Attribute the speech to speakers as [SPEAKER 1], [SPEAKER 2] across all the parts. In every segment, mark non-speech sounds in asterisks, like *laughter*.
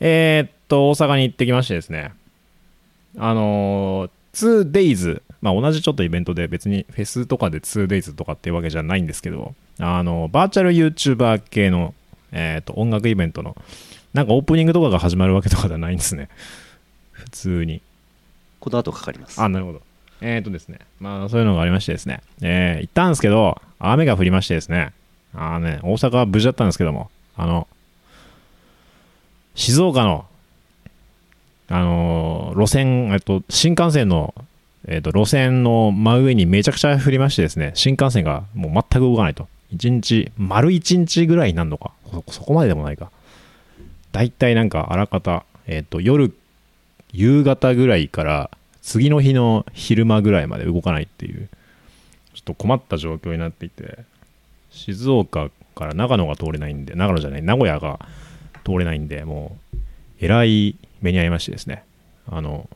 [SPEAKER 1] えーっと、大阪に行ってきましてですね、あのー、2days、まあ、同じちょっとイベントで別にフェスとかで 2days とかっていうわけじゃないんですけど、あのーバーチャル YouTuber 系の、えーっと、音楽イベントの、なんかオープニングとかが始まるわけとかじゃないんですね。普通に。
[SPEAKER 2] この後かかります。
[SPEAKER 1] あ、なるほど。えー、とですね、まあ、そういうのがありましてですね、えー行ったんですけど、雨が降りましてですね、あーね、大阪は無事だったんですけども、あの、静岡の、あのー路線、えっと、新幹線の、えっと、路線の真上にめちゃくちゃ降りましてですね、新幹線がもう全く動かないと。一日、丸一日ぐらいになるのか。そそこまででもないか。だいたいなんか、あらかた、えっと、夜夕方ぐらいから次の日の昼間ぐらいまで動かないっていうちょっと困った状況になっていて静岡から長野が通れないんで長野じゃない名古屋が通れないんでもうえらい目に遭いましてですねあの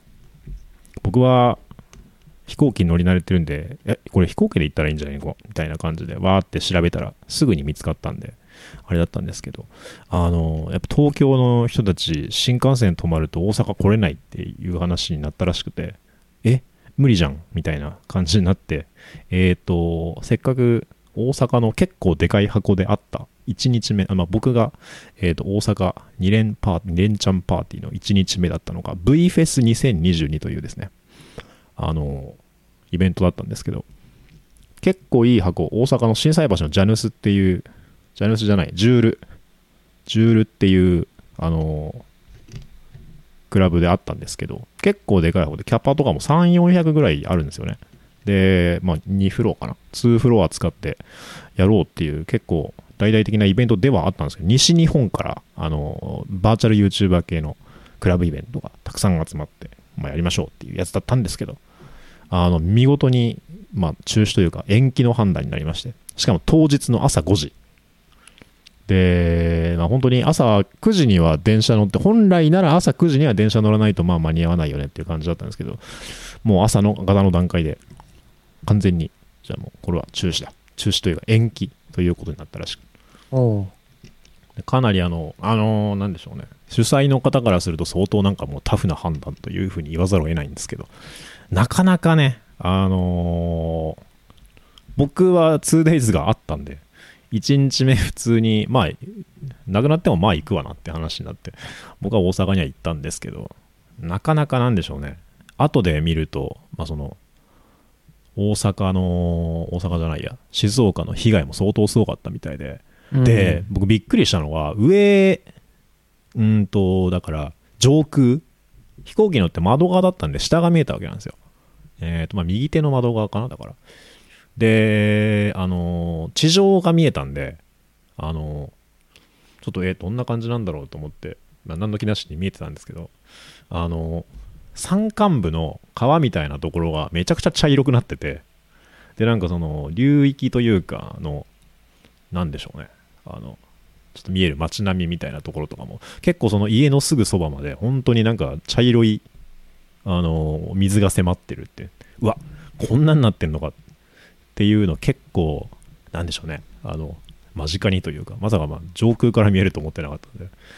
[SPEAKER 1] 僕は飛行機に乗り慣れてるんでえこれ飛行機で行ったらいいんじゃないのみたいな感じでわーって調べたらすぐに見つかったんであれだったんですけどあのやっぱ東京の人たち新幹線止まると大阪来れないっていう話になったらしくてえ無理じゃんみたいな感じになってえっ、とせっかく大阪の結構でかい箱であった1日目あ、まあ、僕が、えー、と大阪2連パー2連チャンパーティーの1日目だったのが V フェス2022というですねあのイベントだったんですけど結構いい箱大阪の心斎橋のジャヌスっていうジャヌスじゃないジュールジュールっていう、あのークラブであったんですけど、結構でかい方で、キャパとかも3、400ぐらいあるんですよね。で、まあ、2フロアかな。2フロア使ってやろうっていう、結構大々的なイベントではあったんですけど、西日本から、あのーバーチャル YouTuber 系のクラブイベントがたくさん集まって、まあ、やりましょうっていうやつだったんですけど、あの、見事に、まあ、中止というか、延期の判断になりまして、しかも当日の朝5時。で、まあ、本当に朝9時には電車乗って、本来なら朝9時には電車乗らないとまあ間に合わないよねっていう感じだったんですけど、もう朝の方の段階で、完全に、じゃあもうこれは中止だ。中止というか延期ということになったらしく
[SPEAKER 3] おう
[SPEAKER 1] でかなりあの、あのーなんでしょうね、主催の方からすると相当なんかもうタフな判断というふうに言わざるを得ないんですけど、なかなかね、あのー僕は 2days があったんで、1日目普通に、まあ、なくなってもまあ行くわなって話になって、僕は大阪には行ったんですけど、なかなかなんでしょうね、後で見ると、まあその、大阪の、大阪じゃないや、静岡の被害も相当すごかったみたいで、で、僕びっくりしたのは上うーんとだから上空飛行機乗って窓側だったんで下が見えたわけなんですよえっ、とまあ右手の窓側かなだからであのー地上が見えたんであのーちょっとえどんな感じなんだろうと思って、まあ、何の気なしに見えてたんですけどあのー山間部の川みたいなところがめちゃくちゃ茶色くなっててでなんかその流域というかあのなんでしょうねあのちょっと見える街並みみたいなところとかも結構その家のすぐそばまで本当になんか茶色いあの水が迫ってるってうわこんなになってんのかっていうの結構なんでしょうねあの間近にというかまさかまあ上空から見えると思ってなかった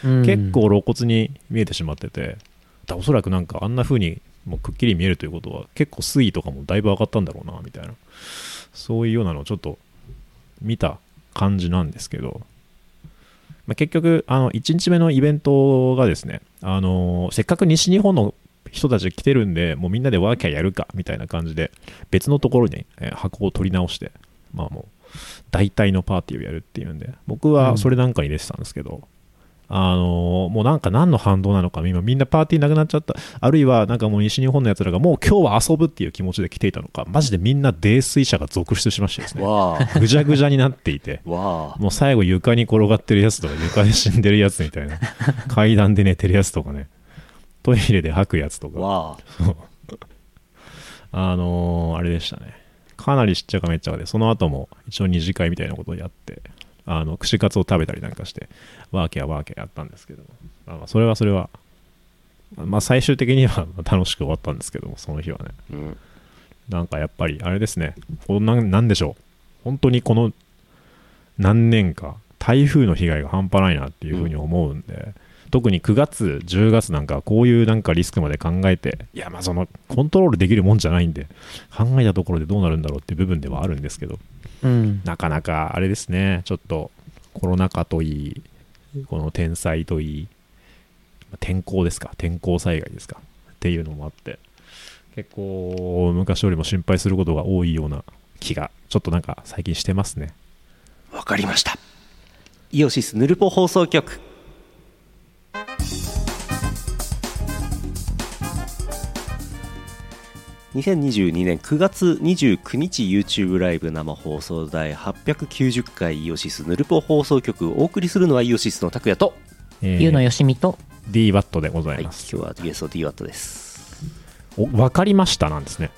[SPEAKER 1] んで
[SPEAKER 3] うん、
[SPEAKER 1] 結構露骨に見えてしまってて、だおそらくなんかあんな風にもうくっきり見えるということは結構水位とかもだいぶ上がったんだろうなみたいなそういうようなのをちょっと見た感じなんですけど、まあ、結局あの1日目のイベントがですね、あのーせっかく西日本の人たち来てるんでもうみんなでワーキャーやるかみたいな感じで別のところに、えー箱を取り直してまあもう大体のパーティーをやるっていうんで僕はそれなんかに出てたんですけど、あのーもうなんか何の反動なのか今みんなパーティーなくなっちゃったあるいはなんかもう西日本のやつらがもう今日は遊ぶっていう気持ちで来ていたのかマジでみんな泥酔者が続出しましてですね
[SPEAKER 2] わあ。
[SPEAKER 1] ぐじゃぐじゃになっていて
[SPEAKER 2] わあ。
[SPEAKER 1] もう最後床に転がってるやつとか床で死んでるやつみたいな階段で寝てるやつとかねトイレで吐くやつとか
[SPEAKER 2] わあ。
[SPEAKER 1] あのーあれでしたね。かなりしっちゃかめっちゃかで、その後も一応二次会みたいなことをやって、あの、串カツを食べたりなんかして、ワーキャーワーキャーやったんですけども、まあまあ、それはそれは、まあ最終的には *laughs* 楽しく終わったんですけども、その日はね。
[SPEAKER 2] うん。
[SPEAKER 1] なんかやっぱり、あれですね、こんな、なんでしょう。本当にこの何年か、台風の被害が半端ないなっていうふうに思うんで、特に9月、10月なんかはこういうなんかリスクまで考えて、いや、まあそのコントロールできるもんじゃないんで、考えたところでどうなるんだろうっていう部分ではあるんですけど、
[SPEAKER 3] うん。
[SPEAKER 1] なかなかあれですね、ちょっとコロナ禍といい、この天災といい、天候ですか、天候災害ですかっていうのもあって、結構昔よりも心配することが多いような気が、ちょっとなんか最近してますね。
[SPEAKER 2] わかりましたイオシスヌルポ放送局2022年9月29日 YouTube ライブ生放送第890回イオシスヌルポ放送局お送りするのはイオシスの拓也と、
[SPEAKER 1] え
[SPEAKER 3] ゆうのよしみと、
[SPEAKER 1] D ワットでござ
[SPEAKER 2] はいい、今
[SPEAKER 1] ま
[SPEAKER 2] 日
[SPEAKER 1] す。
[SPEAKER 2] はゲスト D ワットです
[SPEAKER 1] おわかりましたなんですね。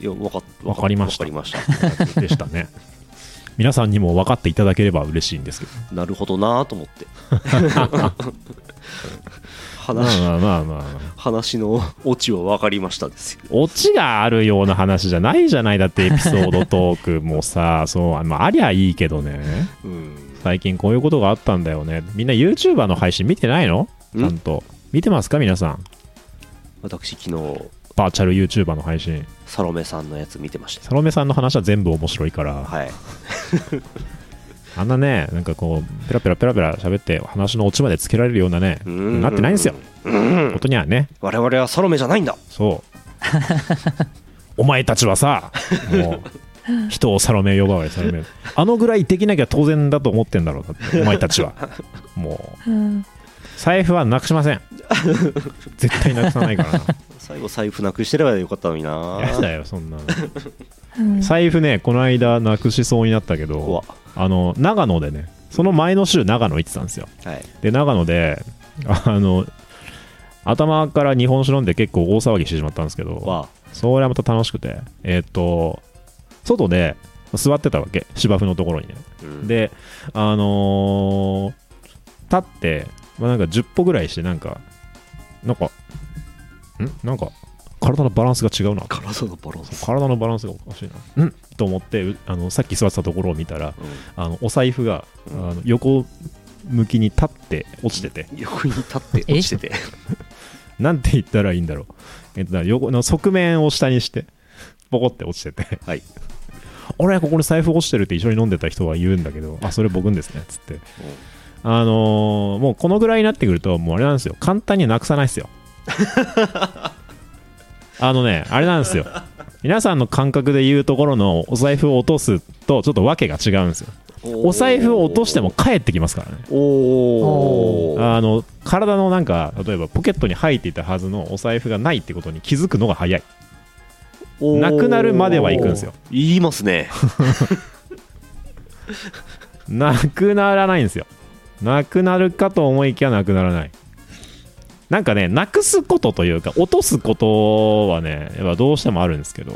[SPEAKER 2] いやわか
[SPEAKER 1] わかりました
[SPEAKER 2] わかりました
[SPEAKER 1] でしたね。 *laughs* 皆さんにも分かっていただければ嬉しいんですけど。
[SPEAKER 2] なるほどなぁと思って *laughs*
[SPEAKER 1] ま
[SPEAKER 2] 話
[SPEAKER 1] あまあまあまあ。
[SPEAKER 2] 話のオチは分かりましたですよ
[SPEAKER 1] オチがあるような話じゃないじゃないだってエピソードトークもさ、そう、まあ、ありゃいいけどね。
[SPEAKER 2] うん
[SPEAKER 1] 最近こういうことがあったんだよね。みんな YouTuber の配信見てないのちゃんと。見てますか皆さん。
[SPEAKER 2] 私昨日
[SPEAKER 1] バーチャル YouTuber の配信。
[SPEAKER 2] サロメさんのやつ見てましたよ
[SPEAKER 1] サロメさんの話は全部面白いから。
[SPEAKER 2] はい
[SPEAKER 1] あんなね、なんかこう、ペラペラペラペラ喋って話のオチまでつけられるようなね、
[SPEAKER 2] うん
[SPEAKER 1] なってないんですよ。
[SPEAKER 2] うん
[SPEAKER 1] ことにはね。
[SPEAKER 2] 我々はサロメじゃないんだ *laughs*
[SPEAKER 1] そう。お前たちはさ、もう、人をサロメ呼ばわりサロメ。あのぐらいできなきゃ当然だと思ってんだろう、だってお前たち
[SPEAKER 2] *laughs*
[SPEAKER 1] は。もう、財布はなくしません。絶対なくさないからな。
[SPEAKER 2] 最後財布なくしてればよかったのにな
[SPEAKER 1] やだよ、そんなの。財布ね、この間なくしそうになったけ
[SPEAKER 2] 怖
[SPEAKER 1] ど
[SPEAKER 2] っ、
[SPEAKER 1] あの、長野でね、その前の週、長野行ってたんですよ。
[SPEAKER 2] はい
[SPEAKER 1] で長野であの頭から日本酒飲んで結構大騒ぎしてしまったんですけど
[SPEAKER 2] わ
[SPEAKER 1] それはまた楽しくてえっ、と外で座ってたわけ芝生のところにね
[SPEAKER 2] うん
[SPEAKER 1] であのー立って、まあ、なんか10歩ぐらいしてなんかなんかんなんか体のバランスが違うな
[SPEAKER 2] 体のバランス
[SPEAKER 1] 体のバランスがおかしいなうんと思ってうあのさっき座ってたところを見たらあのお財布があ
[SPEAKER 2] うん
[SPEAKER 1] の横向きに立って落ちてて
[SPEAKER 2] 横に立って落ちてて
[SPEAKER 1] *laughs* なんて言ったらいいんだろう。えっと、だから横の側面を下にして、ボコって落ちてて、
[SPEAKER 2] はい
[SPEAKER 1] 俺、ここに財布落ちてるって一緒に飲んでた人は言うんだけど、あ、それ僕んですね、つって。あのーもうこのぐらいになってくると、もうあれなんですよ。簡単になくさないですよ。 *laughs* あのね、あれなんですよ。皆さんの感覚で言うところのお財布を落とすとちょっと訳が違うんですよ。お財布を落としても帰ってきますからね。
[SPEAKER 2] おお
[SPEAKER 1] あの体のなんか例えばポケットに入っていたはずのお財布がないってことに気づくのが早いなくなるまでは行くんですよ
[SPEAKER 2] 言いますね
[SPEAKER 1] なくならないんですよなくなるかと思いきやなくならないなんかねなくすことというか落とすことはねやっぱどうしてもあるんですけど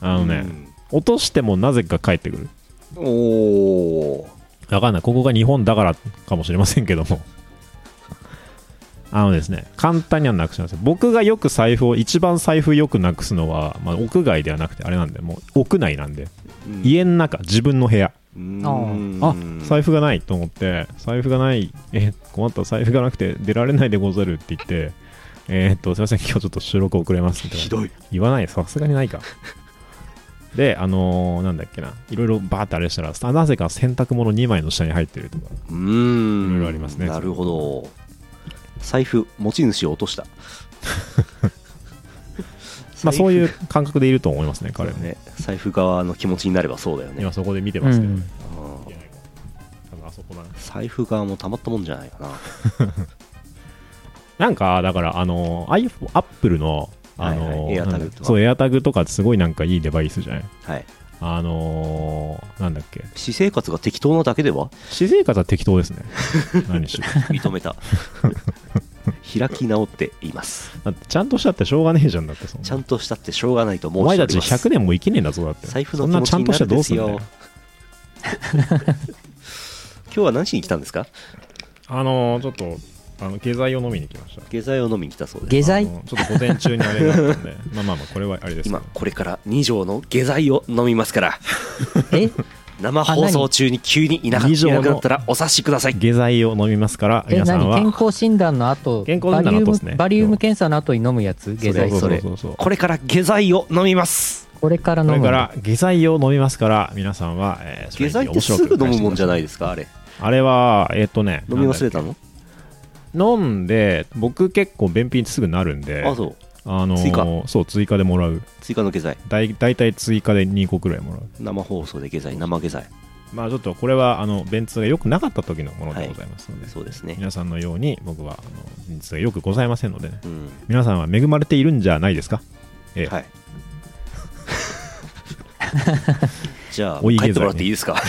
[SPEAKER 1] あのね、落としてもなぜか帰ってくる
[SPEAKER 2] うんおー
[SPEAKER 1] わかんないここが日本だからかもしれませんけどもあのですね簡単にはなくします僕がよく財布を一番財布よくなくすのは、まあ、屋外ではなくてあれなんでもう屋内なんで
[SPEAKER 2] うん
[SPEAKER 1] 家の中自分の部屋
[SPEAKER 2] うん
[SPEAKER 1] あ財布がないと思って財布がないえ困った財布がなくて出られないでござるって言ってえーっとすいません今日ちょっと収録遅れますみたいな
[SPEAKER 2] ひどい
[SPEAKER 1] 言わないさすがにないかであのーなんだっけないろいろバーってあれしたらさなぜか洗濯物2枚の下に入ってるとか
[SPEAKER 2] うー
[SPEAKER 1] い
[SPEAKER 2] ん
[SPEAKER 1] ろいろありますね
[SPEAKER 2] なるほど財布持ち主を落とした
[SPEAKER 1] *laughs* まあそう
[SPEAKER 2] う
[SPEAKER 1] いう感覚でいると思いますね彼も
[SPEAKER 2] ね財布側の気持ちになればそうだよね
[SPEAKER 1] 今そこで見てますけど、
[SPEAKER 3] うん
[SPEAKER 2] うん
[SPEAKER 1] 多分あそこだな
[SPEAKER 2] 財布側もたまったもんじゃないかな
[SPEAKER 1] なんかだからあのー iPhone アップルのあの
[SPEAKER 2] はいはい
[SPEAKER 1] ー
[SPEAKER 2] AirTag
[SPEAKER 1] なんだっけ
[SPEAKER 2] とか
[SPEAKER 1] そうエアタグとかってすごいなんかいいデバイスじゃない
[SPEAKER 2] はい
[SPEAKER 1] あのーなんだっけ
[SPEAKER 2] 私生活が適当なだけでは
[SPEAKER 1] 私生活は適当です
[SPEAKER 2] *laughs*
[SPEAKER 1] ね何しろ
[SPEAKER 2] 認めた *laughs* 開き直っています
[SPEAKER 1] だってちゃんとしたってしょうがねえじゃんだってそんな
[SPEAKER 2] ちゃんとしたってしょうがないと申
[SPEAKER 1] お
[SPEAKER 2] し
[SPEAKER 1] 前
[SPEAKER 2] てお
[SPEAKER 1] た
[SPEAKER 2] り
[SPEAKER 1] ち
[SPEAKER 2] ます
[SPEAKER 1] 100年も生きねえんだぞだって
[SPEAKER 2] 財布の
[SPEAKER 1] そん
[SPEAKER 2] 気
[SPEAKER 1] な
[SPEAKER 2] 持
[SPEAKER 1] ちゃ
[SPEAKER 2] ち
[SPEAKER 1] ん
[SPEAKER 2] に
[SPEAKER 1] とした
[SPEAKER 2] な
[SPEAKER 1] ら
[SPEAKER 2] るん
[SPEAKER 1] ど
[SPEAKER 2] で
[SPEAKER 1] うす
[SPEAKER 2] す
[SPEAKER 1] んだ
[SPEAKER 2] よ
[SPEAKER 1] よ
[SPEAKER 2] *laughs* 今日は何しに来たんですか
[SPEAKER 1] あのーちょっとあの下剤を飲みに来ました
[SPEAKER 2] 下剤を飲みに来たそうです
[SPEAKER 3] 下剤
[SPEAKER 1] あのちょっと午前中にあれがあったんで *laughs* まあまあまあこれはあれですけど *laughs*
[SPEAKER 2] 今これから2錠の下剤を飲みますから
[SPEAKER 3] え
[SPEAKER 2] 生放送中に急にいなか
[SPEAKER 1] 以上
[SPEAKER 2] い
[SPEAKER 1] の
[SPEAKER 2] なくなったらお察しください
[SPEAKER 1] 下剤を飲みますから
[SPEAKER 3] え
[SPEAKER 1] 皆さん
[SPEAKER 3] 何
[SPEAKER 1] は
[SPEAKER 3] 健康診断の後
[SPEAKER 1] 健康診断の後っすね
[SPEAKER 3] バリウムバリウム検査の後に飲むやつ下剤
[SPEAKER 1] そう
[SPEAKER 3] そ
[SPEAKER 1] そう
[SPEAKER 3] れ
[SPEAKER 1] そうそう
[SPEAKER 2] これから下剤を飲みます
[SPEAKER 3] これから飲
[SPEAKER 1] こ
[SPEAKER 3] む
[SPEAKER 1] れ
[SPEAKER 3] の
[SPEAKER 1] から下剤を飲みますから皆さんは、えーそれ
[SPEAKER 2] 下
[SPEAKER 1] に
[SPEAKER 2] 剤って
[SPEAKER 1] 面白
[SPEAKER 2] す
[SPEAKER 1] く
[SPEAKER 2] ぐ飲むもんじゃないいですかあれ
[SPEAKER 1] あれはえっ、とね
[SPEAKER 2] 飲み忘れた
[SPEAKER 1] なんだ
[SPEAKER 2] の
[SPEAKER 1] っけ飲んで僕結構便秘ってすぐなるんで
[SPEAKER 2] あそう
[SPEAKER 1] あのー
[SPEAKER 2] 追加
[SPEAKER 1] そう追加でもらう
[SPEAKER 2] 追加の下剤
[SPEAKER 1] だい大体追加で2個くらいもらう
[SPEAKER 2] 生放送で下剤生下剤
[SPEAKER 1] まあちょっとこれはあの便通が良くなかった時のものでございますので、
[SPEAKER 2] そうですね
[SPEAKER 1] 皆さんのように僕はあの便通が良くございませんのでね
[SPEAKER 2] うん
[SPEAKER 1] 皆さんは恵まれているんじゃないですかええ *laughs*
[SPEAKER 2] はいじゃあ
[SPEAKER 1] おい下剤ね
[SPEAKER 2] 帰ってもらっていいですか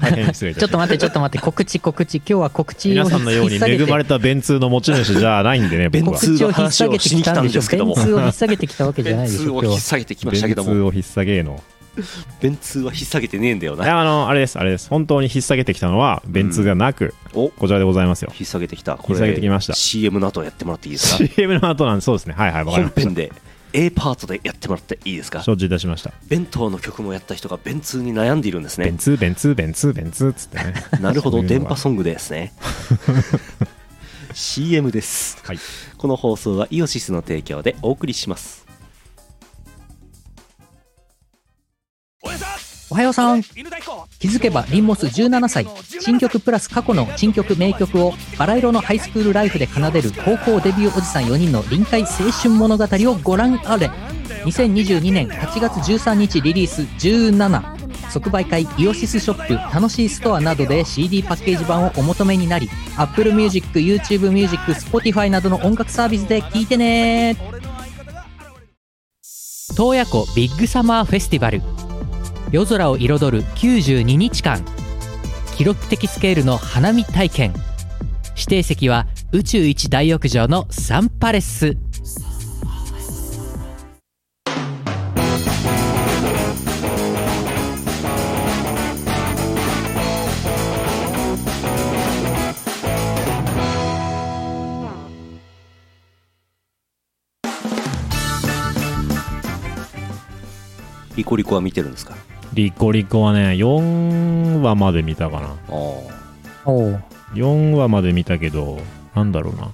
[SPEAKER 1] 大変失礼いた
[SPEAKER 3] ちょっ
[SPEAKER 1] し
[SPEAKER 3] と
[SPEAKER 1] まし
[SPEAKER 3] 待ってちょっと待って告知告知今日は告
[SPEAKER 1] た
[SPEAKER 3] 知を
[SPEAKER 1] 皆さんのように
[SPEAKER 3] 引っ提げ
[SPEAKER 1] 恵
[SPEAKER 3] て
[SPEAKER 1] まれた便通の持ち主じゃないんで
[SPEAKER 2] *laughs*
[SPEAKER 1] ね僕
[SPEAKER 2] 便
[SPEAKER 1] は
[SPEAKER 2] 通
[SPEAKER 3] 告知を引っ提げてきたんでし
[SPEAKER 2] 便通の話をしに来
[SPEAKER 3] ょ
[SPEAKER 2] たんですけども
[SPEAKER 3] 便通を引っ提げてきたわけじゃな
[SPEAKER 1] *laughs*
[SPEAKER 2] 便
[SPEAKER 3] いでし
[SPEAKER 2] 通
[SPEAKER 3] ょ
[SPEAKER 2] を
[SPEAKER 3] 今
[SPEAKER 2] 引っ
[SPEAKER 3] 日
[SPEAKER 2] 提げてきました
[SPEAKER 1] 便
[SPEAKER 2] けど
[SPEAKER 1] 通
[SPEAKER 2] も
[SPEAKER 1] を引っ提げの
[SPEAKER 2] 便通は引っ提げてねえんだよ
[SPEAKER 1] い
[SPEAKER 2] な
[SPEAKER 1] やあのあれですあれです本当に引っ提げてきたのは便通がなく、
[SPEAKER 2] お
[SPEAKER 1] こちらでございますよ
[SPEAKER 2] *laughs* 引っ提げてきたこ
[SPEAKER 1] 引っ提げてきました
[SPEAKER 2] CM の後やってもらっていいですか
[SPEAKER 1] CM の後なんでそうですねはいはいわかり
[SPEAKER 2] 本
[SPEAKER 1] まし
[SPEAKER 2] 編で A パートでやってもらっていいです
[SPEAKER 1] た
[SPEAKER 2] か
[SPEAKER 1] 承知いたしました
[SPEAKER 2] 弁当の曲もやった人が便通に悩んでいるんですね
[SPEAKER 1] 便通便通便通便通っつってね
[SPEAKER 2] なるほ
[SPEAKER 1] そ
[SPEAKER 2] ど
[SPEAKER 1] ういう
[SPEAKER 2] 電
[SPEAKER 1] の
[SPEAKER 2] 波
[SPEAKER 1] が
[SPEAKER 2] ソングですね
[SPEAKER 1] *laughs*
[SPEAKER 2] CM です
[SPEAKER 1] はい
[SPEAKER 2] この放送はイオシスの提供でお送りします
[SPEAKER 3] おはようさん気づけばリンモス17歳新曲プラス過去の新曲名曲をバラ色のハイスクールライフで奏でる高校デビューおじさん4人の臨海青春物語をご覧あれ2022年8月13日リリース17即売会イオシスショップ楽しいストアなどで CD パッケージ版をお求めになり Apple Music、YouTube Music、Spotify などの音楽サービスで聴いてね洞爺湖ビッグサマーフェスティバル夜空を彩る92日間記録的スケールの花見体験指定席は宇宙一大浴場のサンパレス
[SPEAKER 2] リコリコは見てるんですか
[SPEAKER 1] リコリコはね4話まで見たかな
[SPEAKER 2] ああ
[SPEAKER 3] おう
[SPEAKER 1] 4話まで見たけどなんだろうな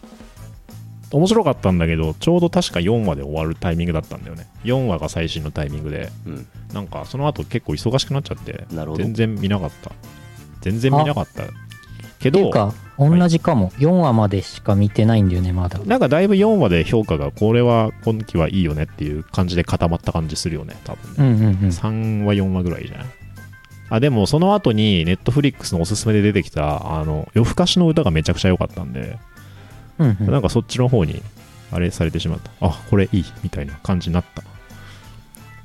[SPEAKER 1] 面白かったんだけどちょうど確か4話で終わるタイミングだったんだよね4話が最新のタイミングで *laughs*
[SPEAKER 2] うん
[SPEAKER 1] なんかその後結構忙しくなっちゃって
[SPEAKER 2] なるほど
[SPEAKER 1] 全然見なかった全然見なかったけ
[SPEAKER 3] てい
[SPEAKER 1] ど
[SPEAKER 3] うか同じかも、4話までしか見てないんだよねまだ
[SPEAKER 1] なんかだいぶ4話で評価がこれは今期はいいよねっていう感じで固まった感じするよね多分ね
[SPEAKER 3] うんうんうん
[SPEAKER 1] 3話4話ぐらいじゃないあでもその後にネットフリックスのおすすめで出てきたあの夜更かしの歌がめちゃくちゃ良かったんで
[SPEAKER 3] うんうん
[SPEAKER 1] なんかそっちの方にあれされてしまったあこれいいみたいな感じになった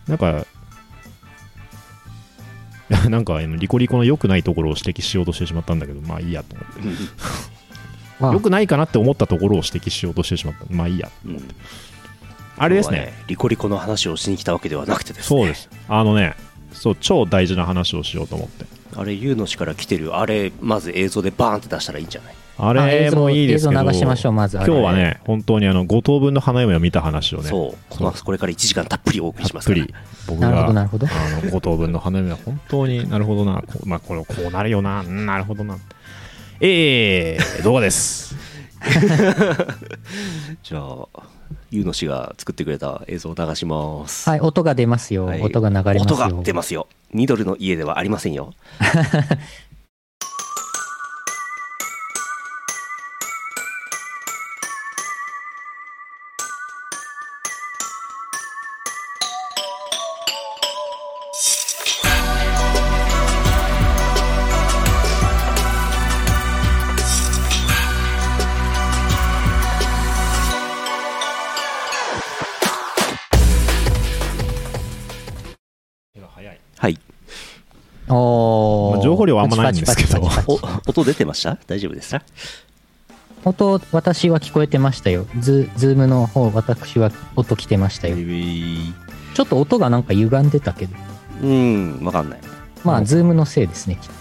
[SPEAKER 1] なんか *laughs* いやなんかあのリコリコの良くないところを指摘しようとしてしまったんだけどまあいいやと思って
[SPEAKER 3] まあ
[SPEAKER 1] 良くないかなって思ったところを指摘しようとしてしまったまあいいや
[SPEAKER 2] うん
[SPEAKER 1] あれですね
[SPEAKER 2] 今日はリコリコの話をしに来たわけではなくてですね
[SPEAKER 1] そうですあのねそう超大事な話をしようと思って
[SPEAKER 2] あれユーノ氏から来てるあれまず映像でバーンって出したらいいんじゃない
[SPEAKER 1] あ
[SPEAKER 3] あ
[SPEAKER 1] れ
[SPEAKER 3] 映像
[SPEAKER 1] もいいですけど
[SPEAKER 3] 映像流しましょうまずあ
[SPEAKER 1] 今
[SPEAKER 3] れ
[SPEAKER 1] 日はね本当にあの5等分の花嫁を見た話をね
[SPEAKER 2] そうこのこれから1時間たっぷりお送りしま
[SPEAKER 1] たっ
[SPEAKER 2] すか
[SPEAKER 1] ぷ
[SPEAKER 2] ら
[SPEAKER 1] り僕
[SPEAKER 3] なるほ
[SPEAKER 1] が
[SPEAKER 3] どなるほど
[SPEAKER 1] あの5等分の花嫁は本当になるほどな、こうまあ、これこうなるよな、うんなるほどな。えー、動画です。
[SPEAKER 2] じゃあユーノ氏が作ってくれた映像を流します
[SPEAKER 3] はい音が出ますよ、
[SPEAKER 2] はい
[SPEAKER 3] 音が流れますよ
[SPEAKER 2] 音が出ますよニドルの家ではありませんよ
[SPEAKER 1] 早い
[SPEAKER 2] はい
[SPEAKER 3] おー
[SPEAKER 1] まあ情報量はあんまないんですけど
[SPEAKER 3] パチパチパチパチ
[SPEAKER 2] お音出てました大丈夫ですか
[SPEAKER 3] 音私は聞こえてましたよズズームの方私は音来てましたよちょっと音がなんか歪んでたけど
[SPEAKER 2] うんわかんない
[SPEAKER 3] ま
[SPEAKER 1] う
[SPEAKER 3] あ
[SPEAKER 1] ん
[SPEAKER 3] ズームのせいですねきっと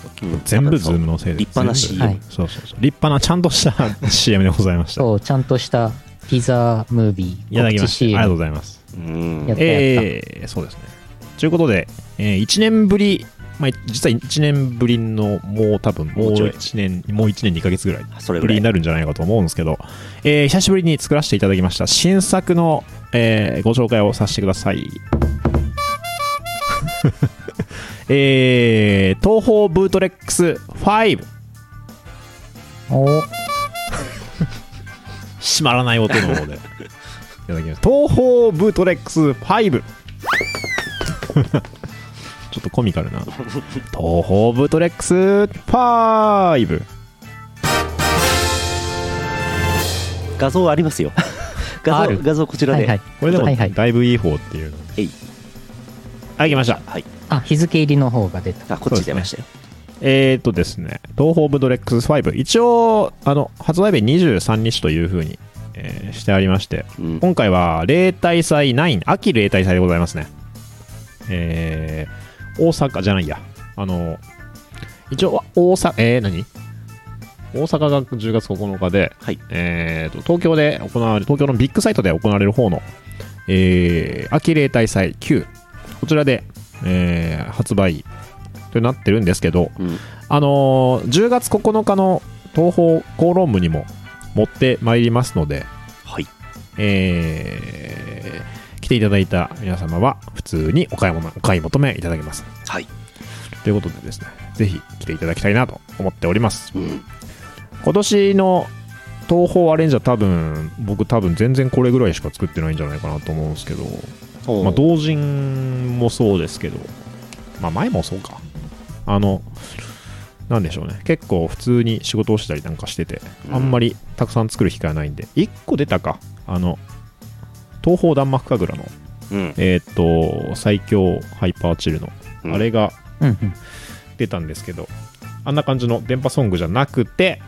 [SPEAKER 1] 全部ズームのせいで
[SPEAKER 2] 立派な CM
[SPEAKER 1] 全部そうそうそう立派なちゃんとした *laughs* CM でございました。
[SPEAKER 3] そうちゃんとしたティザームービ
[SPEAKER 1] いた
[SPEAKER 3] ー
[SPEAKER 1] だきま
[SPEAKER 3] 告知
[SPEAKER 1] した。ありが
[SPEAKER 3] CM
[SPEAKER 1] とうございます。
[SPEAKER 2] うん
[SPEAKER 3] やっ
[SPEAKER 1] えー、そうですね。ということで、えー、1年ぶりまあ、実は1年ぶりのもう多分もう
[SPEAKER 2] もうちょい
[SPEAKER 1] 1年もう1年2ヶ月ぐらい
[SPEAKER 2] それ
[SPEAKER 1] ぶ
[SPEAKER 2] ぐ
[SPEAKER 1] りに
[SPEAKER 2] らい
[SPEAKER 1] なるんじゃないかと思うんですけど、えー久しぶりに作らせていただきました新作の、えーご紹介をさせてください *laughs* えー東宝ブートレックス5
[SPEAKER 3] お
[SPEAKER 1] 閉まらない音の方でいただきます東宝ブートレックス5 *laughs* ちょっとコミカルな東宝ブートレックス5
[SPEAKER 2] 画像あり
[SPEAKER 3] *laughs*
[SPEAKER 2] ますよ
[SPEAKER 3] あ
[SPEAKER 2] 画
[SPEAKER 3] る
[SPEAKER 2] 像画像こちら
[SPEAKER 3] は
[SPEAKER 2] で、
[SPEAKER 3] いはい。
[SPEAKER 1] これでも
[SPEAKER 3] はいはい
[SPEAKER 1] だいぶいい方っていうの
[SPEAKER 2] えい
[SPEAKER 1] はい来ました
[SPEAKER 3] あ、日付入りの方が出た。
[SPEAKER 2] あこっち出ましたよ、
[SPEAKER 1] えー、とですね、東宝ブドレックス5、一応、あの、発売日23日というふうに、えーしてありまして、
[SPEAKER 2] うん
[SPEAKER 1] 今回は、例大祭9、秋例大祭でございますね。えー、大阪じゃないや、あの、一応、大阪、えー、何大阪が10月9日で、
[SPEAKER 2] はい
[SPEAKER 1] えーと、東京で行われる、東京のビッグサイトで行われる方の、えー、秋例大祭9、こちらで、えー発売となってるんですけど、
[SPEAKER 2] うん
[SPEAKER 1] あのー10月9日の東宝討論部にも持ってまいりますので、
[SPEAKER 2] はい
[SPEAKER 1] えー来ていただいた皆様は普通にお買い物お買い求めいただけます
[SPEAKER 2] はい、
[SPEAKER 1] ということでですねぜひ来ていただきたいなと思っております
[SPEAKER 2] うん、
[SPEAKER 1] 今年の東宝アレンジャー多分僕多分全然これぐらいしか作ってないんじゃないかなと思うんですけど、まあ、
[SPEAKER 2] う
[SPEAKER 1] 同人もそうですけど、まあ、前もそうかあのなんでしょうね結構普通に仕事をしたりなんかしてて
[SPEAKER 2] うん
[SPEAKER 1] あんまりたくさん作る機会はないんで1個出たかあの東宝弾幕神楽の
[SPEAKER 2] うん
[SPEAKER 1] えーっと最強ハイパーチルの
[SPEAKER 2] うん
[SPEAKER 1] あれが
[SPEAKER 3] うんうん。
[SPEAKER 1] *laughs* 出たんですけどあんな感じの電波ソングじゃなくて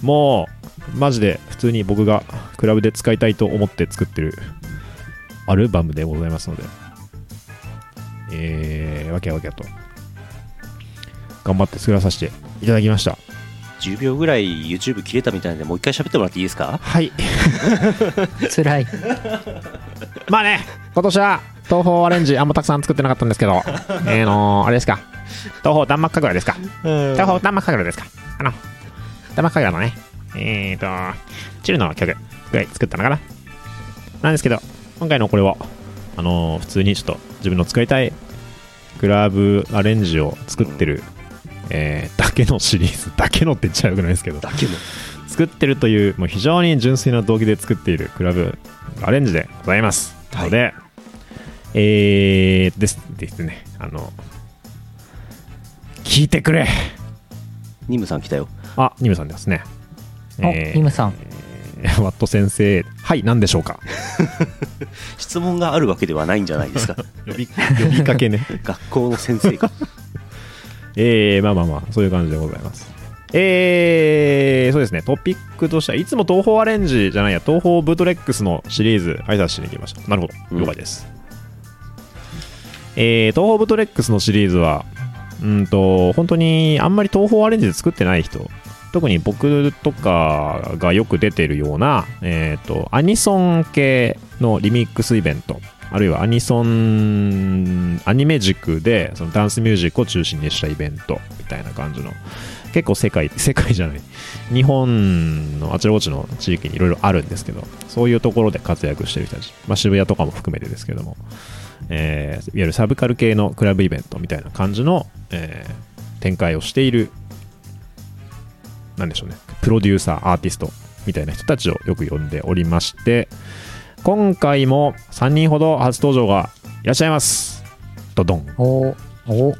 [SPEAKER 1] もうマジで普通に僕がクラブで使いたいと思って作ってるアルバムでございますのでえー、わけやわけやと頑張って作らさせていただきました
[SPEAKER 2] 10秒ぐらい YouTube 切れたみたいなんでもう一回喋ってもらっていいですか
[SPEAKER 1] はい
[SPEAKER 3] 辛い。
[SPEAKER 1] *laughs* まあね今年は東宝アレンジあんまたくさん作ってなかったんですけ *laughs* どえーのーあれですか東宝弾幕神楽ですか
[SPEAKER 2] うん
[SPEAKER 1] 東宝弾幕神楽ですかあの弾幕神楽のねえーとチルの曲ぐらい作ったのかななんですけど今回のこれはあのー普通にちょっと自分の使いたいクラブアレンジを作ってる、えーだけのシリーズだけのって言っちゃうくないですけど
[SPEAKER 2] だけの
[SPEAKER 1] 作ってるというもう非常に純粋な動機で作っているクラブアレンジでございます、
[SPEAKER 2] はい
[SPEAKER 1] のでえー、ですですねあの聞いてくれ
[SPEAKER 2] ニムさん来たよ
[SPEAKER 1] あニムさんですね
[SPEAKER 3] お、ニムさん。
[SPEAKER 1] んワット先生はい何でしょうか
[SPEAKER 2] 質問があるわけではないんじゃない
[SPEAKER 3] *laughs*
[SPEAKER 2] ですか
[SPEAKER 1] 呼び *laughs* 呼びかけね
[SPEAKER 2] 学校の先生が
[SPEAKER 1] えー、まあまあまあ、そういう感じでございます。えー、そうですね、トピックとしては、いつも東宝アレンジじゃないや、東宝ブートレックスのシリーズ、挨拶しに行きました。なるほ
[SPEAKER 2] う
[SPEAKER 1] ど、
[SPEAKER 2] ん
[SPEAKER 1] 了解です。えー、東宝ブートレックスのシリーズは、うんと、本当にあんまり東宝アレンジで作ってない人、特に僕とかがよく出てるような、えー、とアニソン系のリミックスイベントあるいはアニソンアニメ軸でそのダンスミュージックを中心にしたイベントみたいな感じの結構世界 *laughs* 世界じゃない日本のあちらこちらの地域にいろいろあるんですけどそういうところで活躍してる人たち、まあ、渋谷とかも含めてですけども、えーいわゆるサブカル系のクラブイベントみたいな感じの、えー展開をしているなんでしょうね、プロデューサー、アーティストみたいな人たちをよく呼んでおりまして、今回も3人ほど初登場がいらっしゃいます。ドドン。
[SPEAKER 3] おお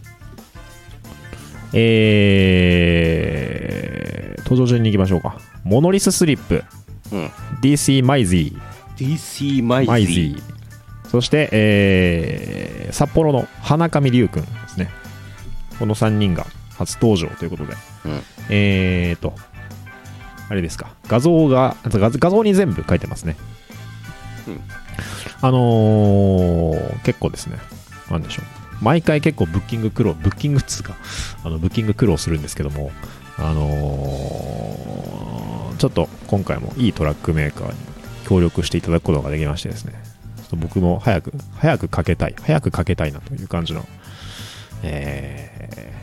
[SPEAKER 1] えー、登場順に行きましょうか。モノリススリップ、
[SPEAKER 2] うん
[SPEAKER 1] DC マイゼ
[SPEAKER 2] DC マ
[SPEAKER 1] ー、マイ
[SPEAKER 2] イ
[SPEAKER 1] ゼ
[SPEAKER 2] ズー
[SPEAKER 1] ー、そして、えー、札幌の花上龍くんですね。この3人が初登場ということで。
[SPEAKER 2] うん
[SPEAKER 1] えーと、あれですか、画像が、あ画画像に全部書いてますね。
[SPEAKER 2] うん
[SPEAKER 1] あのー結構ですね、なんでしょう。毎回結構ブッキング苦労、ブッキングっつうか、あのブッキング苦労するんですけども、あのーちょっと今回もいいトラックメーカーに協力していただくことができましてですね、ちょっと僕も早く、早くかけたい、早くかけたいなという感じの、えー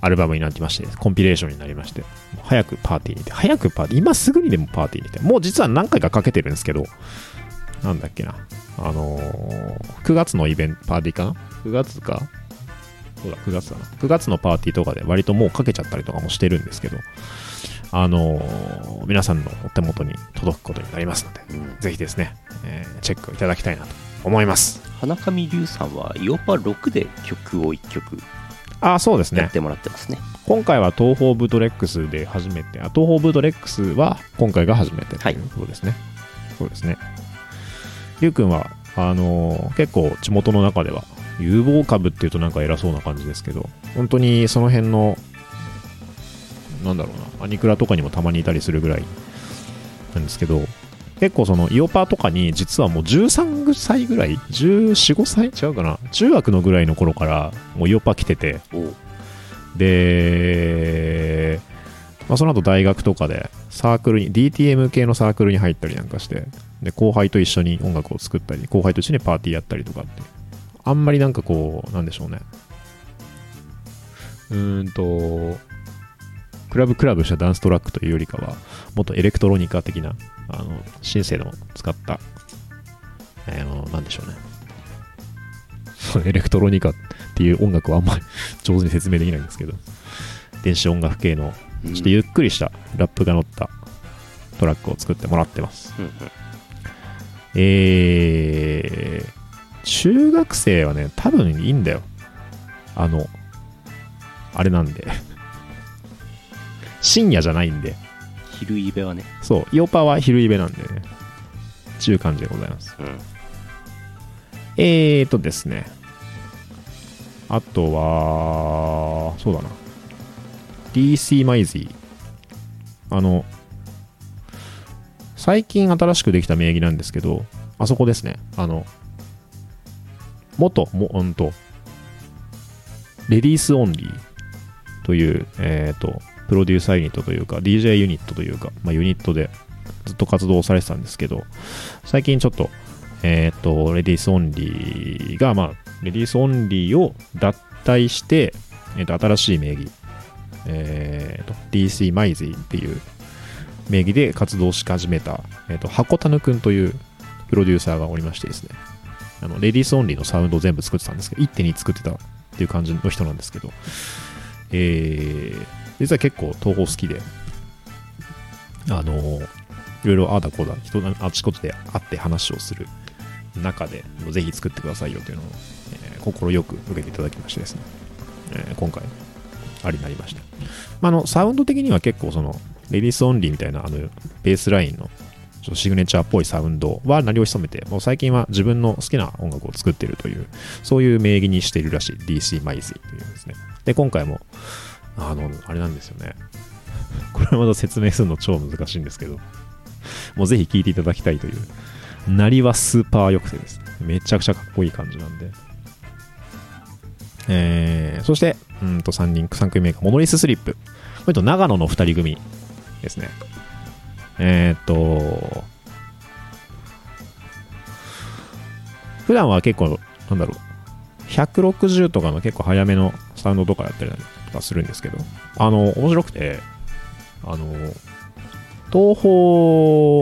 [SPEAKER 1] アルバムになってまして、コンピレーションになりまして、もう早くパーティーに行って、早くパーティー、今すぐにでもパーティーに行って、もう実は何回かかけてるんですけど、なんだっけな、あのー、9月のイベント、パーティーかな ?9 月かそうだ、9月だな。9月のパーティーとかで割ともうかけちゃったりとかもしてるんですけど、あのー皆さんのお手元に届くことになりますので、
[SPEAKER 2] うん
[SPEAKER 1] ぜひですね、えーチェックをいただきたいなと思います。
[SPEAKER 2] 花上龍さんはイオパ6で曲を1曲
[SPEAKER 1] あー、そうです
[SPEAKER 2] や
[SPEAKER 1] ね
[SPEAKER 2] っ。てもらってますね
[SPEAKER 1] 今回は東方ブートレックスで初めて、あ東方ブートレックスは今回が初めてと
[SPEAKER 2] はい
[SPEAKER 1] いうことですね。そうですね。ゆうくんは、あのー結構地元の中では、有望株っていうとなんか偉そうな感じですけど、本当にその辺の、なんだろうな、アニクラとかにもたまにいたりするぐらいなんですけど、結構そのイオパーとかに実はもう13歳ぐらい ?14、5歳違うかな中学のぐらいの頃からもうイオパ来てて、
[SPEAKER 2] お
[SPEAKER 1] で、まあ、その後大学とかでサークルに DTM 系のサークルに入ったりなんかしてで後輩と一緒に音楽を作ったり後輩と一緒にパーティーやったりとかってあんまりなんかこうなんでしょうねうーんとクラブクラブしたダンストラックというよりかはもっとエレクトロニカ的なあのシンセでも使ったあのなんでしょうね *laughs* エレクトロニカっていう音楽はあんまり上手に説明できないんですけど電子音楽系の
[SPEAKER 2] うん
[SPEAKER 1] ちょっとゆっくりしたラップが乗ったトラックを作ってもらってます。
[SPEAKER 2] うんうん
[SPEAKER 1] えー、中学生はね、多分いいんだよ。あの、あれなんで。 *laughs* 深夜じゃないんで。
[SPEAKER 2] 昼イベはね、
[SPEAKER 1] そう、イオパは昼イベなんでね。ちゅう感じでございます。
[SPEAKER 2] うん、
[SPEAKER 1] えーとですね。あとは、そうだな。DC マイズーあの、最近新しくできた名義なんですけど、あそこですね。あの、元、も、うんと、レディースオンリーという、えっ、と、プロデューサーユニットというか、DJ ユニットというか、まあ、ユニットでずっと活動されてたんですけど、最近ちょっと、えっ、と、レディースオンリーが、まあ、レディースオンリーを脱退して、えーと、新しい名義、えっ、と、DC マイズーっていう名義で活動し始めた、えっ、と、箱たぬくんというプロデューサーがおりましてですね、あの、レディースオンリーのサウンドを全部作ってたんですけど、1.2作ってたっていう感じの人なんですけど、えー、実は結構東宝好きで、あのーいろいろああだこうだ、人のあちこちで会って話をする中で、ぜひ作ってくださいよというのを、え心よく受けていただきましてですね、えー今回、ありになりました。まあ、あの、サウンド的には結構その、レディースオンリーみたいな、あの、ベースラインの、ちょっとシグネチャーっぽいサウンドは鳴りを潜めて、もう最近は自分の好きな音楽を作っているという、そういう名義にしているらしい、DC マイズというですね。で、今回も、あの、あれなんですよね。 *laughs* これはまだ説明するの超難しいんですけど、もうぜひ聴いていただきたいという。なりはスーパー良くてですね。めちゃくちゃかっこいい感じなんで。えー、そして、うんと3人、3組目がモノリススリップ。これと長野の2人組ですね。えーっと、普段は結構、なんだろう、160とかの結構早めのサウンドとかやったりとかするんですけど、あの、面白くて、あの、東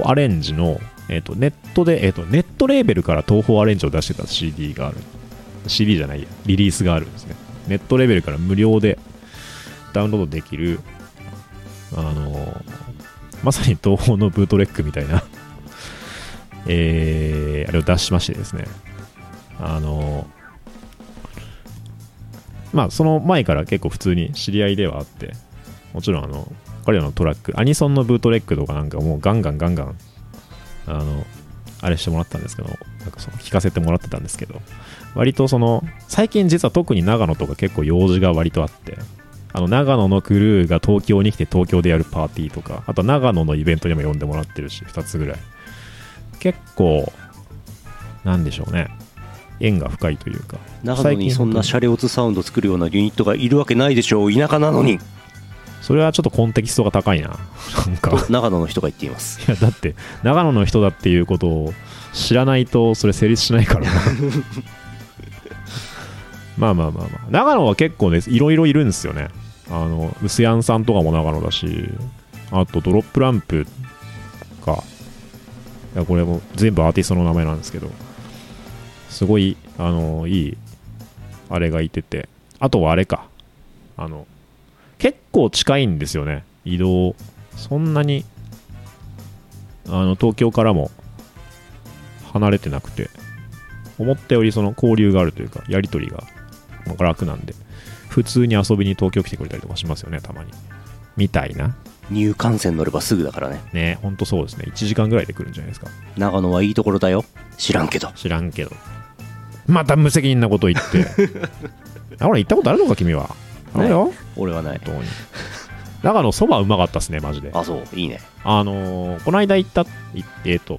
[SPEAKER 1] 宝アレンジの、えっとネットで、えっとネットレーベルから東宝アレンジを出してた CD がある CD じゃないやリリースがあるんですねネットレベルから無料でダウンロードできるあのまさに東宝のブートレックみたいなえーあれを出しましてですねあのまあその前から結構普通に知り合いではあってもちろんあの彼らのトラックアニソンのブートレックとかなんかもうガンガンガンガンあのあれしてもらったんですけどなんかその聞かせてもらってたんですけど割とその最近実は特に長野とか結構用事が割とあってあの長野のクルーが東京に来て東京でやるパーティーとかあと長野のイベントにも呼んでもらってるし2つぐらい結構なんでしょうね縁が深いというか
[SPEAKER 2] 長野にそんなシャレオツサウンド作るようなユニットがいるわけないでしょう田舎なのに
[SPEAKER 1] それはちょっとコンテキストが高いななんか
[SPEAKER 2] と長野の人が言っています
[SPEAKER 1] *laughs* いやだって長野の人だっていうことを知らないとそれ成立しないからなまあまあまあまあ長野は結構ねいろいろいるんですよねあのウスヤンさんとかも長野だしあとドロップランプかいやこれも全部アーティストの名前なんですけどすごいあのいいあれがいててあとはあれかあの結構近いんですよね移動そんなにあの東京からも離れてなくて思ったよりその交流があるというかやり取りがなんか楽なんで普通に遊びに東京来てくれたりとかしますよねたまにみたいな
[SPEAKER 2] 入幹線乗ればすぐだからね
[SPEAKER 1] ねほんとそうですね1時間ぐらいで来るんじゃないですか
[SPEAKER 2] 長野はいいところだよ知らんけど
[SPEAKER 1] 知らんけどまた無責任なこと言ってあほら行ったことあるのか君はあるよ
[SPEAKER 2] 俺はない
[SPEAKER 1] 本当に長野そばうまかったっすねマジで
[SPEAKER 2] あそういいね
[SPEAKER 1] あのーこの間行った、いえっ、と、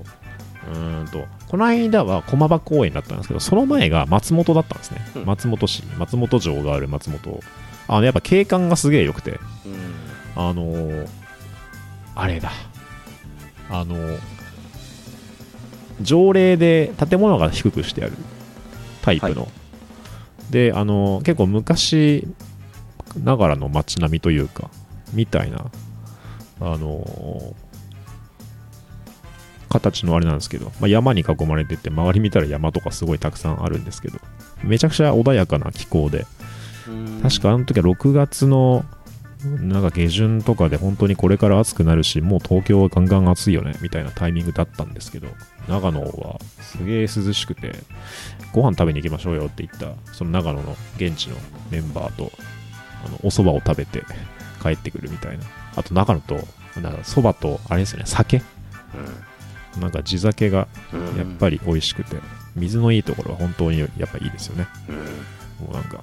[SPEAKER 1] うーんと、この間は駒場公園だったんですけど、その前が松本だったんですね。
[SPEAKER 2] うん
[SPEAKER 1] 松本市、松本城がある松本。あの、やっぱ景観がすげえ良くて、あのーあれだ。あのー条例で建物が低くしてあるタイプの。で、あのー結構昔ながらの街並みというか、みたいな、あのー形のあれなんですけど、まあ、山に囲まれてて、周り見たら山とかすごいたくさんあるんですけど、めちゃくちゃ穏やかな気候で、確かあの時は6月のなんか下旬とかで本当にこれから暑くなるしもう東京はガンガン暑いよねみたいなタイミングだったんですけど長野はすげえ涼しくてご飯食べに行きましょうよって言ったその長野の現地のメンバーとあのお蕎麦を食べて帰ってくるみたいなあと長野となんか蕎麦とあれですよね酒なんか地酒がやっぱ
[SPEAKER 2] り、
[SPEAKER 1] り美味しくて水のいいところは本当にやっぱいいですよね
[SPEAKER 2] うん
[SPEAKER 1] もうなんか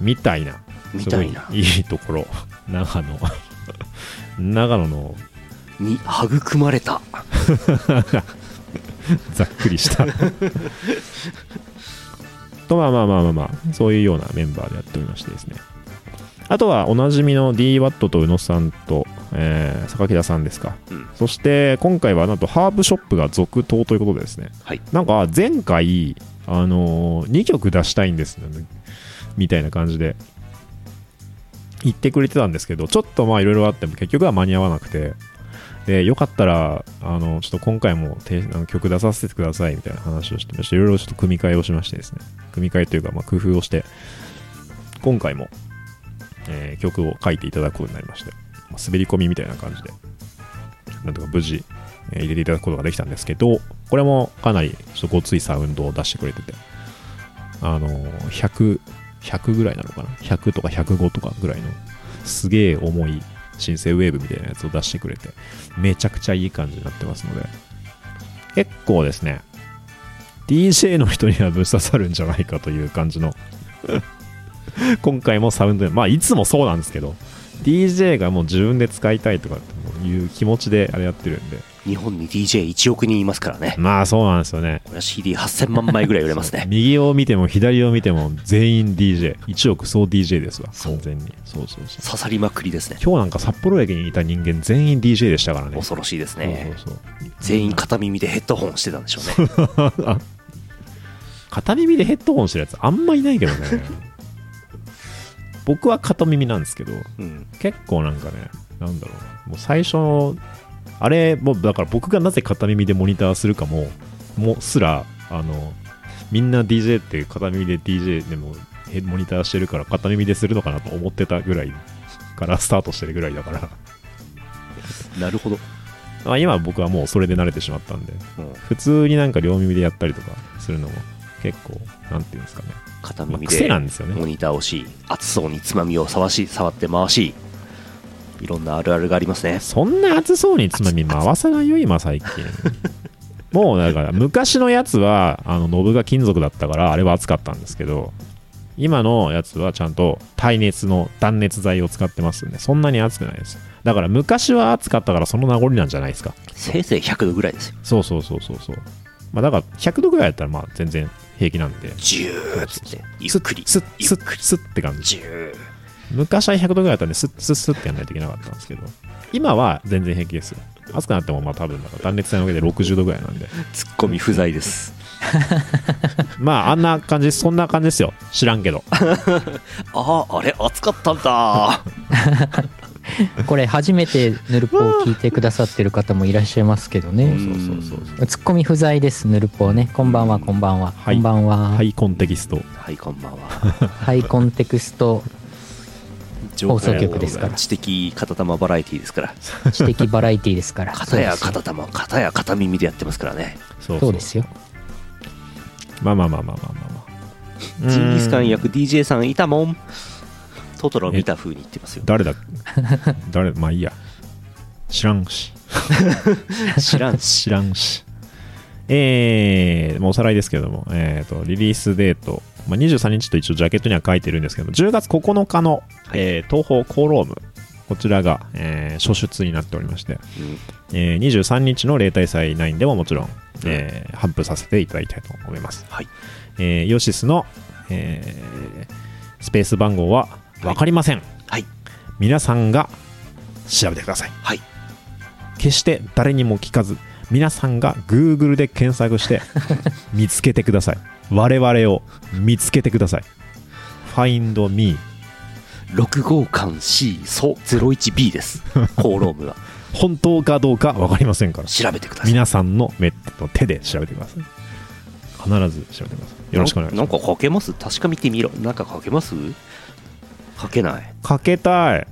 [SPEAKER 1] みたいな
[SPEAKER 2] みたいな
[SPEAKER 1] すごいいいところ長野 *laughs* 長野の
[SPEAKER 2] に育まれた
[SPEAKER 1] ざっくりした *laughs* とまあまあまあまあまあそういうようなメンバーでやっておりましてですねあとはおなじみの DWAT と宇野さんと、えー、榊田さんですか、
[SPEAKER 2] うん
[SPEAKER 1] そして今回はなんとハーブショップが続投ということでですね、
[SPEAKER 2] はい
[SPEAKER 1] なんか前回、あの2曲出したいんですよねみたいな感じで言ってくれてたんですけどちょっとまあいろいろあっても結局は間に合わなくてでよかったらあのちょっと今回もてあの曲出させてくださいみたいな話をしてましていろいろちょっと組み替えをしましてですね組み替えというか、まあ、工夫をして今回も、えー曲を書いていただくことになりまして、まあ滑り込みみたいな感じでなんとか無事、えー入れていただくことができたんですけどこれもかなりちょっとごついサウンドを出してくれててあのー100 100ぐらいなのかな100とか105とかぐらいのすげえ重い新生ウェーブみたいなやつを出してくれてめちゃくちゃいい感じになってますので結構ですね DJ の人にはぶっ刺さるんじゃないかという感じの *laughs* 今回もサウンドでまあいつもそうなんですけど DJ がもう自分で使いたいとかっていう気持ちであれやってるんで
[SPEAKER 2] 日本に DJ1 億人いますからね
[SPEAKER 1] まあそうなんですよね
[SPEAKER 2] これは CD8000 万枚ぐらい売れますね
[SPEAKER 1] 右を見ても左を見ても全員 DJ1 億総 DJ ですわ
[SPEAKER 2] そう
[SPEAKER 1] 完全にそうそうそう
[SPEAKER 2] 刺さりまくりですね
[SPEAKER 1] 今日なんか札幌駅にいた人間全員 DJ でしたからね
[SPEAKER 2] 恐ろしいですね
[SPEAKER 1] そうそうそう
[SPEAKER 2] 全員片耳でヘッドホンしてたんでしょうね
[SPEAKER 1] *laughs* 片耳でヘッドホンしてるやつあんまいないけどね僕は片耳なんですけど
[SPEAKER 2] うん
[SPEAKER 1] 結構なんかねなんだろうもう最初のあれもうだから僕がなぜ片耳でモニターするかももすらあのみんな DJ って片耳で DJ でもヘモニターしてるから片耳でするのかなと思ってたぐらいからスタートしてるぐらいだから
[SPEAKER 2] なるほど、
[SPEAKER 1] まあ今僕はもうそれで慣れてしまったんで
[SPEAKER 2] うん
[SPEAKER 1] 普通になんか両耳でやったりとかするのも結構なんていうんですかね、
[SPEAKER 2] 片
[SPEAKER 1] まあ、
[SPEAKER 2] 耳
[SPEAKER 1] 癖
[SPEAKER 2] で
[SPEAKER 1] なんですよね
[SPEAKER 2] モニターをし熱そうにつまみを触し触って回しいろんなあるあるがありますね
[SPEAKER 1] そんな熱そうにつまみ回さないよ、今最
[SPEAKER 2] *laughs*
[SPEAKER 1] 近。もうだから、昔のやつは、あの、ノブが金属だったから、あれは熱かったんですけど、今のやつはちゃんと耐熱の断熱材を使ってますんで、そんなに熱くないです。だから昔は熱かったから、その名残なんじゃないですか。
[SPEAKER 2] せいぜい100度ぐらいですよ
[SPEAKER 1] そうそうそうそうそう。まあだから、100度ぐらいやったら、まあ全然平気なんで、
[SPEAKER 2] ジューっつってゆっくり
[SPEAKER 1] スッ、
[SPEAKER 2] ゆ
[SPEAKER 1] ス
[SPEAKER 2] っ
[SPEAKER 1] ッ、スッって感じ。
[SPEAKER 2] ジュー
[SPEAKER 1] 昔は100度ぐらいだったんで、スッスッスッってやんないといけなかったんですけど、今は全然平気ですよ。暑くなっても、まあ多分、断熱材の上で60度ぐらいなんで、
[SPEAKER 2] ツッコミ不在です
[SPEAKER 1] まああんな感じ、そんな感じですよ。知らんけど。
[SPEAKER 2] あああれ暑かったんだ
[SPEAKER 3] これ初めてヌルポを聞いてくださってる方もいらっしゃいますけどね、
[SPEAKER 2] そうそうそうそ
[SPEAKER 3] ツッコミ不在ですヌルポねこんばんはこんばんは、
[SPEAKER 1] はい
[SPEAKER 3] こんばんは
[SPEAKER 1] ハイコンテキスト。
[SPEAKER 2] *laughs* はいこんばん *laughs* は
[SPEAKER 3] ハイコンテクスト放送局ですから
[SPEAKER 2] 知的片玉バラエティーですから
[SPEAKER 3] 知的バラエティで
[SPEAKER 1] *laughs*
[SPEAKER 3] すから
[SPEAKER 2] 片や片玉片や片耳でやってますからね
[SPEAKER 1] そう
[SPEAKER 3] そ
[SPEAKER 1] そうう
[SPEAKER 3] ですよ
[SPEAKER 1] まあまあまあまあまあまあまあ。
[SPEAKER 2] ジンギスカン
[SPEAKER 1] や
[SPEAKER 2] 役 DJ さんいたもんトトロ見た風に言ってますよ
[SPEAKER 1] 誰だ誰 *laughs* まあいいや。知らんし。
[SPEAKER 2] *laughs* 知らんし
[SPEAKER 1] 知らんし。えー、もうおさらいですけれども、えー、とリリースデート、まあ、23日と一応ジャケットには書いてるんですけども、10月9日の、えー東宝コーローム、こちらが、えー初出になっておりまして、えー23日の例大祭9でももちろん、えー、頒布させていただきたいと思います。
[SPEAKER 2] はい
[SPEAKER 1] えーヨシスの、えースペース番号は分かりません。
[SPEAKER 2] はい
[SPEAKER 1] 皆さんが調べてください。
[SPEAKER 2] はい
[SPEAKER 1] 決して誰にも聞かず、皆さんが Google で検索
[SPEAKER 2] *laughs*
[SPEAKER 1] して、見つけてください。我々を見つけてください。Find me
[SPEAKER 2] 6号館 C ソ
[SPEAKER 1] *laughs*
[SPEAKER 2] 01B ですコーロームは
[SPEAKER 1] 本当かどうか分かりませんから
[SPEAKER 2] 調べてください
[SPEAKER 1] 皆さんの目と手で調べてください必ず調べてくださいよろしくお願いし
[SPEAKER 2] な
[SPEAKER 1] ま
[SPEAKER 2] んかかけます確か見てみろなんかかけますかけない
[SPEAKER 1] すかけたい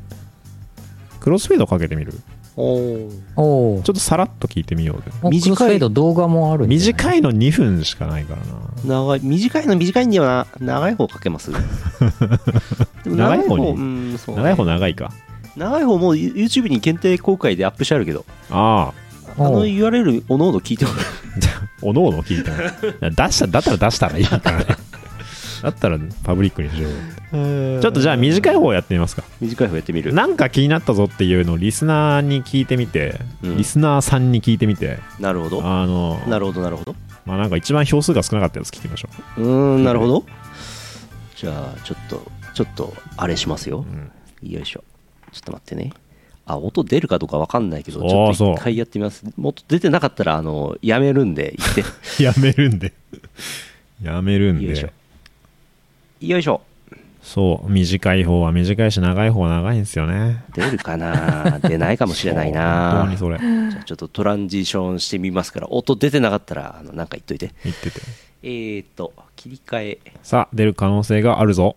[SPEAKER 1] クロスフェードかけてみるち
[SPEAKER 2] お
[SPEAKER 3] おお
[SPEAKER 1] ょっとさらっと聞いてみようぜ
[SPEAKER 3] 短い
[SPEAKER 2] 短い
[SPEAKER 3] クロスフェード動画もあるんじゃない
[SPEAKER 1] 短いの2分しかないからな
[SPEAKER 2] 長い短いの短いんだよな長い方か
[SPEAKER 1] *laughs*
[SPEAKER 2] けますでも
[SPEAKER 1] 長い方に
[SPEAKER 2] うんそうね
[SPEAKER 1] 長い方長いか
[SPEAKER 2] 長い方も YouTube に限定公開でアップしてあるけど
[SPEAKER 1] ああ
[SPEAKER 2] あの
[SPEAKER 3] おう
[SPEAKER 2] URL おのおの聞いてもらう
[SPEAKER 1] おのおの聞いた
[SPEAKER 2] *laughs*
[SPEAKER 1] ら出しただったら出したらいいからねだったらパブリックにしようよちょっとじゃあ短い方やってみますか
[SPEAKER 2] 短い方やってみる
[SPEAKER 1] なんか気になったぞっていうのをリスナーに聞いてみて、
[SPEAKER 2] うん
[SPEAKER 1] リスナーさんに聞いてみて
[SPEAKER 2] なるほど
[SPEAKER 1] あの
[SPEAKER 2] なるほどなるほど
[SPEAKER 1] まあなんか一番票数が少なかったやつ聞きましょ
[SPEAKER 2] うーんなるほど *laughs* じゃあちょっとちょっとあれしますよ
[SPEAKER 1] う、うん、
[SPEAKER 2] よいしょちょっと待ってねあ音出るかどうかわかんないけど
[SPEAKER 1] そう
[SPEAKER 2] ちょっ
[SPEAKER 1] そ
[SPEAKER 2] と
[SPEAKER 1] う
[SPEAKER 2] 一回やってみますもっと出てなかったらあのやめるんで言って *laughs*
[SPEAKER 1] やめるんでやめるん
[SPEAKER 2] よいしょ
[SPEAKER 1] で
[SPEAKER 2] よいしょ
[SPEAKER 1] そう短い方は短いし長い方は長いんですよね
[SPEAKER 2] 出るかな出ないかもしれない
[SPEAKER 1] そう
[SPEAKER 2] な
[SPEAKER 1] 本当にそれ
[SPEAKER 2] じゃあちょっとトランジションしてみますから音出てなかったらあのなんか言っといて
[SPEAKER 1] 言ってて
[SPEAKER 2] えーと切り替え
[SPEAKER 1] さあ出る可能性があるぞ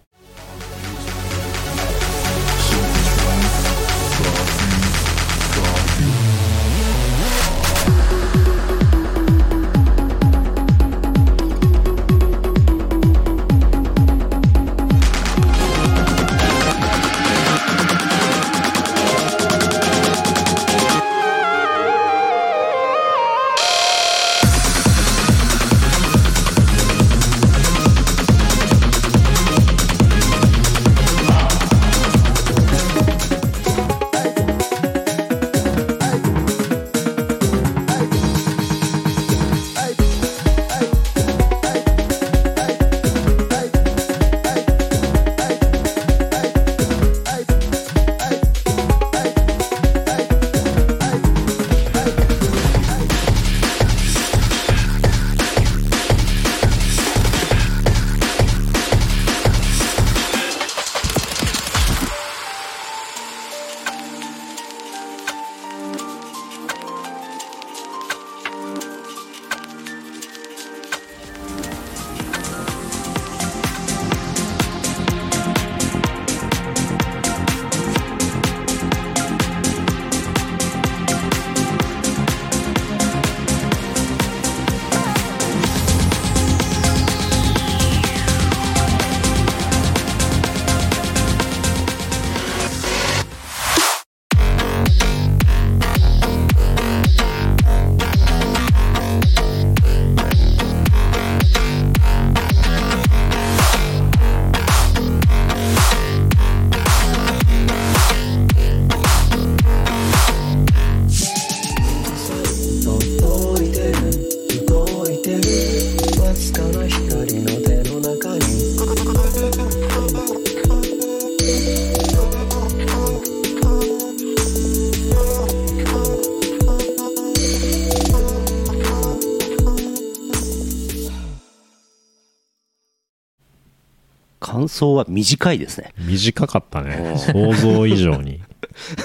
[SPEAKER 2] 感想は短いですね。
[SPEAKER 1] 短かった
[SPEAKER 2] お
[SPEAKER 1] ね
[SPEAKER 2] う
[SPEAKER 1] 想像以上に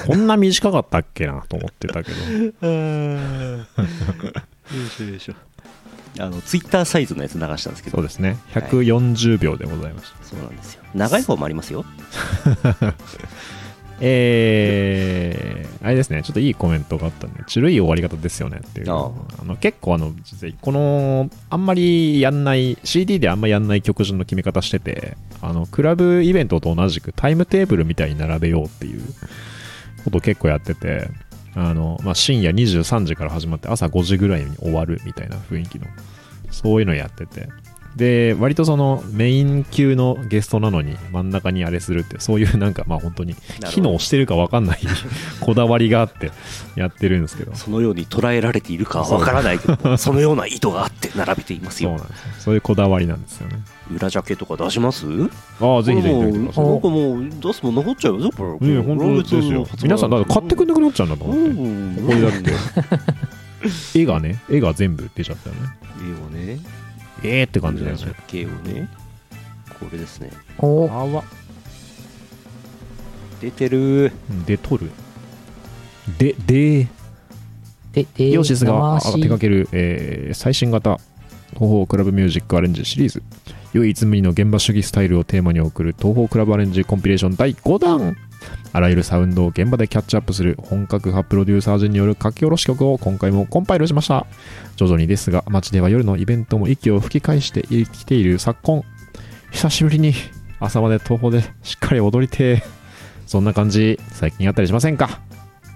[SPEAKER 1] こんな短かったっけなと思ってたけど
[SPEAKER 2] あのツイッターサイズのやつ流したんですけど
[SPEAKER 1] そうですね140秒でございました、
[SPEAKER 2] そうなんですよ長い方もありますよ
[SPEAKER 1] えー、あれですねちょっといいコメントがあったんでちるい終わり方ですよねっていう
[SPEAKER 2] あ
[SPEAKER 1] あの結構あの実はこのあんまりやんない CD であんまやんない曲順の決め方しててあのクラブイベントと同じくタイムテーブルみたいに並べようっていうことを結構やっててあの、まあ、深夜23時から始まって朝5時ぐらいに終わるみたいな雰囲気のそういうのやっててで割とそのメイン級のゲストなのに真ん中にあれするってそういうなんかまあ本当に
[SPEAKER 2] なるほど
[SPEAKER 1] 機能してるか分かんない *laughs* こだわりがあってやってるんですけど
[SPEAKER 2] そのように捉えられているかはわからないけどそのような意図があって並べています
[SPEAKER 1] そう
[SPEAKER 2] よ
[SPEAKER 1] なんですよそういうこだわりなんですよね
[SPEAKER 2] 裏ジャケとか出します
[SPEAKER 1] ああぜひぜひ
[SPEAKER 2] も
[SPEAKER 1] ぜ
[SPEAKER 2] う
[SPEAKER 1] ひ
[SPEAKER 2] な
[SPEAKER 1] ぜ
[SPEAKER 2] んか
[SPEAKER 1] ひ
[SPEAKER 2] もう出すもん残っちゃうよこ
[SPEAKER 1] ね本当ですよ皆さんだって買ってくんなくなっちゃうんだと
[SPEAKER 2] う
[SPEAKER 1] 思って
[SPEAKER 2] ん
[SPEAKER 1] これだって絵がね絵が全部出ちゃったよね
[SPEAKER 2] 絵をね
[SPEAKER 1] えーって感じだ
[SPEAKER 2] 裏
[SPEAKER 1] よ
[SPEAKER 2] ジ
[SPEAKER 1] ね
[SPEAKER 2] ャケをねこれですね
[SPEAKER 3] おー
[SPEAKER 1] あわ
[SPEAKER 2] 出てる
[SPEAKER 1] で撮るでで
[SPEAKER 3] で、で、
[SPEAKER 1] イオシスがあ手
[SPEAKER 3] 生し
[SPEAKER 1] 掛ける、えー最新型東宝クラブミュージックアレンジシリーズ唯一無二の現場主義スタイルをテーマに送る東宝クラブアレンジコンピレーション第5弾あらゆるサウンドを現場でキャッチアップする本格派プロデューサー陣による書き下ろし曲を今回もコンパイルしました徐々にですが街では夜のイベントも息を吹き返して生きている昨今久しぶりに朝まで東宝でしっかり踊りてえそんな感じ最近あったりしませんか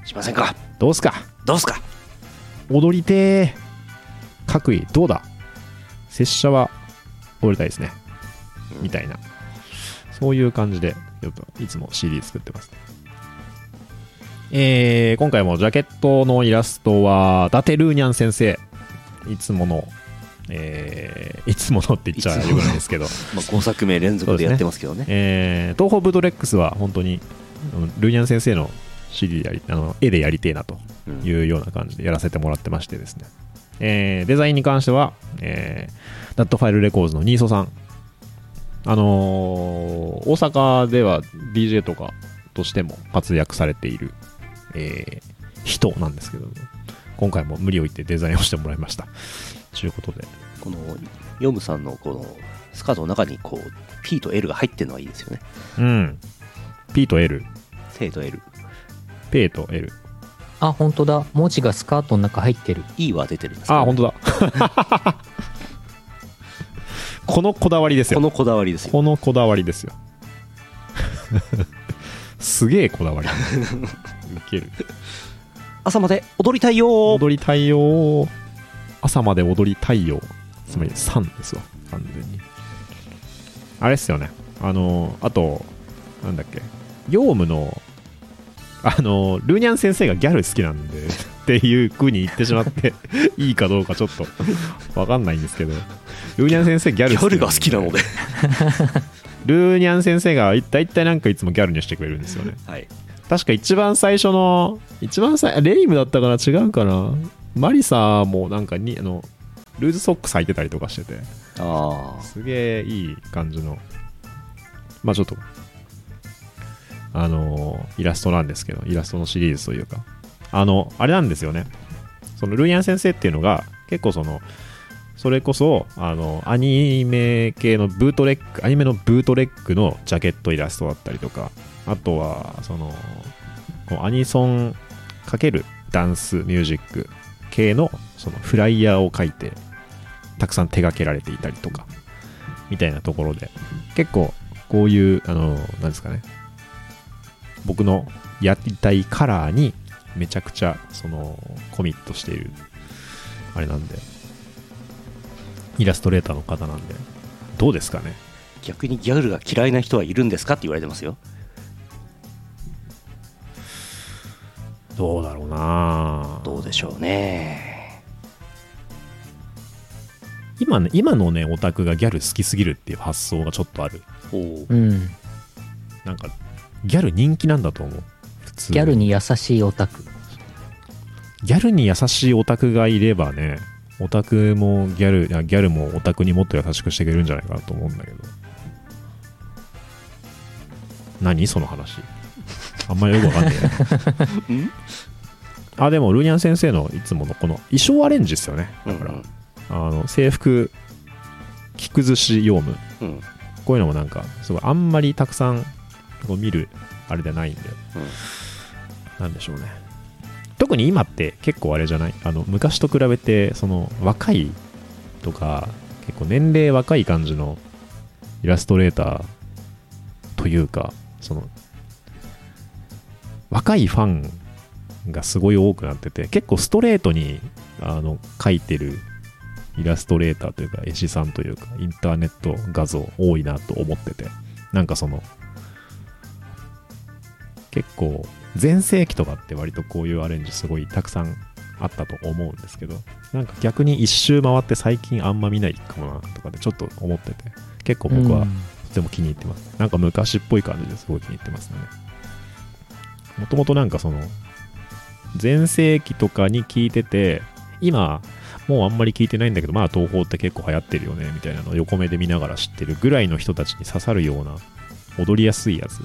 [SPEAKER 2] しませんか
[SPEAKER 1] どうすか
[SPEAKER 2] どうすか
[SPEAKER 1] 踊りてー各位どうだ拙者は踊りたいですねみたいなそういう感じでちょっといつも CD 作ってますねえー今回もジャケットのイラストは伊達ルーニャン先生いつものえーいつものって言っちゃよくないですけど
[SPEAKER 2] まあ5作目連続でやってますけどね
[SPEAKER 1] えー東方ブートレックスは本当にあのルーニャン先生の CD やりあの絵でやりてえなと
[SPEAKER 2] うん
[SPEAKER 1] いうような感じでやらせてもらってましてですね、えーデザインに関しては、えー、ダットファイルレコーズのニーソさんあのー大阪では DJ とかとしても活躍されている、えー人なんですけども今回も無理を言ってデザインをしてもらいましたということで
[SPEAKER 2] このヨムさんのこのスカートの中にこう P と L が入ってるのはいいですよね
[SPEAKER 1] うん P と L
[SPEAKER 2] T と L
[SPEAKER 1] ペと L
[SPEAKER 3] あ、本当だ。文字がスカートの中入ってる。
[SPEAKER 2] E は出てるんですけど
[SPEAKER 1] あ、本当だ。 *laughs* このこだわりです
[SPEAKER 2] こ
[SPEAKER 1] よ。
[SPEAKER 2] のこだわりですよ
[SPEAKER 1] このこだわりですよ。 *laughs* すげえこだわり。ウケる。
[SPEAKER 2] 朝まで踊りたいよー
[SPEAKER 1] 踊りたいよー。朝まで踊りたいよー。つまり3ですわ、完全に。あれっすよね。あのー、あと、なんだっけ。ヨウムの、あのー、ルーニャン先生がギャル好きなんで、っていう風に言ってしま
[SPEAKER 2] *laughs*
[SPEAKER 1] って、いいかどうかちょっと、わかんないんですけど、ルーニャン先生ギャル
[SPEAKER 2] ギャ
[SPEAKER 1] んで
[SPEAKER 2] ルが好きなので
[SPEAKER 1] ルーニャン先生が大体なんかいつもギャルにしてくれるんですよね。
[SPEAKER 2] はい
[SPEAKER 1] 確か一番最初の一番最レリムだったかな違うかなマリサもなんかにあのルーズソックス履いてたりとかしてて
[SPEAKER 2] あ
[SPEAKER 1] すげえいい感じのまあちょっとあのーイラストなんですけどイラストのシリーズというかあのあれなんですよねそのルイアン先生っていうのが結構そのそれこそあのアニメ系のブートレックアニメのブートレックのジャケットイラストだったりとかあとはそのこうアニソン×ダンスミュージック系のそのフライヤーを書いてたくさん手掛けられていたりとかみたいなところで結構こういうあのなんですかね僕のやりたいカラーにめちゃくちゃそのコミットしているあれなんでイラストレーターの方なんでどうですかね
[SPEAKER 2] ー逆にギャルが嫌いな人はいるんですかって言われてますよ
[SPEAKER 1] どうだろうな
[SPEAKER 2] どうでしょうね
[SPEAKER 1] 今ね今のねオタクがギャル好きすぎるっていう発想がちょっとある
[SPEAKER 2] おお
[SPEAKER 3] うん。
[SPEAKER 1] なんかギャル人気なんだと思う普通
[SPEAKER 3] ギャルに優しいオタク。
[SPEAKER 1] ギャルに優しいオタクがいればね、オタクもギャル、あギャルもオタクにもっと優しくしてくれるんじゃないかなと思うんだけど。何その話あんまりよくわかんない
[SPEAKER 2] *laughs* うん
[SPEAKER 1] あでもルニャン先生のいつものこの衣装アレンジですよねだから、
[SPEAKER 2] うん
[SPEAKER 1] あの制服着崩し用務
[SPEAKER 2] うん
[SPEAKER 1] こういうのもなんかすごいあんまりたくさんこう見るあれでないんで、なんでしょうね特に今って結構あれじゃないあの昔と比べてその若いとか結構年齢若い感じのイラストレーターというかその若いファンがすごい多くなってて結構ストレートにあの描いてるイラストレーターというか絵師さんというかインターネット画像多いなと思っててなんかその結構全盛期とかって割とこういうアレンジすごいたくさんあったと思うんですけどなんか逆に一周回って最近あんま見ないかもなとかでちょっと思ってて結構僕は
[SPEAKER 3] うん
[SPEAKER 1] とても気に入ってます、なんか昔っぽい感じですごい気に入ってますねもともとなんかその全盛期とかに聞いてて今もうあんまり聞いてないんだけどまあ東宝って結構流行ってるよねみたいなのを横目で見ながら知ってるぐらいの人たちに刺さるような踊りやすいやつ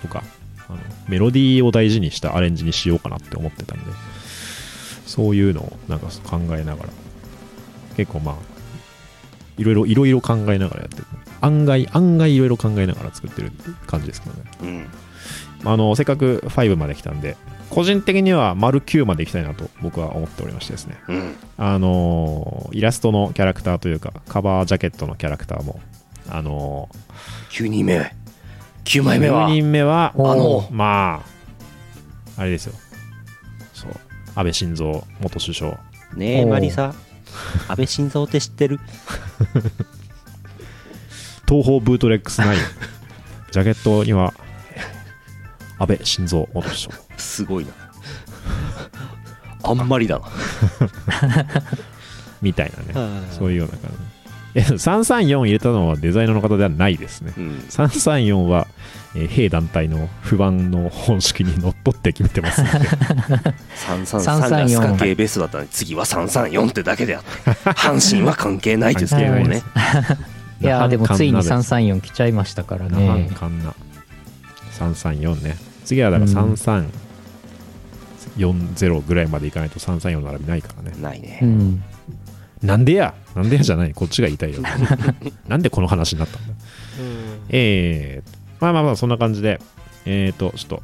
[SPEAKER 1] とかあのメロディーを大事にしたアレンジにしようかなって思ってたんでそういうのをなんか考えながら結構まあいろいろいろいろ考えながらやってる案外案外いろいろ考えながら作ってるって感じですけどね
[SPEAKER 2] うん
[SPEAKER 1] あのせっかく5まで来たんで個人的には丸9まで行きたいなと僕は思っておりましてですね
[SPEAKER 2] うん
[SPEAKER 1] あのーイラストのキャラクターというかカバージャケットのキャラクターもあの
[SPEAKER 2] 9人目
[SPEAKER 1] ー、
[SPEAKER 2] 9枚目は
[SPEAKER 1] 10人目は
[SPEAKER 2] あの
[SPEAKER 1] まああれですよそう安倍晋三元首相
[SPEAKER 2] ねえ
[SPEAKER 3] おー
[SPEAKER 2] マリサ安倍晋三って知ってる
[SPEAKER 1] 東方ブートレックス9
[SPEAKER 2] *laughs*
[SPEAKER 1] ジャケットには安倍晋三元首相
[SPEAKER 2] すごいなあんまりだな
[SPEAKER 1] みたいなねそういうような感じ。え334入れたのはデザイナーの方ではないですね。
[SPEAKER 2] うん
[SPEAKER 1] 334は、えー、兵団体の不満の本式にのっとって決めてます、ね、
[SPEAKER 3] *laughs*
[SPEAKER 2] 333がスカ系ベースだったので次は334ってだけであって阪神は関係ないですけどもね
[SPEAKER 3] いやーでもついに
[SPEAKER 1] 三
[SPEAKER 3] 334来ちゃいましたから
[SPEAKER 1] 那覇
[SPEAKER 3] ね。
[SPEAKER 1] かんな334ね次はだから
[SPEAKER 3] うん
[SPEAKER 1] 3340ぐらいまでいかないと334並びないからね、
[SPEAKER 2] ない
[SPEAKER 3] うん
[SPEAKER 2] ね、
[SPEAKER 1] なんでやなんでやじゃないこっちが言いた
[SPEAKER 3] *laughs*
[SPEAKER 1] いよなんでこの話になったんだえー、まあまあまあそんな感じでえー、とちょっと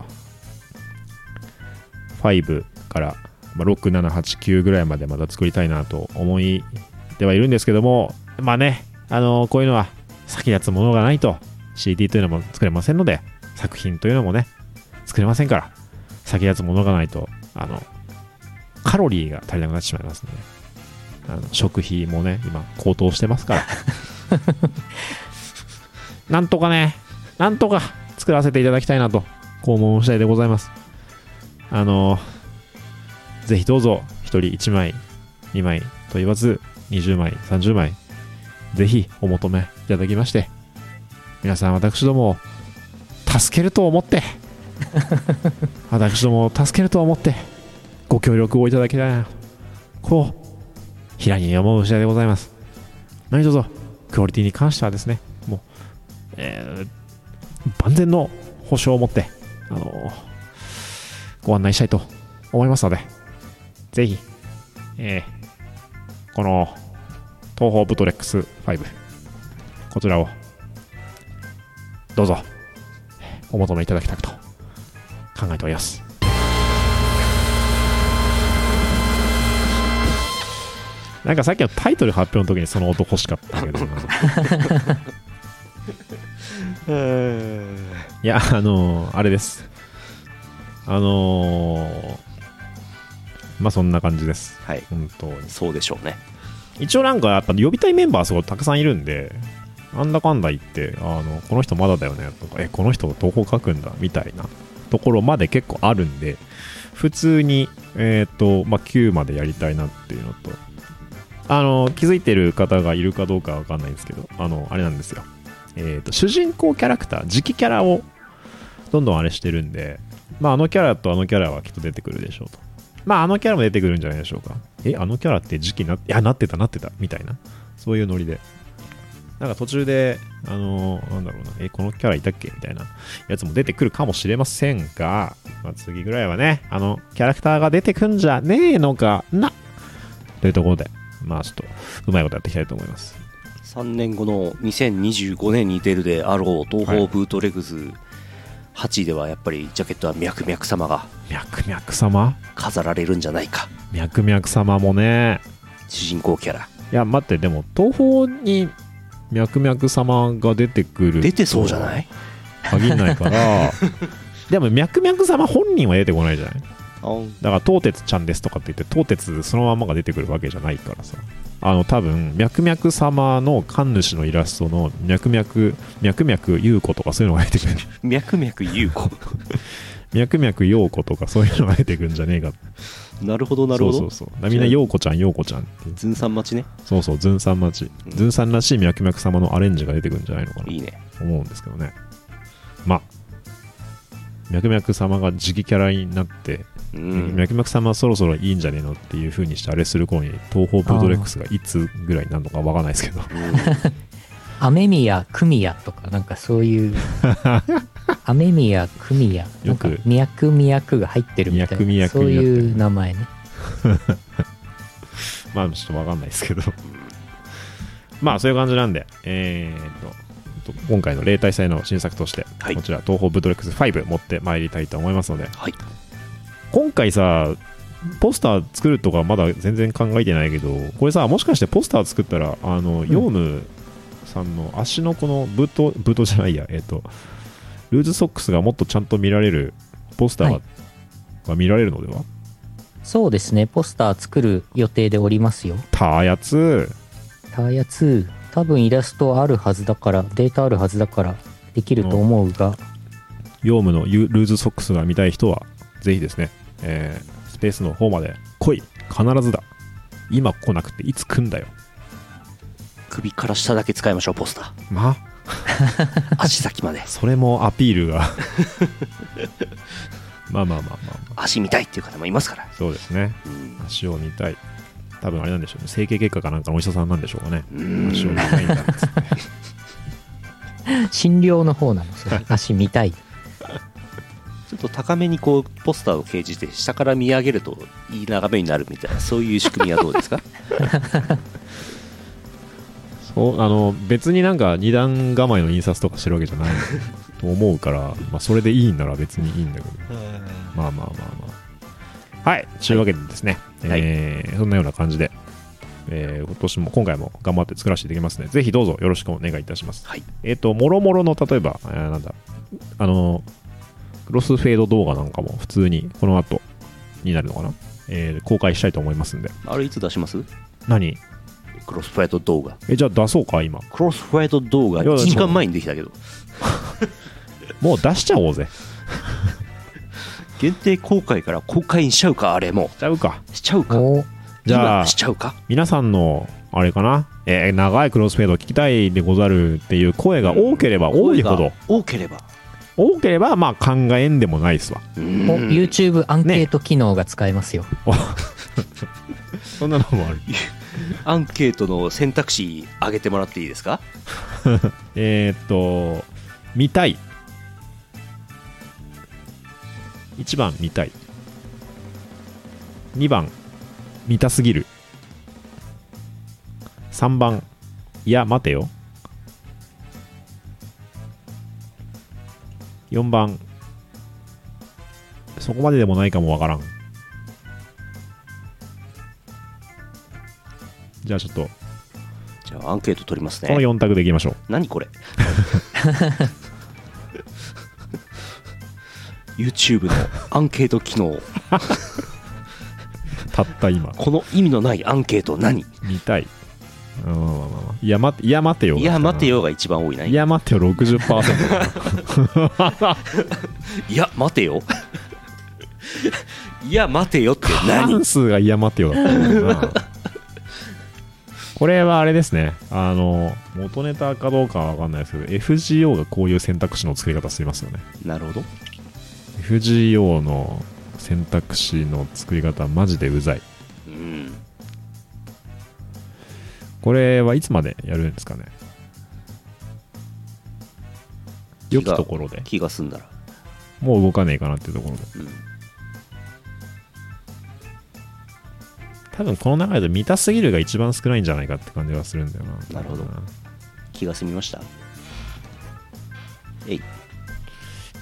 [SPEAKER 1] 5から、まあ、6789ぐらいまでまた作りたいなと思いではいるんですけどもまあねあのこういうのは先立つものがないと CD というのも作れませんので作品というのもね作れませんから先立つものがないとあのカロリーが足りなくなってしまいますのであの食費もね今高騰してますからなんとかねなんとか作らせていただきたいなとこう思う次第でございますあのぜひどうぞ1人1枚2枚と言わず20枚30枚ぜひお求めいただきまして皆さん私どもを助けると思って *laughs* 私どもを助けると思ってご協力をいただきたいなこう平に思う次第でございます何卒クオリティに関してはですねもう、えー万全の保証を持ってあのご案内したいと思いますのでぜひ、えーこの東方ブトレックス5こちらをどうぞお求めいただきたくと考えておりますなんかさっきのタイトル発表の時にその音欲しかったけどないや *laughs* あのーあれですあのーまあそんな感じです
[SPEAKER 2] はい
[SPEAKER 1] 本当に
[SPEAKER 2] そうでしょうね
[SPEAKER 1] 一応なんかやっぱ呼びたいメンバーすごいたくさんいるんでなんだかんだ言ってあのこの人まだだよねとかえこの人投稿書くんだみたいなところまで結構あるんで普通にえっ、とまあ9までやりたいなっていうのとあの気づいてる方がいるかどうかわかんないんですけどあのあれなんですよえっ、と主人公キャラクター磁気キャラをどんどんあれしてるんでまああのキャラとあのキャラはきっと出てくるでしょうとまああのキャラも出てくるんじゃないでしょうか。え、あのキャラって時期な、いや、なってたなってた、みたいな。そういうノリでなんか途中で、あのーなんだろうな、え、このキャラいたっけみたいなやつも出てくるかもしれませんが、まあ、次ぐらいはね、あの、キャラクターが出てくんじゃねえのかなというところで、まあちょっと、うまいことやっていきたいと思います。
[SPEAKER 2] 3年後の2025年に出るであろう東
[SPEAKER 1] はい
[SPEAKER 2] 方ブートレグズ8ではやっぱりジャケットは脈々様が
[SPEAKER 1] 脈々様
[SPEAKER 2] 飾られるんじゃないか
[SPEAKER 1] 脈々様もね、
[SPEAKER 2] 主人公キャラ
[SPEAKER 1] いや、待って、でも、東方に脈々様が出てくる。
[SPEAKER 2] 出てそうじゃない
[SPEAKER 1] 限んないからでも脈々様本人は出てこないじゃないだから東鉄ちゃんですとかって言って東鉄そのまんまが出てくるわけじゃないからさあの多分脈々様の神主のイラストの脈々脈々優子とかそういうのが出てくる *laughs*
[SPEAKER 2] 脈々優子 *laughs*
[SPEAKER 1] 脈々陽子とかそういうのが出てくるんじゃねえか
[SPEAKER 2] なるほどなるほ
[SPEAKER 1] そう
[SPEAKER 2] ど
[SPEAKER 1] そうそうみんな陽子ちゃん陽子ちゃんっていう
[SPEAKER 2] ずんさん待ちね
[SPEAKER 1] そうそうずんさん町
[SPEAKER 2] うん
[SPEAKER 1] ずんさんらしい脈々様のアレンジが出てくるんじゃないのかない
[SPEAKER 2] いね
[SPEAKER 1] 思うんですけどねまあ脈々様が直キャラになって
[SPEAKER 2] う
[SPEAKER 1] 脈
[SPEAKER 2] ん
[SPEAKER 1] 々様そろそろいいんじゃねえのっていう風にしてあれする頃に東方ブートレックスがいつぐらいになるのかわかんないですけど *laughs*
[SPEAKER 3] 雨宮組也とかなんかそう *laughs* いう雨宮組也なんか
[SPEAKER 1] よく
[SPEAKER 3] 脈脈が入ってるみたいな
[SPEAKER 1] 脈々
[SPEAKER 3] そういう名前ね
[SPEAKER 1] まあちょっとわかんないですけど *laughs* まあそういう感じなんでえーっと今回の例大祭の新作として、
[SPEAKER 2] はい
[SPEAKER 1] こちら東方ブートレックス5持ってまいりたいと思いますので
[SPEAKER 2] はい
[SPEAKER 1] 今回さポスター作るとかまだ全然考えてないけどこれさもしかしてポスター作ったらあの、ヨウムさんの足のこのブートブートじゃないやえっ、とルーズソックスがもっとちゃんと見られるポスターが,、
[SPEAKER 3] はい
[SPEAKER 1] 見られるのでは
[SPEAKER 3] そうですねポスター作る予定でおりますよ
[SPEAKER 1] たやつ
[SPEAKER 3] ターヤ2多分イラストあるはずだからデータあるはずだからできると思う *laughs* が、
[SPEAKER 1] ヨウムのユルーズソックスが見たい人はぜひですね、えースペースの方まで来い必ずだ今来なくていつ来んだよ
[SPEAKER 2] 首から下だけ使いましょうポスター
[SPEAKER 1] まあ
[SPEAKER 2] 足先まで
[SPEAKER 1] それもアピールが *laughs* まあまあまあまあ、まあ
[SPEAKER 2] 足見たいっていう方もいますから
[SPEAKER 1] そうですね。
[SPEAKER 2] うん
[SPEAKER 1] 足を見たい。多分あれなんでしょうね。整形結果かなんかのお医者さんなんでしょうかね。
[SPEAKER 2] うん
[SPEAKER 1] 足を見たいんだっつって。
[SPEAKER 3] 診療の方なのそれ足見 *laughs* たい
[SPEAKER 2] ちょっと高めにこうポスターを掲示して下から見上げるといい眺めになるみたいなそういう仕組みはどうで
[SPEAKER 1] *laughs*
[SPEAKER 2] すか
[SPEAKER 1] そう、あの、別になんか二段構えの印刷とかしてるわけじゃないと思うから、まあそれでいいんなら別にいいんだけど。まあまあまあまあ。はい、というわけでですね、
[SPEAKER 2] はい
[SPEAKER 1] えーそんなような感じで、えー今年も今回も頑張って作らせていただきますので、ぜひどうぞよろしくお願いいたします。
[SPEAKER 2] はい
[SPEAKER 1] えっ、と、もろもろの例えば、あーなんだ、あの、クロスフェード動画なんかも普通にこの後になるのかな、えー公開したいと思いますんで。
[SPEAKER 2] あれいつ出します
[SPEAKER 1] 何
[SPEAKER 2] クロスファイト動画
[SPEAKER 1] え、じゃあ出そうか、今。
[SPEAKER 2] クロスファイト動画
[SPEAKER 1] いや
[SPEAKER 2] 1時間前にできたけど
[SPEAKER 1] もう出しちゃおうぜ。
[SPEAKER 2] 限定公開から公開にしちゃうかあれも
[SPEAKER 1] しちゃうか。
[SPEAKER 2] しちゃうか
[SPEAKER 3] お
[SPEAKER 1] じゃあ
[SPEAKER 2] 今しちゃうか
[SPEAKER 1] 皆さんの、あれかな、えー長いクロスフェードを聞きたいでござるっていう声が多ければ多いほど
[SPEAKER 2] 声が、多ければ
[SPEAKER 1] 多ければ、まあ考えんでもないっすわ。
[SPEAKER 2] う
[SPEAKER 3] お
[SPEAKER 2] ん
[SPEAKER 3] YouTube アンケート機能が使えますよ、
[SPEAKER 1] そんなのもある。
[SPEAKER 2] アンケートの選択肢上げてもらっていいですか
[SPEAKER 1] えーっと、見たい。1番、見たい。2番、見たすぎる。3番、いや、待てよ。4番、そこまででもないかもわからん。じゃあちょっと、
[SPEAKER 2] じゃあアンケート取ります
[SPEAKER 1] この
[SPEAKER 2] ね
[SPEAKER 1] 4択でいきましょう。
[SPEAKER 2] 何
[SPEAKER 1] *laughs*
[SPEAKER 2] これ *laughs* YouTube のアンケート機能
[SPEAKER 1] たった今。
[SPEAKER 2] この意味のないアンケート何
[SPEAKER 1] 見たい。うんまあまあまあいや、待ていや待てよ。
[SPEAKER 2] いや待て。よが一番多いない
[SPEAKER 1] いや、待てよ、60%。
[SPEAKER 2] いや待てよ *laughs* いや待てよって何
[SPEAKER 1] 半数がいや、待てよだったもんな。これはあれですね。あの、元ネタかどうかは分かんないですけど、FGO がこういう選択肢の作り方してますよね。
[SPEAKER 2] なるほど
[SPEAKER 1] FGO の選択肢の作り方、マジでうざい。
[SPEAKER 2] うん
[SPEAKER 1] これはいつまでやるんですかね。良きところで
[SPEAKER 2] 気が済んだら、
[SPEAKER 1] もう動かねえかなっていうところで
[SPEAKER 2] うん、
[SPEAKER 1] 多分この中で見たすぎるが一番少ないんじゃないかって感じはするんだよな
[SPEAKER 2] なるほど気が済みましたえい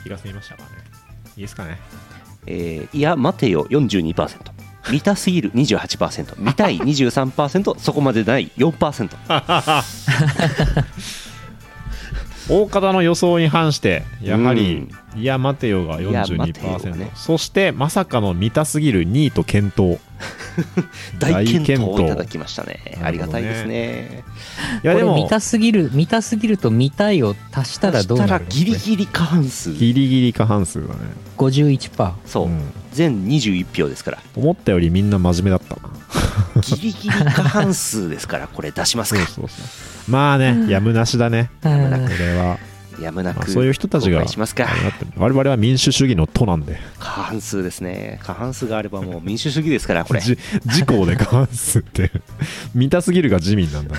[SPEAKER 1] 気が済みましたかねいいですかね
[SPEAKER 2] えーいや待てよ42%見たすぎる28%見たい23%そこまでない4%
[SPEAKER 1] 大方の予想に反してやはり、いや待てよが
[SPEAKER 2] いや待てよが
[SPEAKER 1] 42%、
[SPEAKER 2] ね
[SPEAKER 1] そしてまさかの見たすぎる2位と検討
[SPEAKER 2] 大健
[SPEAKER 1] *laughs* 大健
[SPEAKER 2] 闘
[SPEAKER 1] 闘
[SPEAKER 2] をいただきましたね
[SPEAKER 1] ほどね
[SPEAKER 2] ありがたいですね
[SPEAKER 1] いやで
[SPEAKER 3] これ
[SPEAKER 1] も
[SPEAKER 3] 見たすぎる、見たすぎると見たいを足したらどう
[SPEAKER 2] そしたら
[SPEAKER 3] なるの
[SPEAKER 2] ギリギリ過半数
[SPEAKER 1] ギリギリ過半数だね
[SPEAKER 3] 51%。
[SPEAKER 2] そう、
[SPEAKER 1] うん
[SPEAKER 2] 全21票ですから
[SPEAKER 1] 思ったよりみんな真面目だったな
[SPEAKER 2] ギリギリ過半数ですからこれ出します
[SPEAKER 1] そう
[SPEAKER 2] か
[SPEAKER 1] そうそう *laughs* まあねやむなしだね
[SPEAKER 3] うん
[SPEAKER 1] これは、
[SPEAKER 2] やむな
[SPEAKER 1] まあ
[SPEAKER 2] く
[SPEAKER 1] そういう人たちが
[SPEAKER 2] 公開しますか
[SPEAKER 1] あれだって我々は民主主義の都なんで
[SPEAKER 2] 過半数ですね過半数があればもう民主主義ですからこれ
[SPEAKER 1] じ自公で過半数って *laughs* 見たすぎるが自民なん
[SPEAKER 3] *laughs*
[SPEAKER 1] だ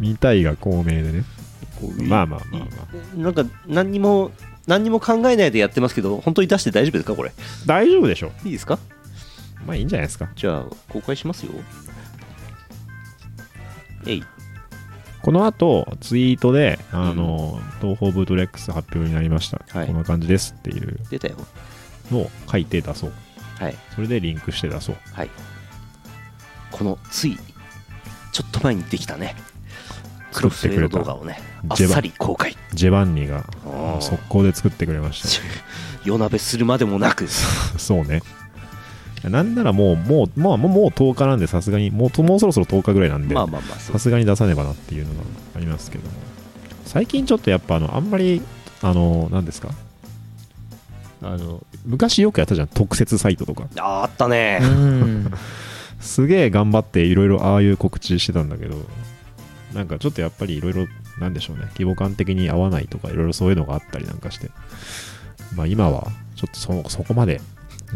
[SPEAKER 1] 見たいが公明でねまあまあまあまあ
[SPEAKER 2] なんか何にも何にも考えないでやってますけど本当に出して大丈夫ですかこれ
[SPEAKER 1] 大丈夫でしょ
[SPEAKER 2] いいですか
[SPEAKER 1] まあいいんじゃないですか
[SPEAKER 2] じゃあ公開しますよえい
[SPEAKER 1] この後ツイートであの、東方ブートレックス発表になりました、
[SPEAKER 2] はい
[SPEAKER 1] こんな感じですっていう
[SPEAKER 2] 出たよ
[SPEAKER 1] のを書いて出そう
[SPEAKER 2] はい
[SPEAKER 1] それでリンクして出そう
[SPEAKER 2] はいこのついちょっと前にできたねクロスフェード動画をねあっ
[SPEAKER 1] ジェバ
[SPEAKER 2] さり公開
[SPEAKER 1] ジェバンニが
[SPEAKER 2] あー
[SPEAKER 1] 速攻で作ってくれまし
[SPEAKER 2] 夜鍋するまでもなく
[SPEAKER 1] たそうねなんならもうもう,、まあ、もうもう10日なんでさすがにもうともうそろそろ10日ぐらいなんで
[SPEAKER 2] まあまあまあそう
[SPEAKER 1] さすがに出さねばなっていうのがありますけども最近ちょっとやっぱあのあんまりあの何ですかあの昔よくやったじゃん特設サイトとか
[SPEAKER 2] あーあったね
[SPEAKER 3] うん。
[SPEAKER 1] すげえ頑張っていろいろああいう告知してたんだけどなんかちょっとやっぱりいろいろなんでしょうね規模感的に合わないとかいろいろそういうのがあったりなんかしてまあ今はちょっとそそこまで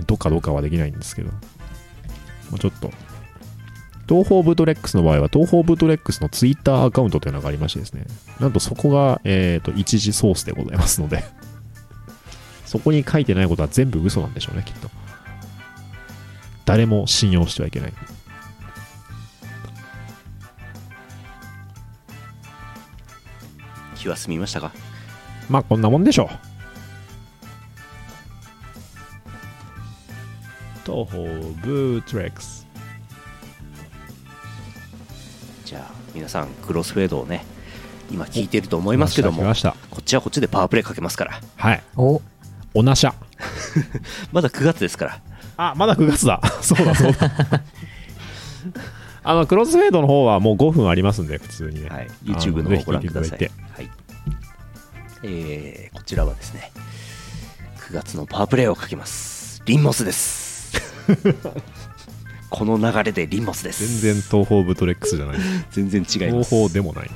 [SPEAKER 1] どっかどうかはできないんですけど、まあ、ちょっと東方ブートレックスの場合は東方ブートレックスのツイッターアカウントというのがありましてですねなんとそこが、えー、と一時ソースでございますのでそこに書いてないことは全部嘘なんでしょうねきっと誰も信用してはいけない
[SPEAKER 2] 気は済みましたか
[SPEAKER 1] まあこんなもんでしょう。東方ブートレックス。
[SPEAKER 2] じゃあ皆さんクロスフェードをね今聞いてると思いますけど
[SPEAKER 1] 来
[SPEAKER 2] も
[SPEAKER 1] ました。来まし
[SPEAKER 2] こっちはこっちでパワープレイかけますから
[SPEAKER 1] たはい。
[SPEAKER 3] お、
[SPEAKER 1] おなしゃ。
[SPEAKER 2] まだ9月ですから
[SPEAKER 1] あ、まだ9月 *laughs* だ。そうだそうだ。あのクロスフェードの方はもう5分ありますんで普通にね、
[SPEAKER 2] はい、
[SPEAKER 1] あの
[SPEAKER 2] YouTube の
[SPEAKER 1] ぜ
[SPEAKER 2] 方
[SPEAKER 1] ひ聞い
[SPEAKER 2] ご覧
[SPEAKER 1] て
[SPEAKER 2] くだ
[SPEAKER 1] だ
[SPEAKER 2] さ
[SPEAKER 1] い
[SPEAKER 2] い。
[SPEAKER 1] て
[SPEAKER 2] はいえーこちらはですね、9月のパワープレイをかけます。リンモ
[SPEAKER 1] *laughs*
[SPEAKER 2] スです。この流れでリンモスです。
[SPEAKER 1] 全然東方ブートレックスじゃない
[SPEAKER 2] 全然違いま
[SPEAKER 1] 東
[SPEAKER 2] す。
[SPEAKER 1] 方でもない、ね、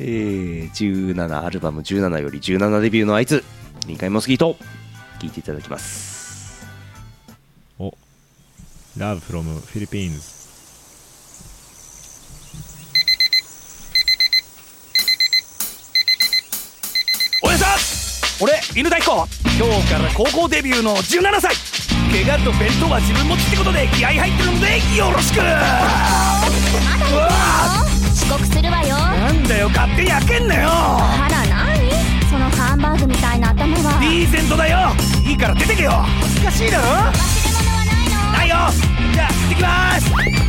[SPEAKER 2] えー17アルバム17より17デビューのあいつ、臨海モスキート、聞いていただきます。
[SPEAKER 1] お Love from Philippines
[SPEAKER 4] 俺さ俺犬太鼓今日から高校デビューの17歳怪我と弁当は自分持ちってことで気合入ってるのでよろしく
[SPEAKER 5] まだ行くよ遅刻するわよあ
[SPEAKER 4] なんだよ勝手に開けんなよ
[SPEAKER 5] ら何そのハンバーグみたいな頭は
[SPEAKER 4] リーゼントだよいいから出てけよ恥ずかしいだろないよじゃあ行ってきま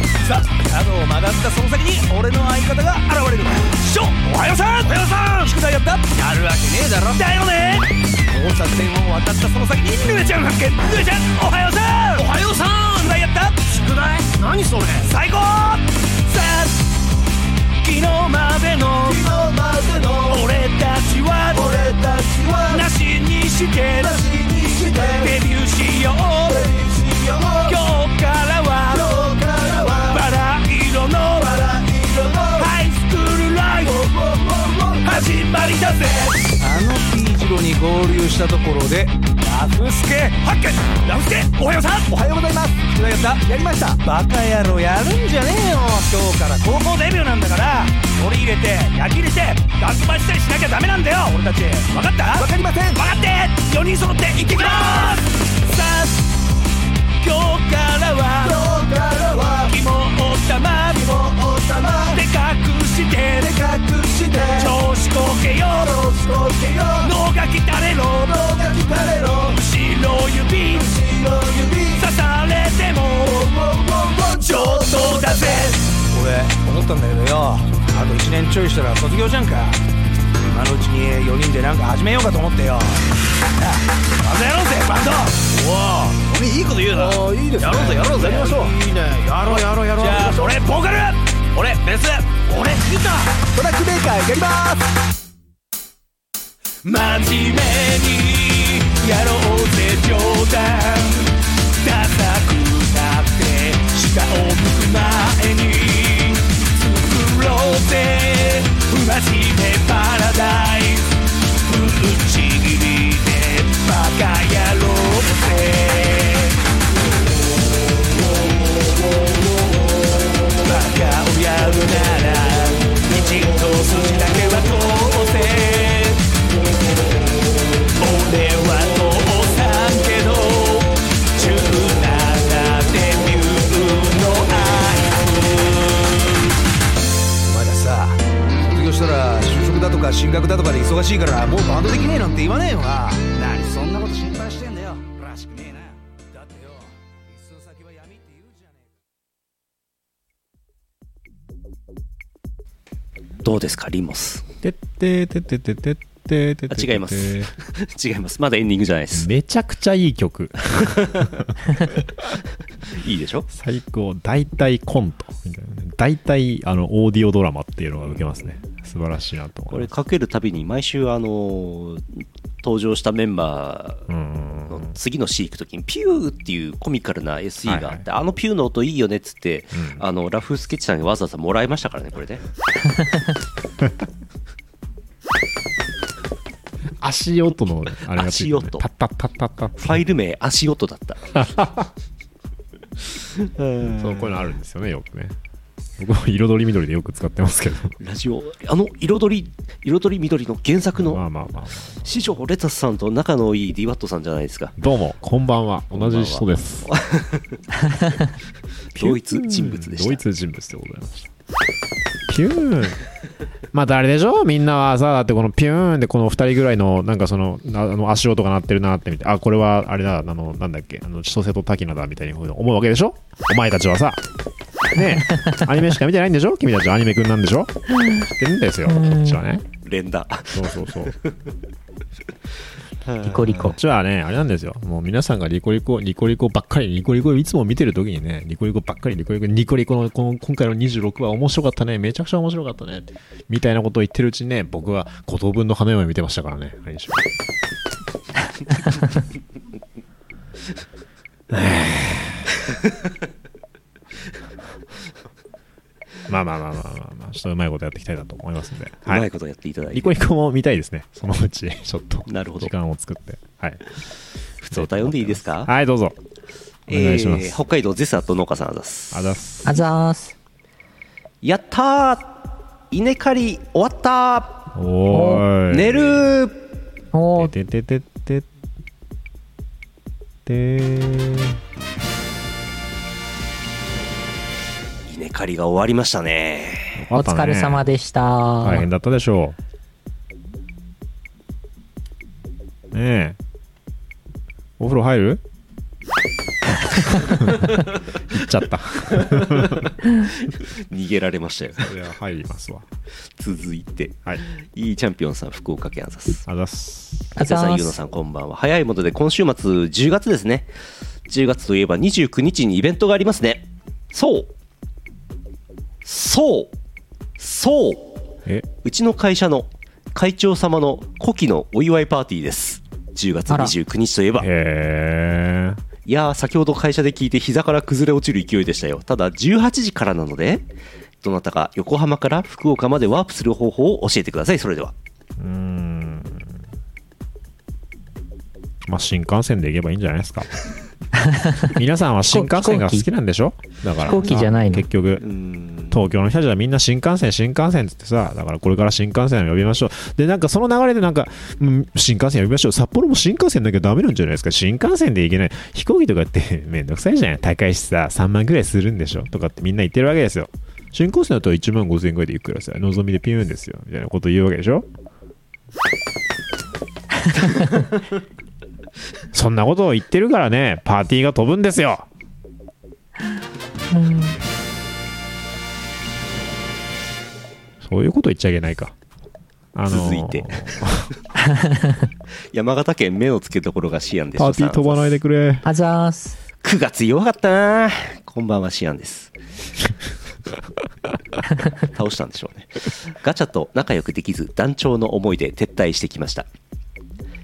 [SPEAKER 4] すさあ角を曲がったその先に俺の相方が現れる師匠おはようさんおはようさん宿題やったやるわけねえだろだよね交差点を渡ったその先にぬえちゃん発見ぬえちゃんおはようさんおはようさん宿題やった宿題何それ最高さあ昨日までの俺たちはなしにしてデビューしよう今日からはバラ色のハイスクールライフ始まりだぜ
[SPEAKER 6] あの T 字路に合流したところで
[SPEAKER 4] ラフスケ発見ラフスケおはようさん
[SPEAKER 6] おはようございます宿題やったやりましたバカ野郎やるんじゃねえよ今日から
[SPEAKER 4] 高校デビューなんだから取り入れてやはっきりしてガン飛ばしたりしなきゃダメなんだよ俺たち分かった分かりません分かって4人揃って行ってきますさあ今日からは今日からは肝を玉肝を玉でかくしてでかくして調子こけよ調子こけよ脳がきたれろ脳がきたれろ後ろ指後ろ指刺されても上等だぜ
[SPEAKER 6] 俺思ったんだけどよあと1年ちょいしたら卒業じゃんか今のうちに4人でなんか始めようかと思ってよ
[SPEAKER 4] バンドやろうぜバンドおお俺いいこと言うな
[SPEAKER 6] ああいいですね
[SPEAKER 4] やろうぜやろうぜ
[SPEAKER 6] やりましょう
[SPEAKER 4] いいねやろうやろうやろうじゃあ俺ボーカル俺ベース俺ギター
[SPEAKER 6] トラックメーカーやります
[SPEAKER 4] 真面目にやろうぜ冗談ダサくなって下を向く前に作ろうぜ不真面目パラダイスぶっちぎりでバカ野郎ぜバカをやるならきちんと筋だけは通せ俺は父さんけど17デビューのアイ
[SPEAKER 6] お前らさ卒業したら就職だとか進学だとかで忙しいからもうバンドできねえなんて言わねえよな何そんなこと心配してんだよらしくねえなだってよ一寸先は闇って言うじゃねえか
[SPEAKER 2] どうですかリンモス
[SPEAKER 1] てってててててててて
[SPEAKER 2] あ違います *laughs* 違いますまだエンディングじゃないです
[SPEAKER 1] めちゃくちゃいい曲
[SPEAKER 2] いいでしょ
[SPEAKER 1] 最高大体コントみたいなね大体あのオーディオドラマっていうのが受けますね素晴らしいなと
[SPEAKER 2] こ
[SPEAKER 1] 思い
[SPEAKER 2] れ
[SPEAKER 1] ます
[SPEAKER 2] かけるたびに毎週あのー登場したメンバー
[SPEAKER 1] うん
[SPEAKER 2] の次の C 行くときにピューっていうコミカルな SE があって、
[SPEAKER 1] はい
[SPEAKER 2] あのピューの音いいよねっつって、あのラフスケッチさんにわざわざもらいましたからねこれね
[SPEAKER 1] 足音のあれがついてるね
[SPEAKER 2] 足音
[SPEAKER 1] タッタッタッタッタッ
[SPEAKER 2] ファイル名足音だった
[SPEAKER 1] そうこういうのあるんですよねよくね僕も彩り緑でよく使ってますけど
[SPEAKER 2] ラジオあの彩り彩り緑の原作
[SPEAKER 1] ま
[SPEAKER 2] の
[SPEAKER 1] あまあまあ
[SPEAKER 2] 師匠レタスさんと仲のいい DWAT さんじゃないですか
[SPEAKER 1] どうもこんばんは同じ人です
[SPEAKER 2] 同一人物でした
[SPEAKER 1] 同一人物でございましたピューンまあ誰でしょうみんなはさだってこのピューンでこの2人ぐらいのなんかそのなあの足音が鳴ってるなってみてあこれはあれだあのなんだっけあの千歳と滝名だみたいに思うわけでしょお前たちはさねえアニメしか見てないんでしょ君たちはアニメくんなんでしょ知ってるんですよこっちはね
[SPEAKER 2] 連打
[SPEAKER 1] そうそうそう
[SPEAKER 3] リコリ
[SPEAKER 1] こ
[SPEAKER 3] コ
[SPEAKER 1] っ。ちはね、あれなんですよ。もう皆さんがリコリコ、リコリコばっかり、リコリコいつも見てる時にね、リコリコばっかり、リコリコ、ニコリコのこの今回の26話面白かったね、めちゃくちゃ面白かったね、みたいなことを言ってるうちにね、僕は五等分の花嫁見てましたからね、あれでしょまあまあまあまあまあまあ、ちょっとうまいことやっていきたいなと思いますんで。
[SPEAKER 2] う
[SPEAKER 1] は
[SPEAKER 2] ま
[SPEAKER 1] い
[SPEAKER 2] いことやっていただい
[SPEAKER 1] リ
[SPEAKER 2] て
[SPEAKER 1] コリコも見たいですね、そのうち、ちょっと。
[SPEAKER 2] なるほど
[SPEAKER 1] 時間を作って。はい。
[SPEAKER 2] 普通お便りでいいですか
[SPEAKER 1] はい、どうぞ。お願いします。
[SPEAKER 2] えー北海道ゼサと農家さんあざっす
[SPEAKER 1] あざっす。
[SPEAKER 3] あざーす。
[SPEAKER 2] やったー稲刈り終わった
[SPEAKER 1] おー
[SPEAKER 2] ー
[SPEAKER 1] い。
[SPEAKER 2] 寝るー
[SPEAKER 3] おー
[SPEAKER 1] ててててて。てー
[SPEAKER 2] 稲刈りが終わりましたね
[SPEAKER 3] お疲れ様でした。
[SPEAKER 1] 大変だったでしょう。ねえ。お風呂入る *laughs* 行っちゃった。
[SPEAKER 2] 逃げられま
[SPEAKER 3] *laughs*
[SPEAKER 2] したよ
[SPEAKER 1] いや、入りますわ。
[SPEAKER 2] 続いて
[SPEAKER 1] はい。
[SPEAKER 2] いいチャンピオンさん福岡県あざっす
[SPEAKER 1] あざっす。
[SPEAKER 3] あ
[SPEAKER 2] 皆
[SPEAKER 3] ざ
[SPEAKER 2] さん、
[SPEAKER 3] ー
[SPEAKER 2] ゆうの
[SPEAKER 3] す。
[SPEAKER 2] さん、こんばんは。早いもので、今週末、10月ですね。10月といえば、29日にイベントがありますね。そう。そう。そう。
[SPEAKER 1] え、
[SPEAKER 2] うちの会社の会長様の古希のお祝いパーティーです。10月29日といえば。い
[SPEAKER 1] へえ。
[SPEAKER 2] やー、先ほど会社で聞いて膝から崩れ落ちる勢いでしたよ。ただ、18時からなので、どなたか横浜から福岡までワープする方法を教えてください。それでは。
[SPEAKER 1] うーん。まあ、新幹線で行けばいいんじゃないです
[SPEAKER 3] *laughs*
[SPEAKER 1] か。皆さんは新幹線が好きなんでしょだから。
[SPEAKER 3] 飛行機じゃないの
[SPEAKER 1] 結局
[SPEAKER 2] う。ーん
[SPEAKER 1] 東京の人たちはみんな新幹線、新幹線っつってさ、だからこれから新幹線を呼びましょう。で、なんかその流れでなんか、うん新幹線呼びましょう。札幌も新幹線だけどダメなんじゃないですか。新幹線で行けない。飛行機とかってめんどくさいじゃん。高いしさ、3万ぐらいするんでしょ。とかってみんな言ってるわけですよ。新幹線だと1万5千円ぐらいで行くからさ、望みでピューンですよ。みたいなこと言うわけで
[SPEAKER 2] *laughs*
[SPEAKER 1] しょ。そんなことを言ってるからね、パーティーが飛ぶんですよ。そういうこと言っちゃいけないか。あ
[SPEAKER 2] 続いて山形県目の付けどころがシアンでし
[SPEAKER 1] パーティー飛ばないでくれ。
[SPEAKER 3] あざーす。
[SPEAKER 2] 9月弱かったなこんばんはシアンです *laughs* 倒したんでしょうねガチャと仲良くできず団長の思いで撤退してきました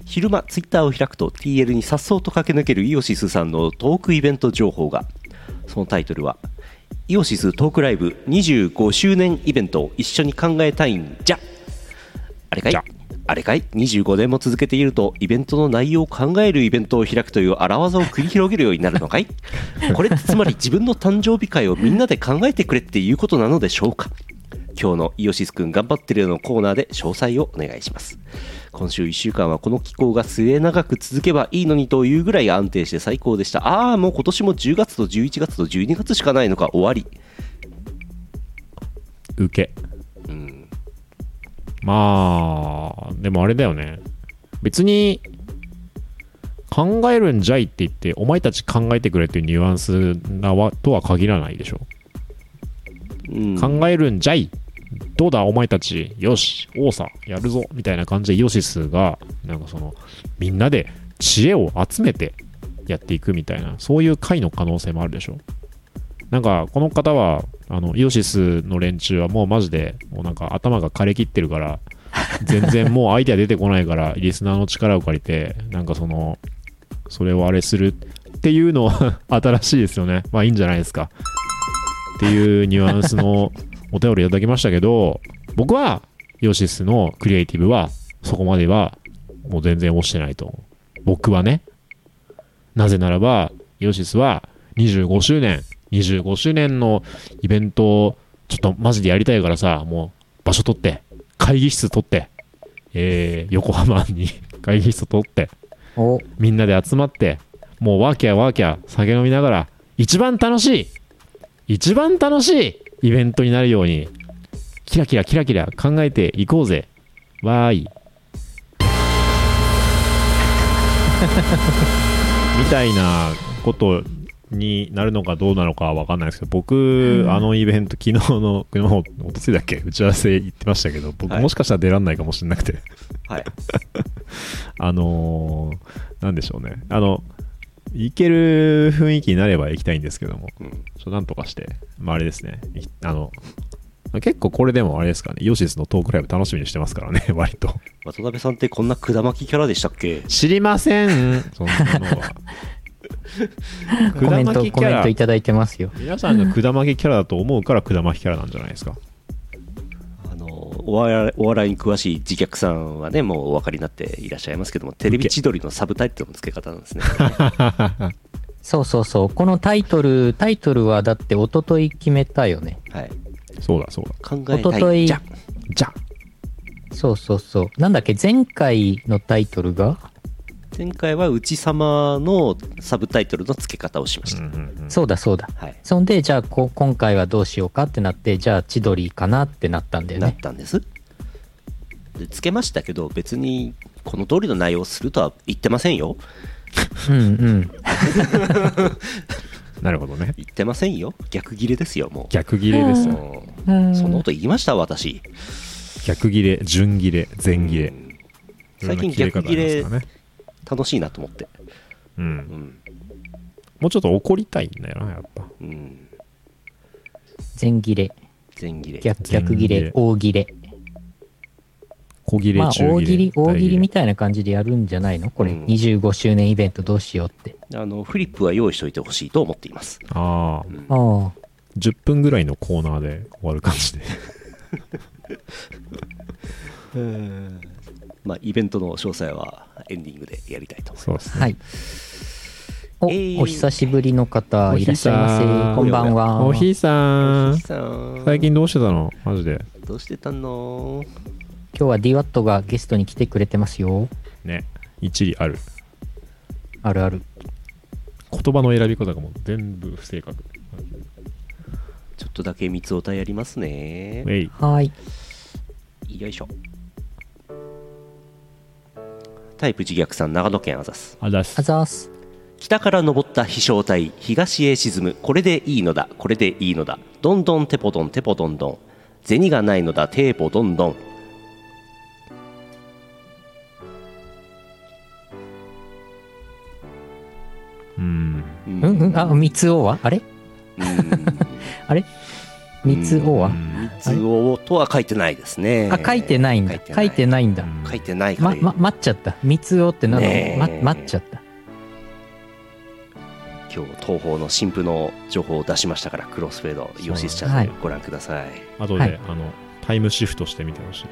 [SPEAKER 2] 昼間ツイッターを開くと TL に颯爽と駆け抜けるイオシスさんのトークイベント情報がそのタイトルは「イオシストークライブ25周年イベントを一緒に考えたいんじゃ」あれかい
[SPEAKER 1] じゃ
[SPEAKER 2] あれかい25年も続けているとイベントの内容を考えるイベントを開くという荒技を繰り広げるようになるの
[SPEAKER 1] *laughs*
[SPEAKER 2] かいこれってつまり自分の誕生日会をみんなで考えてくれっていうことなのでしょうか今日のイオシスくん頑張ってるよのコーナーで詳細をお願いします今週1週間はこの気候が末永く続けばいいのにというぐらい安定して最高でしたああもう今年も10月と11月と12月しかないのか終わり
[SPEAKER 1] 受け。
[SPEAKER 2] うん
[SPEAKER 1] まあ、でもあれだよね。別に、考えるんじゃいって言って、お前たち考えてくれっていうニュアンスなわとは限らないでしょ。
[SPEAKER 2] うん
[SPEAKER 1] 考えるんじゃいどうだお前たちよし王さやるぞみたいな感じでイオシスがなんかそのみんなで知恵を集めてやっていくみたいなそういう会の可能性もあるでしょなんかこの方はあのイオシスの連中はもうマジでもうなんか頭が枯れきってるから全然もうアイデア出てこないから *laughs* リスナーの力を借りてなんかそのそれをあれするっていうのは新しいですよねまあいいんじゃないですかっていうニュアンスのお便りいただきましたけど *laughs* 僕はヨシスのクリエイティブはそこまではもう全然落ちてないと思う僕はねなぜならばヨシスは25周年25周年のイベントをちょっとマジでやりたいからさもう場所取って会議室取って、えー横浜に *laughs* 会議室取って
[SPEAKER 3] お、
[SPEAKER 1] みんなで集まってもうワーキャーワーキャー酒飲みながら一番楽しい一番楽しいイベントになるようにキラキラキラキラ考えていこうぜわーい *laughs* みたいなことになるのかどうなのかは分かんないですけど僕、あのイベント昨日の昨日おとついだっけ打ち合わせ行ってましたけど僕、
[SPEAKER 2] はい
[SPEAKER 1] もしかしたら出らんないかもしれなくて
[SPEAKER 2] はい
[SPEAKER 1] あのーなんでしょうね。あの、行ける雰囲気になれば行きたいんですけども、
[SPEAKER 2] うん
[SPEAKER 1] ちょっとなんとかして、まああれですね。いあの、結構これでもあれですかね、ヨシスのトークライブ楽しみにしてますからね、 *laughs* 割と。
[SPEAKER 2] 渡辺さんってこんな管巻きキャラでしたっけ
[SPEAKER 1] 知りません、そんなのは。
[SPEAKER 3] コメント、
[SPEAKER 1] 管巻き
[SPEAKER 3] コ
[SPEAKER 1] キャ
[SPEAKER 3] メン
[SPEAKER 1] ラ
[SPEAKER 3] トいただいてますよ。
[SPEAKER 1] 皆さんが下巻きキャラだと思うから下巻きキャラなんじゃないですか。
[SPEAKER 2] あのお笑いお笑いに詳しい自虐さんはねもうお分かりになっていらっしゃいますけどもテレビ千鳥のサブタイトルの付け方なんですね
[SPEAKER 3] そうそうそう。このタイトル、タイトルはだって一昨日決めたよね。
[SPEAKER 2] はい
[SPEAKER 1] そうだそうだ。
[SPEAKER 2] 考え
[SPEAKER 3] 一
[SPEAKER 2] た
[SPEAKER 3] 昨
[SPEAKER 2] い
[SPEAKER 3] 日
[SPEAKER 2] じゃん
[SPEAKER 1] じゃ
[SPEAKER 3] そうそうそう。なんだっけ、前回のタイトルが、
[SPEAKER 2] 前回は「うちさま」のサブタイトルの付け方をしました、
[SPEAKER 3] そうだそうだ。
[SPEAKER 2] はい
[SPEAKER 3] そんで、じゃあこ、今回はどうしようかってなって、じゃあ、千鳥かなってなったんだよ
[SPEAKER 2] なっ
[SPEAKER 3] ね。
[SPEAKER 2] たんですでつけましたけど別にこの通りの内容をするとは言ってませんよ
[SPEAKER 3] うんうん。
[SPEAKER 1] なるほどね。
[SPEAKER 2] 言ってませんよ逆ギレですよも
[SPEAKER 1] 逆切れです
[SPEAKER 2] う
[SPEAKER 1] よ。
[SPEAKER 2] うんそのこと言いました私
[SPEAKER 1] 逆切れ、順切れ、全切
[SPEAKER 2] う
[SPEAKER 1] れ。
[SPEAKER 2] ん
[SPEAKER 1] いろ
[SPEAKER 2] 最
[SPEAKER 1] んな
[SPEAKER 2] 近
[SPEAKER 1] 切れ方
[SPEAKER 2] 逆
[SPEAKER 1] あ
[SPEAKER 2] ギ
[SPEAKER 1] ります
[SPEAKER 2] レ
[SPEAKER 1] からね。
[SPEAKER 2] 楽しいなと思って
[SPEAKER 1] うん
[SPEAKER 2] う。ん
[SPEAKER 1] もうちょっと怒りたいんだよな、やっぱ。
[SPEAKER 2] うん
[SPEAKER 3] 全切れ、
[SPEAKER 2] 全ギレ
[SPEAKER 3] 逆逆切
[SPEAKER 1] 全切
[SPEAKER 3] れ
[SPEAKER 1] れ、
[SPEAKER 3] 大切れ。
[SPEAKER 1] 小切れ、
[SPEAKER 3] まあ、
[SPEAKER 1] 中
[SPEAKER 3] 大
[SPEAKER 1] 切
[SPEAKER 3] 切
[SPEAKER 1] れ
[SPEAKER 3] り、、大切りみ
[SPEAKER 1] た
[SPEAKER 3] たいな感じでやるんじゃないのこれ、
[SPEAKER 2] うん
[SPEAKER 3] 25周年イベントどうしようって。
[SPEAKER 2] あのフリップは用意しておいてほしいと思っています
[SPEAKER 1] いな。ああ、
[SPEAKER 3] ああ。
[SPEAKER 1] 10分ぐらいのコーナーで終わる感じで。
[SPEAKER 2] まあイベントの詳細はエンディングでやりたいと思います
[SPEAKER 1] そうですね。
[SPEAKER 3] はい。お、
[SPEAKER 2] えー
[SPEAKER 3] お久しぶりの方、
[SPEAKER 1] お
[SPEAKER 3] い
[SPEAKER 1] ひ
[SPEAKER 3] らっしゃいませ。こんばんは。
[SPEAKER 1] おひさん
[SPEAKER 2] さん
[SPEAKER 1] 最近どうしてたのマジで
[SPEAKER 2] どうしてたの
[SPEAKER 3] 今日は DWAT がゲストに来てくれてますよ。
[SPEAKER 1] ね一理ある
[SPEAKER 3] あるある。
[SPEAKER 1] 言葉の選び方がもう全部不正確
[SPEAKER 2] ちょっとだけ三つおたやりますね
[SPEAKER 1] えい
[SPEAKER 3] はーい。
[SPEAKER 2] よいしょタイプ自虐さん長野県アザス
[SPEAKER 1] あざっす
[SPEAKER 3] あざーす。
[SPEAKER 2] 北から登った飛翔体東へ沈むこれでいいのだこれでいいのだどんどんテポドンテポドンドン銭がないのだテーポドンドン
[SPEAKER 1] うん
[SPEAKER 2] うん
[SPEAKER 3] うんうん。あ、三つ王はあれあれ三つ王は
[SPEAKER 2] 図をとは書いてないですね
[SPEAKER 3] あ、書いてないんだ。書いてないんだ。
[SPEAKER 2] 書いてないか
[SPEAKER 3] ま、
[SPEAKER 2] ら
[SPEAKER 3] ま、待っちゃった。三つ王ってなんだ
[SPEAKER 2] ねえ
[SPEAKER 3] ま、待っちゃった。
[SPEAKER 2] 今日東方の新婦の情報を出しましたからクロスフェードイオシスチャンネルご覧ください、
[SPEAKER 1] あと
[SPEAKER 3] は
[SPEAKER 1] で
[SPEAKER 3] い
[SPEAKER 1] あのタイムシフトしてみてほしい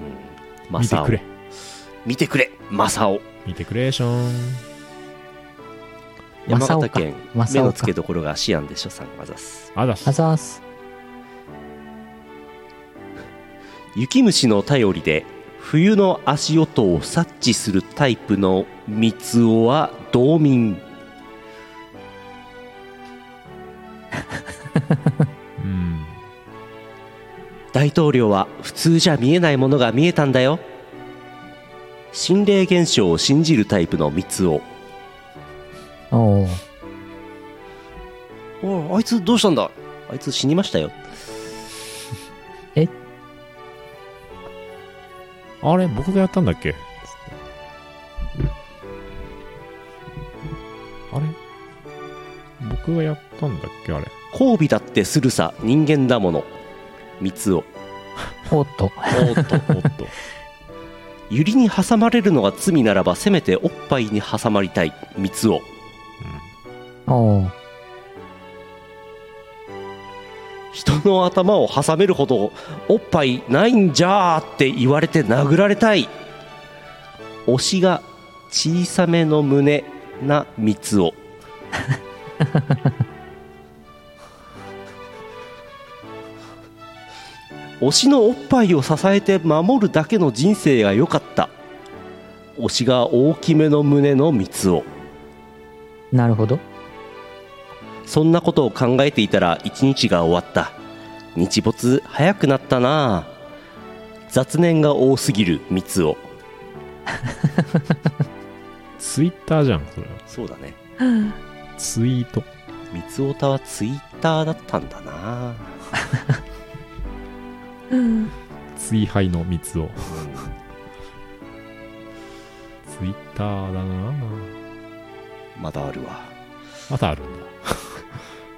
[SPEAKER 2] うんマ
[SPEAKER 1] 見て
[SPEAKER 2] サオ
[SPEAKER 1] くれ
[SPEAKER 2] 見てくれマサオ
[SPEAKER 1] 見てくれーしょん
[SPEAKER 2] 山
[SPEAKER 3] 正
[SPEAKER 2] 形
[SPEAKER 3] 岡
[SPEAKER 2] 県
[SPEAKER 3] 正
[SPEAKER 2] 目
[SPEAKER 3] 岡
[SPEAKER 2] の付けどころがシアンでしょさんあざす
[SPEAKER 1] あざっ
[SPEAKER 3] あ
[SPEAKER 1] す
[SPEAKER 3] ざーす。
[SPEAKER 2] 雪虫の頼りで冬の足音を察知するタイプの三つ男は道民
[SPEAKER 1] うん
[SPEAKER 2] 大統領は普通じゃ見えないものが見えたんだよ心霊現象を信じるタイプの三つ男
[SPEAKER 3] おー。
[SPEAKER 2] おいあいつどうしたんだあいつ死にましたよ
[SPEAKER 3] え、
[SPEAKER 1] あれ僕がやったんだっけあれ僕がやったんだっけあれ
[SPEAKER 2] 交尾だってするさ人間だもの三つ男
[SPEAKER 3] おっと。
[SPEAKER 1] おっとおっと
[SPEAKER 2] 百合に挟まれるのが罪ならばせめておっぱいに挟まりたい三つ男
[SPEAKER 3] おー。
[SPEAKER 2] 人の頭を挟めるほどおっぱいないんじゃーって言われて殴られたい推しが小さめの胸な三つを推しのおっぱいを支えて守るだけの人生が良かった推しが大きめの胸の三つを
[SPEAKER 3] なるほど。
[SPEAKER 2] そんなことを考えていたら一日が終わった。日没早くなったなあ雑念が多すぎる三つを。
[SPEAKER 1] ツイッターじゃんそれは
[SPEAKER 2] そうだね。
[SPEAKER 1] ツイート
[SPEAKER 2] 三つおたはツイッターだったんだな
[SPEAKER 1] 追敗の三つをツイッターだな
[SPEAKER 2] まだあるわ。
[SPEAKER 1] またあるんだ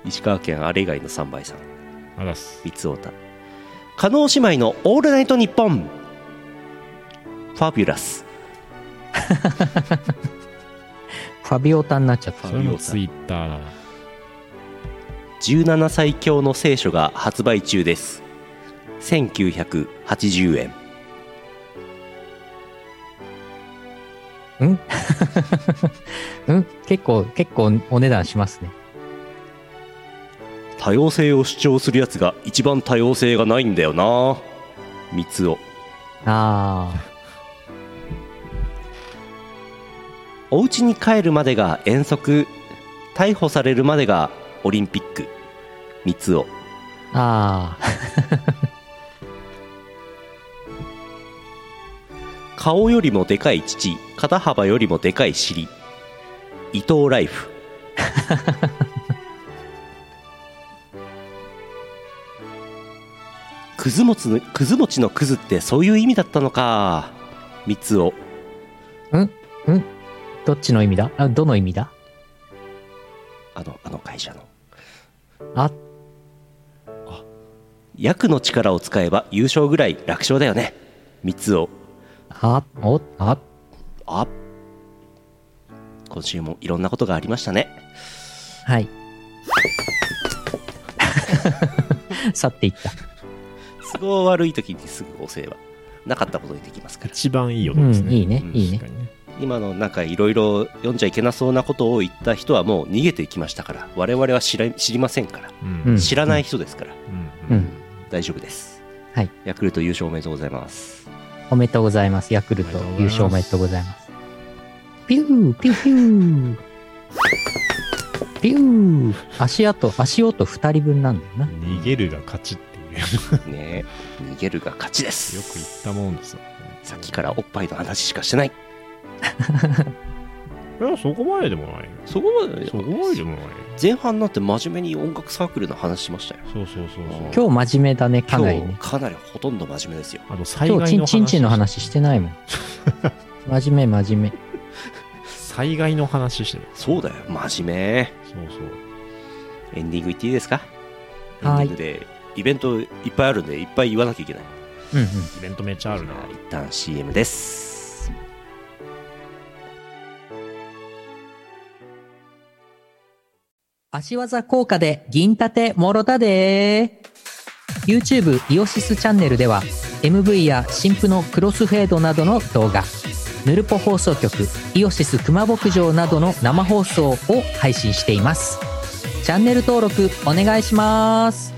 [SPEAKER 2] 石川県あれ以外の3倍さん。
[SPEAKER 1] あざす
[SPEAKER 2] 三つおた。加納姉妹のオールナイトニッポン。ファビュラス。
[SPEAKER 3] ファビオタになっちゃっ
[SPEAKER 2] フ
[SPEAKER 1] そ
[SPEAKER 2] ァ
[SPEAKER 1] れ
[SPEAKER 2] ビオ
[SPEAKER 1] も
[SPEAKER 2] タ
[SPEAKER 1] ツイッターだな
[SPEAKER 2] 17最強の聖書が発売中です。1980円。
[SPEAKER 3] た。んうん結構、結構お値段しますね。
[SPEAKER 2] 多様性を主張するやつが一番多様性がないんだよな三つを
[SPEAKER 3] あ
[SPEAKER 2] お家に帰るまでが遠足逮捕されるまでがオリンピック三つを
[SPEAKER 3] ー。あー。
[SPEAKER 2] 顔よりもでかい父肩幅よりもでかい尻伊藤ライフくずもつのくず餅のくずってそういう意味だったのか三つを
[SPEAKER 3] うんうんどっちの意味だあ、どの意味だ
[SPEAKER 2] あのあの会社の
[SPEAKER 3] あ、
[SPEAKER 2] ヤクの力を使えば優勝ぐらい楽勝だよね三つを
[SPEAKER 3] あ、お、あ、
[SPEAKER 2] あ今週もいろんなことがありましたね
[SPEAKER 3] *laughs* はい。去っていった。
[SPEAKER 2] 都合悪い時にすぐお世話なかったことにできますから
[SPEAKER 1] 一番いい音ですね、
[SPEAKER 3] うんいいね
[SPEAKER 1] う
[SPEAKER 3] いいね
[SPEAKER 1] 確かにね
[SPEAKER 2] 今のなんかいろいろ読んじゃいけなそうなことを言った人はもう逃げていきましたから我々は知ら知りませんから
[SPEAKER 1] うん
[SPEAKER 2] 知らない人ですから、
[SPEAKER 1] う
[SPEAKER 3] うんん。
[SPEAKER 2] 大丈夫です
[SPEAKER 3] はい
[SPEAKER 2] ヤクルト優勝おめでとうございます
[SPEAKER 3] おめでとうございます。ヤクルト
[SPEAKER 1] お
[SPEAKER 3] 優
[SPEAKER 1] めでと
[SPEAKER 3] 勝
[SPEAKER 1] うございます
[SPEAKER 3] おめでとうございます。ピュー、ピュー、ピュー。ピュー。足跡、足音二人分なんだよな。
[SPEAKER 1] 逃げるが勝ちっていうよ
[SPEAKER 2] ねえ逃げるが勝ちです
[SPEAKER 1] く言ったもんですよ
[SPEAKER 2] さっきからおっぱいの話しかしてない
[SPEAKER 1] いやそこまででもないよ
[SPEAKER 2] そこまで
[SPEAKER 1] そこまででもないよ
[SPEAKER 2] 前半になって真面目に音楽サークルの話しましたよ
[SPEAKER 1] そうそうそうそう
[SPEAKER 3] 今日真面目だね、かなり
[SPEAKER 2] 今日
[SPEAKER 3] ね。
[SPEAKER 2] かなりほとんど真面目ですよ
[SPEAKER 1] あと災害
[SPEAKER 3] 今
[SPEAKER 1] の
[SPEAKER 3] 日、
[SPEAKER 1] 話
[SPEAKER 3] チンチンチンの話してな
[SPEAKER 1] *laughs*
[SPEAKER 3] いもん。真面目、真面目。
[SPEAKER 1] 災害の話してる
[SPEAKER 2] そうだよ真面目
[SPEAKER 1] そうそう
[SPEAKER 2] エンディングいっていいですか
[SPEAKER 3] は
[SPEAKER 2] エンディ
[SPEAKER 3] い
[SPEAKER 2] ングでイベントいっぱいあるんでいっぱい言わなきゃいけない
[SPEAKER 3] うんうん。
[SPEAKER 1] イベントめっちゃあるな
[SPEAKER 2] 一旦 CM です
[SPEAKER 3] 足技効果で銀盾もろたでー YouTube イオシスチャンネルでは MV や新婦のクロスフェードなどの動画ヌルポ放送局イオシス熊牧場などの生放送を配信していますチャンネル登録お願いし
[SPEAKER 1] *laughs*
[SPEAKER 3] ます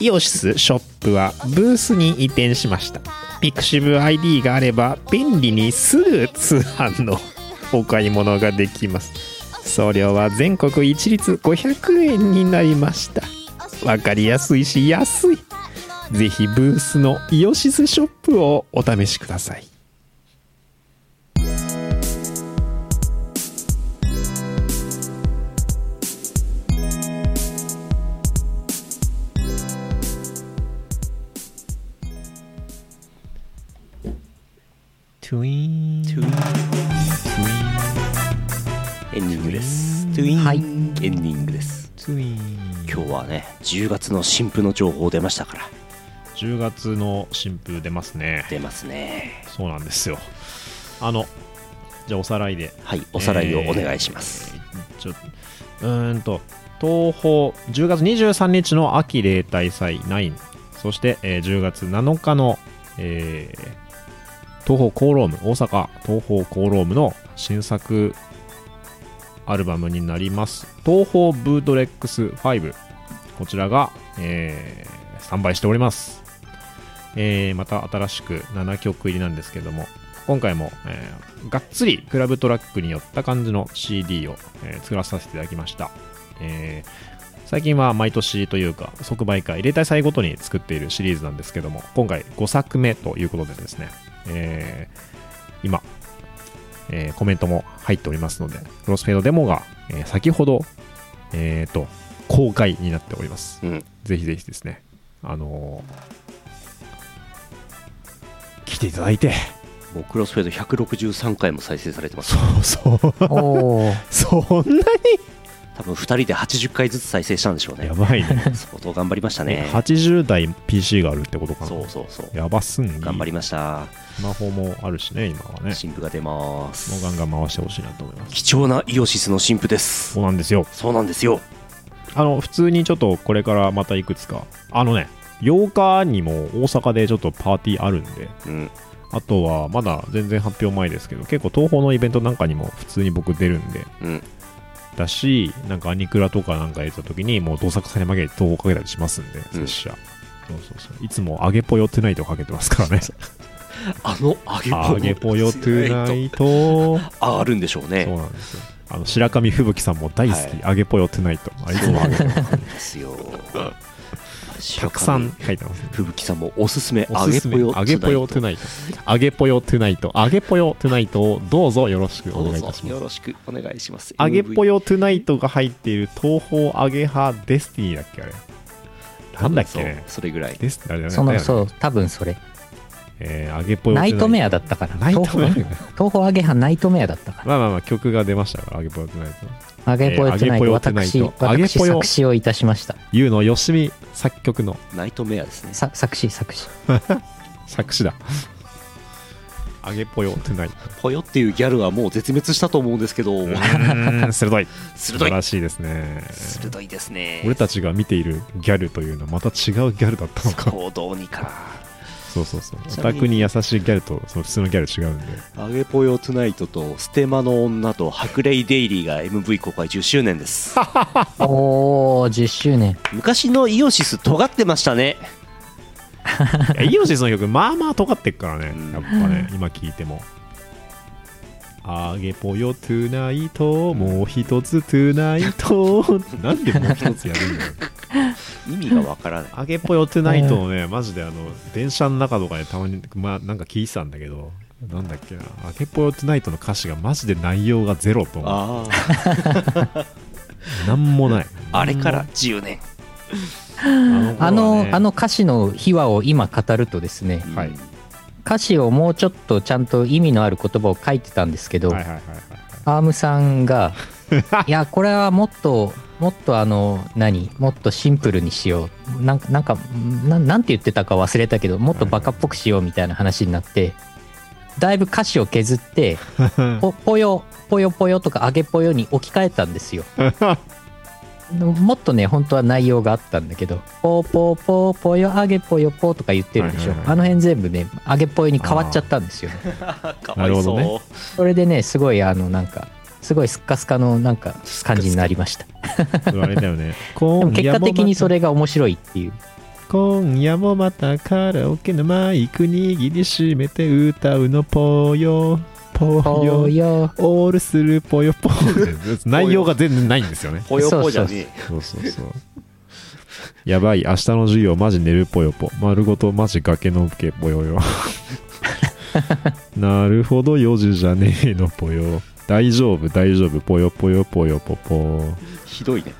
[SPEAKER 7] イオシスショップはブースに移転しましたピクシブ ID があれば便利にすぐ通販のお買い物ができます送料は全国一律500円になりましたわかりやすいし安いぜひブースのイオシスショップをお試しください
[SPEAKER 1] トゥイーン
[SPEAKER 2] トゥイーンエンディングですトゥイーン、
[SPEAKER 3] はい
[SPEAKER 2] エンディングです
[SPEAKER 1] トゥイーン
[SPEAKER 2] 今日はね10月の新婦の情報出ましたから
[SPEAKER 1] 10月の新風出ますね
[SPEAKER 2] 出ますね
[SPEAKER 1] そうなんですよあのじゃあおさらいで
[SPEAKER 2] はいおさらいをお願いします、
[SPEAKER 1] ちょっとうーんと東宝10月23日の秋例大祭9そして、えー10月7日の、えー東宝コーローム大阪東宝コーロームの新作アルバムにななります東宝ブートレックス5こちらが、えー販売しております、えーまた新しく7曲入りなんですけども今回も、えーがっつりクラブトラックに寄った感じの CD を、えー作らさせていただきました、えー最近は毎年というか即売会例大祭ごとに作っているシリーズなんですけども今回5作目ということでですね、えー今、えーコメントも入っておりますのでクロスフェードデモが、えー先ほど、えーと公開になっております
[SPEAKER 2] うん
[SPEAKER 1] ぜひぜひですね、あのー来ていただいて、
[SPEAKER 2] もうクロスフェード163回も再生されてます
[SPEAKER 1] *laughs* そうそう、
[SPEAKER 3] おー
[SPEAKER 1] そんな
[SPEAKER 2] 多分2人で80回ずつ再生したんでしょうね
[SPEAKER 1] やばいね。
[SPEAKER 2] 相当頑張りましたね
[SPEAKER 1] 80台 PC があるってことかな。
[SPEAKER 2] そうそうそう
[SPEAKER 1] やばすん
[SPEAKER 2] 頑張り
[SPEAKER 1] ま
[SPEAKER 2] ました
[SPEAKER 1] スマホもあるしね、今はね。
[SPEAKER 2] 新婦が出ま
[SPEAKER 1] もう
[SPEAKER 2] す
[SPEAKER 1] ガンガン回してほしいなと思います。
[SPEAKER 2] 貴重なイオシスの新婦です
[SPEAKER 1] そうなんですよ。
[SPEAKER 2] そうなんですよ
[SPEAKER 1] あの、普通にちょっとこれからまたいくつか。あのね、8日にも大阪でちょっとパーティーあるんで、
[SPEAKER 2] うん
[SPEAKER 1] あとはまだ全然発表前ですけど、結構東宝のイベントなんかにも普通に僕出るんで、
[SPEAKER 2] うん
[SPEAKER 1] だし、なんかアニクラとかなんか入れた時に、もう同作されまげて投稿かけたりしますんで、拙者。そうそうそう。いつも揚げぽよトゥナイトかけてますからね。
[SPEAKER 2] あの
[SPEAKER 1] 揚
[SPEAKER 2] 揚
[SPEAKER 1] げ
[SPEAKER 2] げ
[SPEAKER 1] ぽ
[SPEAKER 2] ぽ
[SPEAKER 1] よ
[SPEAKER 2] よ
[SPEAKER 1] トゥナイト。
[SPEAKER 2] ああるんでしょう
[SPEAKER 1] そう
[SPEAKER 2] ね
[SPEAKER 1] なんですよ。あの白神吹雪さんも大好き、揚げぽよトゥナイト。あいつも揚げぽよ
[SPEAKER 2] ですよ
[SPEAKER 1] たくさん書いてますね。
[SPEAKER 2] 吹雪さんもおすすめ
[SPEAKER 1] お
[SPEAKER 2] 揚
[SPEAKER 1] す
[SPEAKER 2] げ
[SPEAKER 1] す
[SPEAKER 2] ぽ
[SPEAKER 1] め
[SPEAKER 2] よ
[SPEAKER 1] 揚げぽよトゥナイト。揚げぽよトゥナイト。揚げぽよトゥナイトをどうぞよろしくお
[SPEAKER 2] ど
[SPEAKER 1] 願
[SPEAKER 2] う
[SPEAKER 1] いいたし
[SPEAKER 2] ぞ
[SPEAKER 1] ます
[SPEAKER 2] よ。ろしくお願いします
[SPEAKER 1] 揚げぽ
[SPEAKER 2] よ
[SPEAKER 1] よトゥナイトが入っている東方揚げ派デスティニーだっけあれなんだっけね
[SPEAKER 2] それぐらい
[SPEAKER 1] デスあれだよね
[SPEAKER 3] そ
[SPEAKER 1] だ
[SPEAKER 3] の
[SPEAKER 1] よね
[SPEAKER 3] そう多分それ
[SPEAKER 1] えー揚げぽよ
[SPEAKER 3] ナイトメ
[SPEAKER 1] ア
[SPEAKER 3] アだったから
[SPEAKER 1] ナイトメア
[SPEAKER 3] 東宝アゲハナイトメアだったか
[SPEAKER 1] まあまあまあ曲が出ましたから揚げぽよトゥナイト
[SPEAKER 3] ら揚げぽよつない
[SPEAKER 1] えー揚げ
[SPEAKER 3] と
[SPEAKER 1] ぽよトゥナイ
[SPEAKER 3] 私
[SPEAKER 1] ト揚げ
[SPEAKER 3] 私
[SPEAKER 1] ぽよ
[SPEAKER 3] 作詞をいたしました
[SPEAKER 1] ゆうのよしみ作曲の
[SPEAKER 2] ナイトメアですね
[SPEAKER 3] さ作詞作詞
[SPEAKER 1] 作詞だ *laughs* 揚げぽよトゥナイト
[SPEAKER 2] ぽよっていうギャルはもう絶滅したと思うんですけど
[SPEAKER 1] うーん *laughs* 鋭い素
[SPEAKER 2] 鋭
[SPEAKER 1] 晴
[SPEAKER 2] い
[SPEAKER 1] らしいですね
[SPEAKER 2] *laughs* 鋭いですね
[SPEAKER 1] 俺たちが見ているギャルというのはまた違うギャルだったのか
[SPEAKER 2] こうどうにか
[SPEAKER 1] そうそうそう
[SPEAKER 2] ち
[SPEAKER 1] オ
[SPEAKER 2] なみに
[SPEAKER 1] タクに優しいギャルとその普通のギャル違うんで
[SPEAKER 2] アゲポヨトゥナイトとステマの女と白麗デイリーが MV 公開10周年です
[SPEAKER 3] おー、10周年。
[SPEAKER 2] 昔のイオシス尖ってましたね
[SPEAKER 1] いやイオシスの曲まあまあ尖ってっからねやっぱね今聴いても「あげぽよトゥナイトもう一つトゥナイト」なんでもう一つやるんだよ
[SPEAKER 2] 意味がわから
[SPEAKER 1] *laughs*
[SPEAKER 2] ない
[SPEAKER 1] あげぽよトゥナイトをねマジであの電車の中とかでたまにまあなんか聞いてたんだけどなんだっけな「あげぽよトゥナイト」の歌詞がマジで内容がゼロと思う
[SPEAKER 2] あ
[SPEAKER 1] なんもない
[SPEAKER 2] ああれから10年
[SPEAKER 3] あ
[SPEAKER 1] あ
[SPEAKER 3] の、
[SPEAKER 1] 頃はね
[SPEAKER 3] あの歌詞の秘話を今語るとですね、
[SPEAKER 1] はい
[SPEAKER 3] 歌詞をもうちょっとちゃんと意味のある言葉を書いてたんですけど、
[SPEAKER 1] はいはいはい
[SPEAKER 3] アームさんが
[SPEAKER 1] *laughs*
[SPEAKER 3] いやこれはもっともっとあの何もっとシンプルにしようなんかなんかななんて言ってたか忘れたけどもっとバカっぽくしようみたいな話になってだいぶ歌詞を
[SPEAKER 1] *laughs*
[SPEAKER 3] 削って
[SPEAKER 1] はい
[SPEAKER 3] ぽぽよぽよぽよとかあげぽよに置き換えたんですよ
[SPEAKER 1] *laughs*
[SPEAKER 3] もっとね本当は内容があったんだけどぽぽぽぽよあげぽよぽとか言ってるで
[SPEAKER 1] は
[SPEAKER 3] しょ、
[SPEAKER 1] いはいはい
[SPEAKER 3] あの辺全部ねあげぽよに変わっちゃったんですよね
[SPEAKER 2] かわいそう、
[SPEAKER 1] なるほ
[SPEAKER 3] それでねすごいあのなんかすごいスッカスカのなんか感じになりました
[SPEAKER 1] それあれだよね
[SPEAKER 3] でも
[SPEAKER 1] 今
[SPEAKER 3] 結果的にそれが面白いっていう
[SPEAKER 1] 今夜もまたカラオケのマイク握りしめて歌うのぽよぽ
[SPEAKER 3] お
[SPEAKER 1] よ
[SPEAKER 3] よ
[SPEAKER 1] オールするぽよぽよ *laughs* 内容が全然ないんですよね
[SPEAKER 2] ぽよぽじゃね
[SPEAKER 1] *laughs* そうそうそうやばい明日の授業マジ寝るぽよぽ丸ごとマジ崖の受けぽよ *laughs* よなるほど4時じゃねえのぽよ大丈夫大丈夫ぽよぽよぽよぽぽ
[SPEAKER 2] えひどいね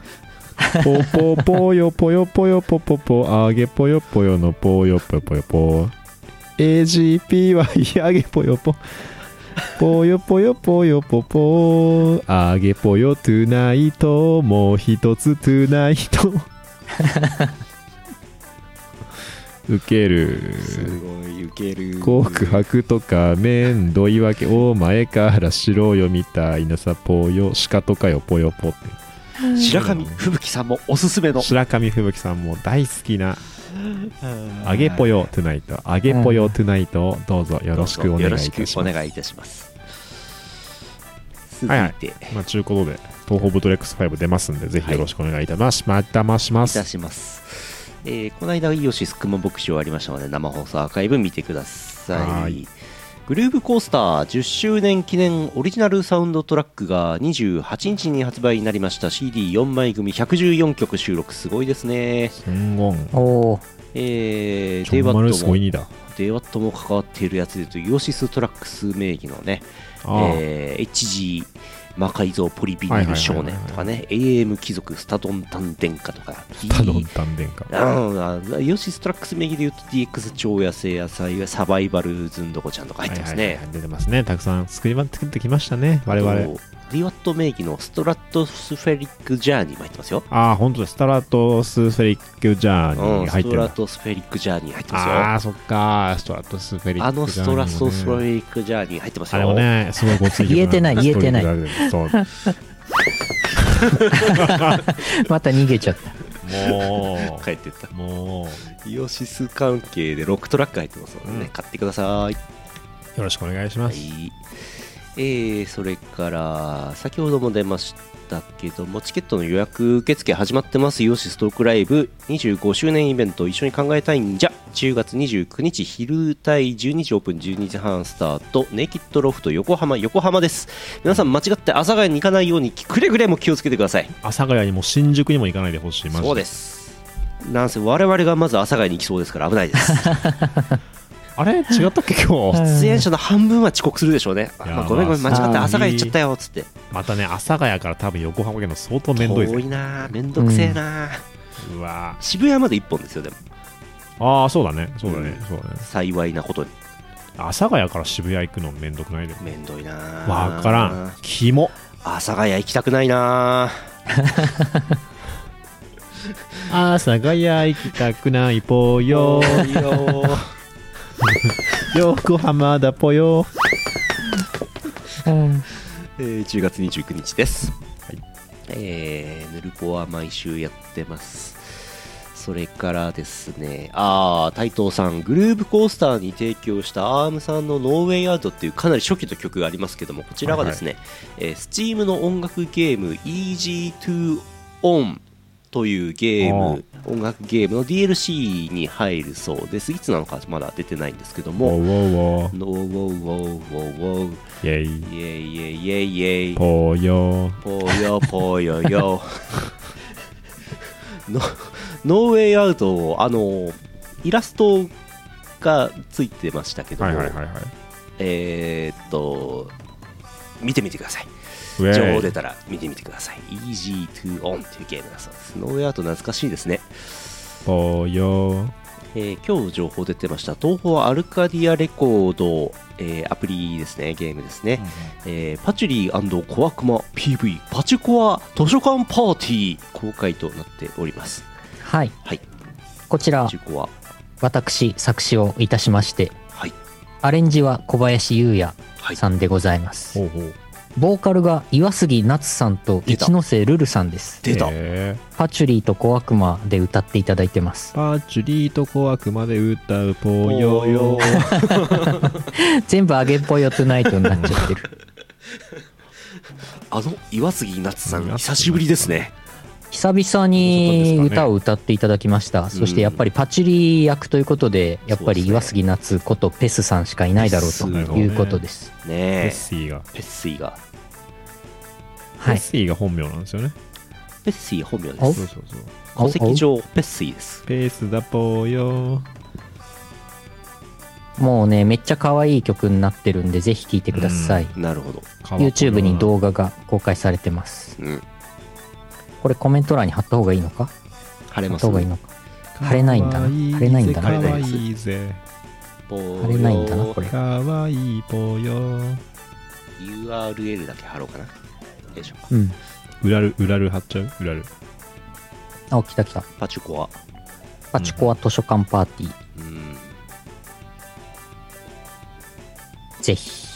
[SPEAKER 1] ポポポよぽよぽよぽぽぽあげぽよぽよのぽよぽよぽよぽ AGP はあげぽよぽぽよぽよぽよぽぽあげぽよトゥナイトもう一つトゥナイトウケる
[SPEAKER 2] すごいウケる
[SPEAKER 1] 告白とか面どいわけお前からしろよみたいなさぽよ鹿とかよぽよぽって
[SPEAKER 2] 白神吹雪さんもおすすめの
[SPEAKER 1] 白上吹雪さんも大好きな「あげぽよトゥナイト」「あげぽよトゥナイト」をどうぞよろしくお願いいたし
[SPEAKER 2] よろしくお
[SPEAKER 1] ます。
[SPEAKER 2] 願いいたします続いて、
[SPEAKER 1] はいはい
[SPEAKER 2] い
[SPEAKER 1] まあ、ちゅうことで、東宝ブトレックス5出ますんで、ぜひよろしくお願いいたします。またましま
[SPEAKER 2] た
[SPEAKER 1] す。
[SPEAKER 2] しますえーこの間イオシスクマ牧師終わりましたので生放送アーカイブ見てくださ
[SPEAKER 1] はいい
[SPEAKER 2] グルーブコースター10周年記念オリジナルサウンドトラックが28日に発売になりました CD4 枚組114曲収録すごいですね
[SPEAKER 1] うんごん。
[SPEAKER 3] おー
[SPEAKER 2] えー、
[SPEAKER 1] ちょんまるすごいにだ。
[SPEAKER 2] デイワットも関わっているやつで言うと、イオシストラックス名義のね、
[SPEAKER 1] ああ
[SPEAKER 2] えー HG 魔改造ポリビニル少年とかね、AM 貴族スタドン丹殿下とか、
[SPEAKER 1] たどんたん殿下。
[SPEAKER 2] うんあイオシストラックス名義で言うと DX 超野生野菜やサバイバルズンドコちゃんとか入ってますね。
[SPEAKER 1] はいはいはい出てますね。たくさん作りま作ってきましたね、我々。
[SPEAKER 2] DWAT 名義のストラトスフェリックジャーニーも入ってますよ。
[SPEAKER 1] ああ、本当だ。スタラトスフェリックジャーニー
[SPEAKER 2] う
[SPEAKER 1] に入
[SPEAKER 2] ん、
[SPEAKER 1] っ
[SPEAKER 2] ス
[SPEAKER 1] て
[SPEAKER 2] ト
[SPEAKER 1] るん
[SPEAKER 2] ラ
[SPEAKER 1] だ。
[SPEAKER 2] トスフェリックジャーニー入ってますよ。
[SPEAKER 1] ああ、そっか。ストラトスフェリックジャーニーね。
[SPEAKER 2] あのストラトスフェリックジャーニー入ってます
[SPEAKER 1] あれ
[SPEAKER 2] よ。
[SPEAKER 1] もね、すごいごつい曲んです
[SPEAKER 3] 言えてない言えてない
[SPEAKER 1] そう。
[SPEAKER 3] また逃げちゃった
[SPEAKER 2] *laughs*
[SPEAKER 1] も
[SPEAKER 2] 帰ってった
[SPEAKER 1] う、も
[SPEAKER 2] イオシス関係で6トラック入ってますので
[SPEAKER 1] う
[SPEAKER 2] ね、
[SPEAKER 1] ん
[SPEAKER 2] 買ってください。
[SPEAKER 1] う、よろしくお願いし
[SPEAKER 2] は
[SPEAKER 1] ます。
[SPEAKER 2] い。えー、それから、先ほども出ましたけども、チケットの予約受付始まってます。イオシストークライブ25周年イベント一緒に考えたいんじゃ。10月29日昼対12時オープン12時半スタート、ネイキッドロフト横浜、横浜です。皆さん間違って阿佐ヶ谷に行かないようにくれぐれも気をつけてください。
[SPEAKER 1] 阿佐ヶ谷にも新宿にも行かないでほしい、マジで。
[SPEAKER 2] そうです。なんせ我々がまず阿佐ヶ谷に行きそうですから危ないです。
[SPEAKER 1] あれ違ったっけ、今 *laughs* 日。
[SPEAKER 2] 出演者の半分は遅刻するでしょうね。あ
[SPEAKER 1] いや
[SPEAKER 2] まあ、ごめんごめん、間
[SPEAKER 1] ま
[SPEAKER 2] 違
[SPEAKER 1] あ
[SPEAKER 2] って
[SPEAKER 3] そう
[SPEAKER 2] 朝が行っちゃったよっつって。
[SPEAKER 1] またね、阿佐ヶ谷から多分横浜県の相当面倒い
[SPEAKER 2] 遠
[SPEAKER 1] ぜ
[SPEAKER 2] いなあ、めんどくせえなあ。
[SPEAKER 1] うわ
[SPEAKER 2] 渋谷まで一本ですよ、でも、
[SPEAKER 1] ーああ、そうだね、そうだね、
[SPEAKER 2] うん
[SPEAKER 1] そうだね。
[SPEAKER 2] 幸いなことに。
[SPEAKER 1] 阿佐ヶ谷から渋谷行くの面倒くないで。
[SPEAKER 2] めんどいなあ。
[SPEAKER 1] わからん。キモ。
[SPEAKER 2] 阿佐ヶ谷行きたくないなあ。
[SPEAKER 1] 阿佐ヶ谷行きたくないぽよ。
[SPEAKER 2] よ *laughs* ーいよー
[SPEAKER 1] 横浜だぽよ。
[SPEAKER 2] えー10月29日です。えー、ヌルポは毎週やってます。それからですね、ああ、タイトーさん、グルーブコースターに提供したアームさんのノーウェイアウトっていうかなり初期の曲がありますけども、こちらはですね、えー Steam の音楽ゲーム Easy2On というゲーム、音楽ゲームの DLC に入るそうです。いつなのかまだ出てないんですけど
[SPEAKER 1] ウォ
[SPEAKER 2] も、
[SPEAKER 1] ウォウォ
[SPEAKER 2] ノーウォーウォーウォーウォー
[SPEAKER 1] イェイ
[SPEAKER 2] イェイイェイイェイイェイ
[SPEAKER 1] ポーヨー
[SPEAKER 2] ぽよぽよよ *laughs* ノノーウェイアウトあのイラストがついてましたけども、
[SPEAKER 1] はいはいはいはい
[SPEAKER 2] えーっと見てみてください
[SPEAKER 1] ウェイ
[SPEAKER 2] 情報出たら見てみてください Easy2On っていうゲームだそうですノーウェイアウト懐かしいですね
[SPEAKER 1] ポーヨー
[SPEAKER 2] えー今日情報出てました東宝アルカディアレコード、えーアプリですねゲームですね、えーパチュリーコアクマ PV パチコア図書館パーティー公開となっております
[SPEAKER 3] はい。
[SPEAKER 2] はい
[SPEAKER 3] こちら
[SPEAKER 2] パ、チコア
[SPEAKER 3] 私、作詞をいたしまして、
[SPEAKER 2] はい
[SPEAKER 3] アレンジは小林優也
[SPEAKER 2] はい
[SPEAKER 3] さんでございます。
[SPEAKER 1] ほうほう
[SPEAKER 3] ボーカルが岩杉夏さんと
[SPEAKER 2] 出た
[SPEAKER 3] 一ノ瀬ルルさんです。
[SPEAKER 2] 出た、
[SPEAKER 1] え
[SPEAKER 3] パチュリーと小悪魔で歌っていただいてます
[SPEAKER 1] ー。パチュリーと小悪魔で歌うポーヨーヨー
[SPEAKER 3] 全部あげんぽよトゥナイトになっちゃってる。
[SPEAKER 2] あの岩杉夏さん
[SPEAKER 1] 岩杉夏
[SPEAKER 2] 久しぶりですね
[SPEAKER 3] 久々に歌を歌っていただきました。そしてやっぱりパチュリー役ということで、やっぱり岩杉夏ことペスさんしかいないだろうということです。
[SPEAKER 1] ペッ
[SPEAKER 2] ねえ
[SPEAKER 1] シーが
[SPEAKER 2] ペッシーが
[SPEAKER 1] ペ
[SPEAKER 3] は
[SPEAKER 1] ッ
[SPEAKER 3] い。
[SPEAKER 1] シーが本名なんですよね
[SPEAKER 2] ペッシー本名で
[SPEAKER 3] お
[SPEAKER 1] そ
[SPEAKER 2] す
[SPEAKER 1] うそうそう
[SPEAKER 2] 戸籍上ペッシーです
[SPEAKER 1] ペースだポーヨー
[SPEAKER 3] もうね、めっちゃ可愛い曲になってるんで、ぜひ聴いてください。
[SPEAKER 2] なるほど、
[SPEAKER 1] かわいいな
[SPEAKER 3] YouTube に動画が公開されてます。
[SPEAKER 2] うん、
[SPEAKER 3] これコメント欄に貼った方がいいのか
[SPEAKER 2] 晴れ
[SPEAKER 3] 貼
[SPEAKER 2] ま
[SPEAKER 3] っ
[SPEAKER 2] す
[SPEAKER 3] た方がいいのか晴れないんだな晴れないんだな
[SPEAKER 1] かわいいぜ
[SPEAKER 2] 晴
[SPEAKER 3] 貼れないんだな、これ。
[SPEAKER 1] かわいいポーヨー
[SPEAKER 2] URL だけ貼ろうかなよいしょ
[SPEAKER 3] うん。
[SPEAKER 1] うらるうらる貼っちゃううらる
[SPEAKER 3] あ、来た来た。
[SPEAKER 2] パチコア
[SPEAKER 3] パチコア図書館パーティー。
[SPEAKER 2] うん
[SPEAKER 3] ぜひ。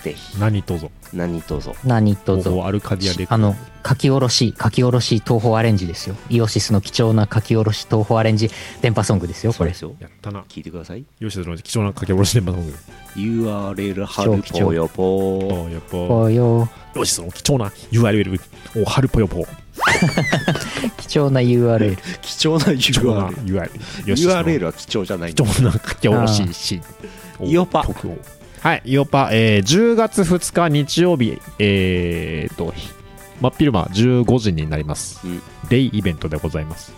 [SPEAKER 2] ぜひ
[SPEAKER 1] 何とぞ
[SPEAKER 2] 何とぞ
[SPEAKER 3] 何とぞ。
[SPEAKER 1] アルカディアレコ
[SPEAKER 3] あの書き下ろし書き下ろし東宝アレンジですよイオシスの貴重な書き下ろし東宝アレンジ電波ソングですよこ
[SPEAKER 2] そう
[SPEAKER 3] れ
[SPEAKER 2] ですよ
[SPEAKER 1] やったな
[SPEAKER 2] 聞いてください
[SPEAKER 1] 吉田の貴重な書き下ろしでまた僕
[SPEAKER 2] URL 貼るぽよぽ
[SPEAKER 1] ポーヨポ
[SPEAKER 3] こうよ
[SPEAKER 1] ー吉田の貴重な URL を貼るぽよぽ
[SPEAKER 3] 貴重な URL
[SPEAKER 2] 貴重な
[SPEAKER 1] 貴重な
[SPEAKER 2] URL
[SPEAKER 1] URL 吉田の
[SPEAKER 2] URL は貴重じゃないん
[SPEAKER 1] 貴
[SPEAKER 2] だ
[SPEAKER 1] 重な書き下ろしし
[SPEAKER 2] イオパ
[SPEAKER 1] 曲をはいイオパ、えー、10月2日日曜日えー、っとひ真っ昼間15時になります、
[SPEAKER 2] うん
[SPEAKER 1] デイイベントでございます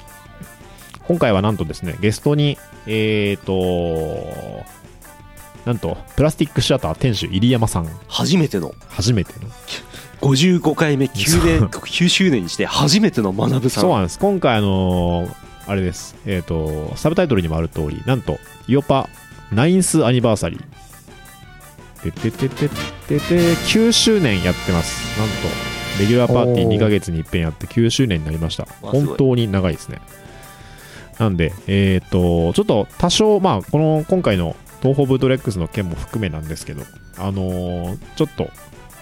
[SPEAKER 1] 今回はなんとですねゲストにえー、っとなんとプラスティックシアター店主入山さん
[SPEAKER 2] 初めての
[SPEAKER 1] 初めての
[SPEAKER 2] 55回目9年
[SPEAKER 1] *laughs* そう
[SPEAKER 2] 9周年にして初めての学ぶさ
[SPEAKER 1] そうなんんです今回あのーあれですえっ、とサブタイトルにもある通りなんとイオパナインスアニバーサリーてててててて9周年やってますなんとレギュラーパーティー
[SPEAKER 3] おー
[SPEAKER 1] 2ヶ月に一遍やって9周年になりました
[SPEAKER 2] わすごい
[SPEAKER 1] 本当に長いですねなんでえっ、とちょっと多少まあこの今回の東宝ブートレックスの件も含めなんですけどあのーちょっと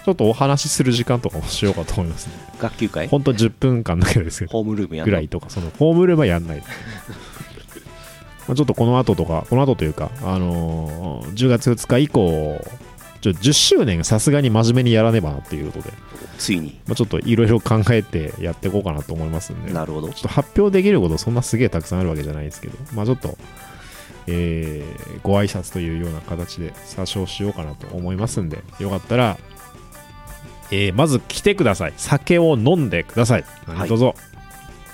[SPEAKER 1] ちょっとお話しする時間とかもしようかと思い
[SPEAKER 2] *laughs*
[SPEAKER 1] ますね
[SPEAKER 2] 学級会
[SPEAKER 1] ほんと10分間だけですけど
[SPEAKER 2] ホームルームやん
[SPEAKER 1] ぐ
[SPEAKER 2] の
[SPEAKER 1] らいとか、そのホームルームはやんない。
[SPEAKER 2] *laughs*
[SPEAKER 1] まあちょっとこの後とか、この後というか、あのー10月2日以降、ちょ10周年さすがに真面目にやらねばなっていうことで、
[SPEAKER 2] ついに
[SPEAKER 1] まあ、ちょっといろいろ考えてやっていこうかなと思いますんで、ちょっ
[SPEAKER 2] なるほど
[SPEAKER 1] と発表できることそんなすげえたくさんあるわけじゃないですけど、まあちょっと、えーご挨拶というような形で詐称しようかなと思いますんで、よかったら、えーまず来てください。酒を飲んでください。
[SPEAKER 2] はい
[SPEAKER 1] どうぞ。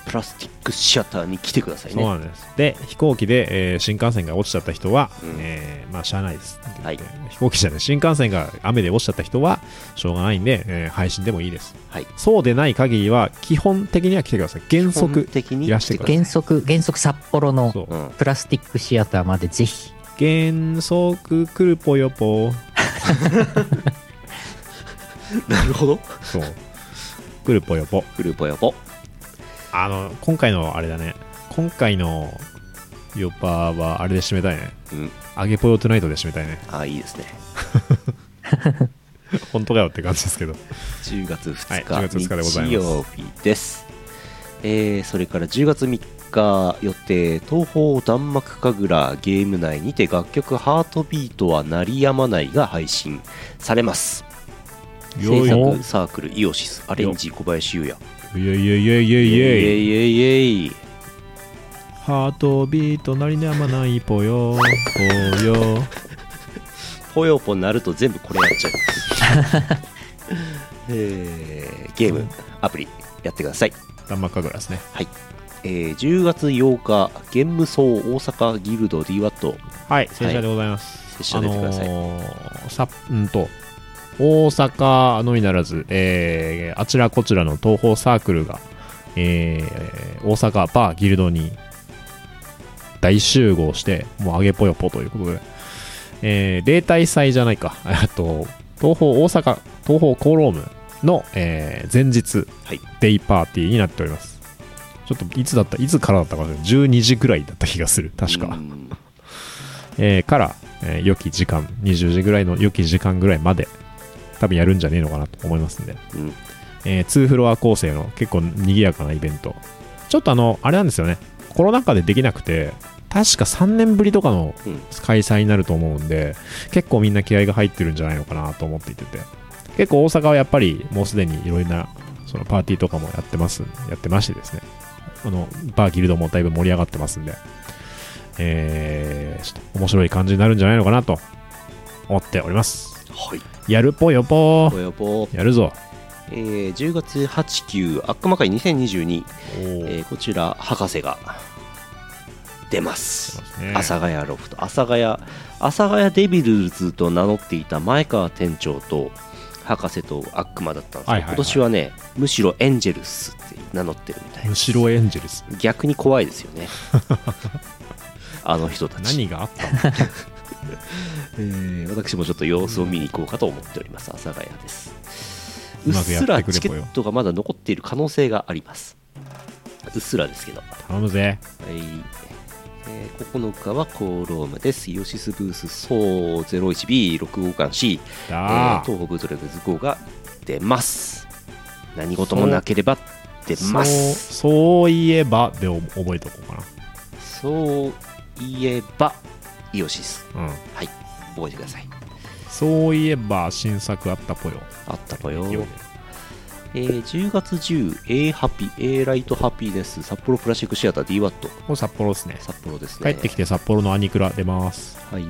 [SPEAKER 2] プラスティックシアターに来てください
[SPEAKER 1] そう
[SPEAKER 2] ね
[SPEAKER 1] なんですで飛行機で、えー新幹線が落ちちゃった人は、
[SPEAKER 2] うん
[SPEAKER 1] えーまあしゃあないですって言って、
[SPEAKER 2] は
[SPEAKER 1] 飛行機じゃない新幹線が雨で落ちちゃった人はしょうがないんで、えー配信でもいいです、
[SPEAKER 2] はい
[SPEAKER 1] そうでない限りは基本的には来てください原
[SPEAKER 2] 基本
[SPEAKER 1] 則
[SPEAKER 2] 的に
[SPEAKER 1] いらしてください
[SPEAKER 3] 原則原則札幌の
[SPEAKER 1] そう
[SPEAKER 2] うん
[SPEAKER 3] プラスティックシアターまでぜひ
[SPEAKER 1] 原則くるぽよぽ
[SPEAKER 2] なるほ *laughs* ど
[SPEAKER 1] そうくるぽよぽ
[SPEAKER 2] フルぽよぽ
[SPEAKER 1] あの今回のあれだね今回のヨッパーはあれで締めたいね
[SPEAKER 2] うん
[SPEAKER 1] 揚げぽよトゥナイトで締めたいね
[SPEAKER 2] ああいいですね
[SPEAKER 1] 本当かよって感じですけど
[SPEAKER 2] 10月2日,、
[SPEAKER 1] はい10月2日でございます
[SPEAKER 2] 日曜日です、えーそれから10月3がよって東宝弾幕神楽ゲーム内にて楽曲「ハートビートは鳴りやまない」が配信されます制
[SPEAKER 1] よ
[SPEAKER 2] 作サークルイオシスアレンジ小林優也
[SPEAKER 1] いやいやいやいやい
[SPEAKER 2] イ
[SPEAKER 1] やいや
[SPEAKER 2] エイイエイイエイ
[SPEAKER 1] ハートビートなりにやまないぽよぽよ
[SPEAKER 2] ぽよぽなると全部これやっちゃう、 *laughs* えーゲームアプリやってください
[SPEAKER 1] 玉神楽ですね
[SPEAKER 2] えー10月8日、ゲーム層大阪ギルド DWAT
[SPEAKER 1] はい正社でございます、
[SPEAKER 2] 拙者出てください。
[SPEAKER 1] ーさうんと大阪のみならず、えーあちらこちらの東宝サークルが、えー大阪バーギルドに大集合してもうあげぽよぽということで、えー例大祭じゃないか *laughs* あと東宝大阪東宝コーロームの、えー前日、
[SPEAKER 2] はい
[SPEAKER 1] デイパーティーになっておりますちょっといつだったいつからだったかな12時ぐらいだった気がする確か、
[SPEAKER 2] うん
[SPEAKER 1] えーから、えー良き時間、20時ぐらいの良き時間ぐらいまで、多分やるんじゃねえのかなと思いますんで、
[SPEAKER 2] うん
[SPEAKER 1] えー、2フロア構成の結構賑やかなイベント。ちょっとあの、あれなんですよね、コロナ禍でできなくて、確か3年ぶりとかの
[SPEAKER 2] うん
[SPEAKER 1] 開催になると思うんで、結構みんな気合が入ってるんじゃないのかなと思っていてて、結構大阪はやっぱりもうすでにいろいろなそのパーティーとかもやってます、やってましてですね、あの、バーギルドもだいぶ盛り上がってますんで、えー、ちょっと面白い感じになるんじゃないのかなと思っております。
[SPEAKER 2] はい。
[SPEAKER 1] やるぽよぽ
[SPEAKER 2] ぽ
[SPEAKER 1] ー
[SPEAKER 2] よぽ。
[SPEAKER 1] やるぞ。
[SPEAKER 2] えー10月8、9、悪魔会2022、え
[SPEAKER 1] え
[SPEAKER 2] ーこちら、博士が出ます。阿佐ヶ谷ロフト。阿佐ヶ谷、阿佐ヶ谷デビルズと名乗っていた前川店長と、博士と悪魔だったんですけど、
[SPEAKER 1] はいはいはい
[SPEAKER 2] 今年はね、むしろエンジェルスって名乗ってるみたい
[SPEAKER 1] む
[SPEAKER 2] な。
[SPEAKER 1] しろエンジェルス。
[SPEAKER 2] 逆に怖いです
[SPEAKER 1] *laughs*
[SPEAKER 2] よね。あの人たち。
[SPEAKER 1] 何があったの
[SPEAKER 2] えー私もちょっと様子を見に行こうかと思っております、阿佐ヶ谷です。う
[SPEAKER 1] う
[SPEAKER 2] っ
[SPEAKER 1] まくや
[SPEAKER 2] す
[SPEAKER 1] っ
[SPEAKER 2] ら
[SPEAKER 1] てくれ
[SPEAKER 2] チケ
[SPEAKER 1] ぽよ
[SPEAKER 2] ットがまだ残っている可能性があります。うっすらですけど。はい
[SPEAKER 1] 頼むぜ。
[SPEAKER 2] えー9日はコーロームです。イオシスブース総 01B6 号館 C、えー
[SPEAKER 1] だー
[SPEAKER 2] 東北ブートレグズ号が出ます。何事もなければ出ま
[SPEAKER 1] そう
[SPEAKER 2] す。
[SPEAKER 1] そういえばで覚えておこうか
[SPEAKER 2] そういえば、イオシス、
[SPEAKER 1] な。うん。
[SPEAKER 2] 覚えてください。
[SPEAKER 1] そういえば新作あったぽよ。
[SPEAKER 2] あったぽよ
[SPEAKER 1] 勢いで
[SPEAKER 2] えー10月10、A ハピ、A ライトハピネス、札幌プラスチックシアター DWAT、
[SPEAKER 1] これ札幌ですね。
[SPEAKER 2] 札幌です
[SPEAKER 1] 帰
[SPEAKER 2] ね。
[SPEAKER 1] ってきて札幌のアニクラ出ます。
[SPEAKER 2] はい、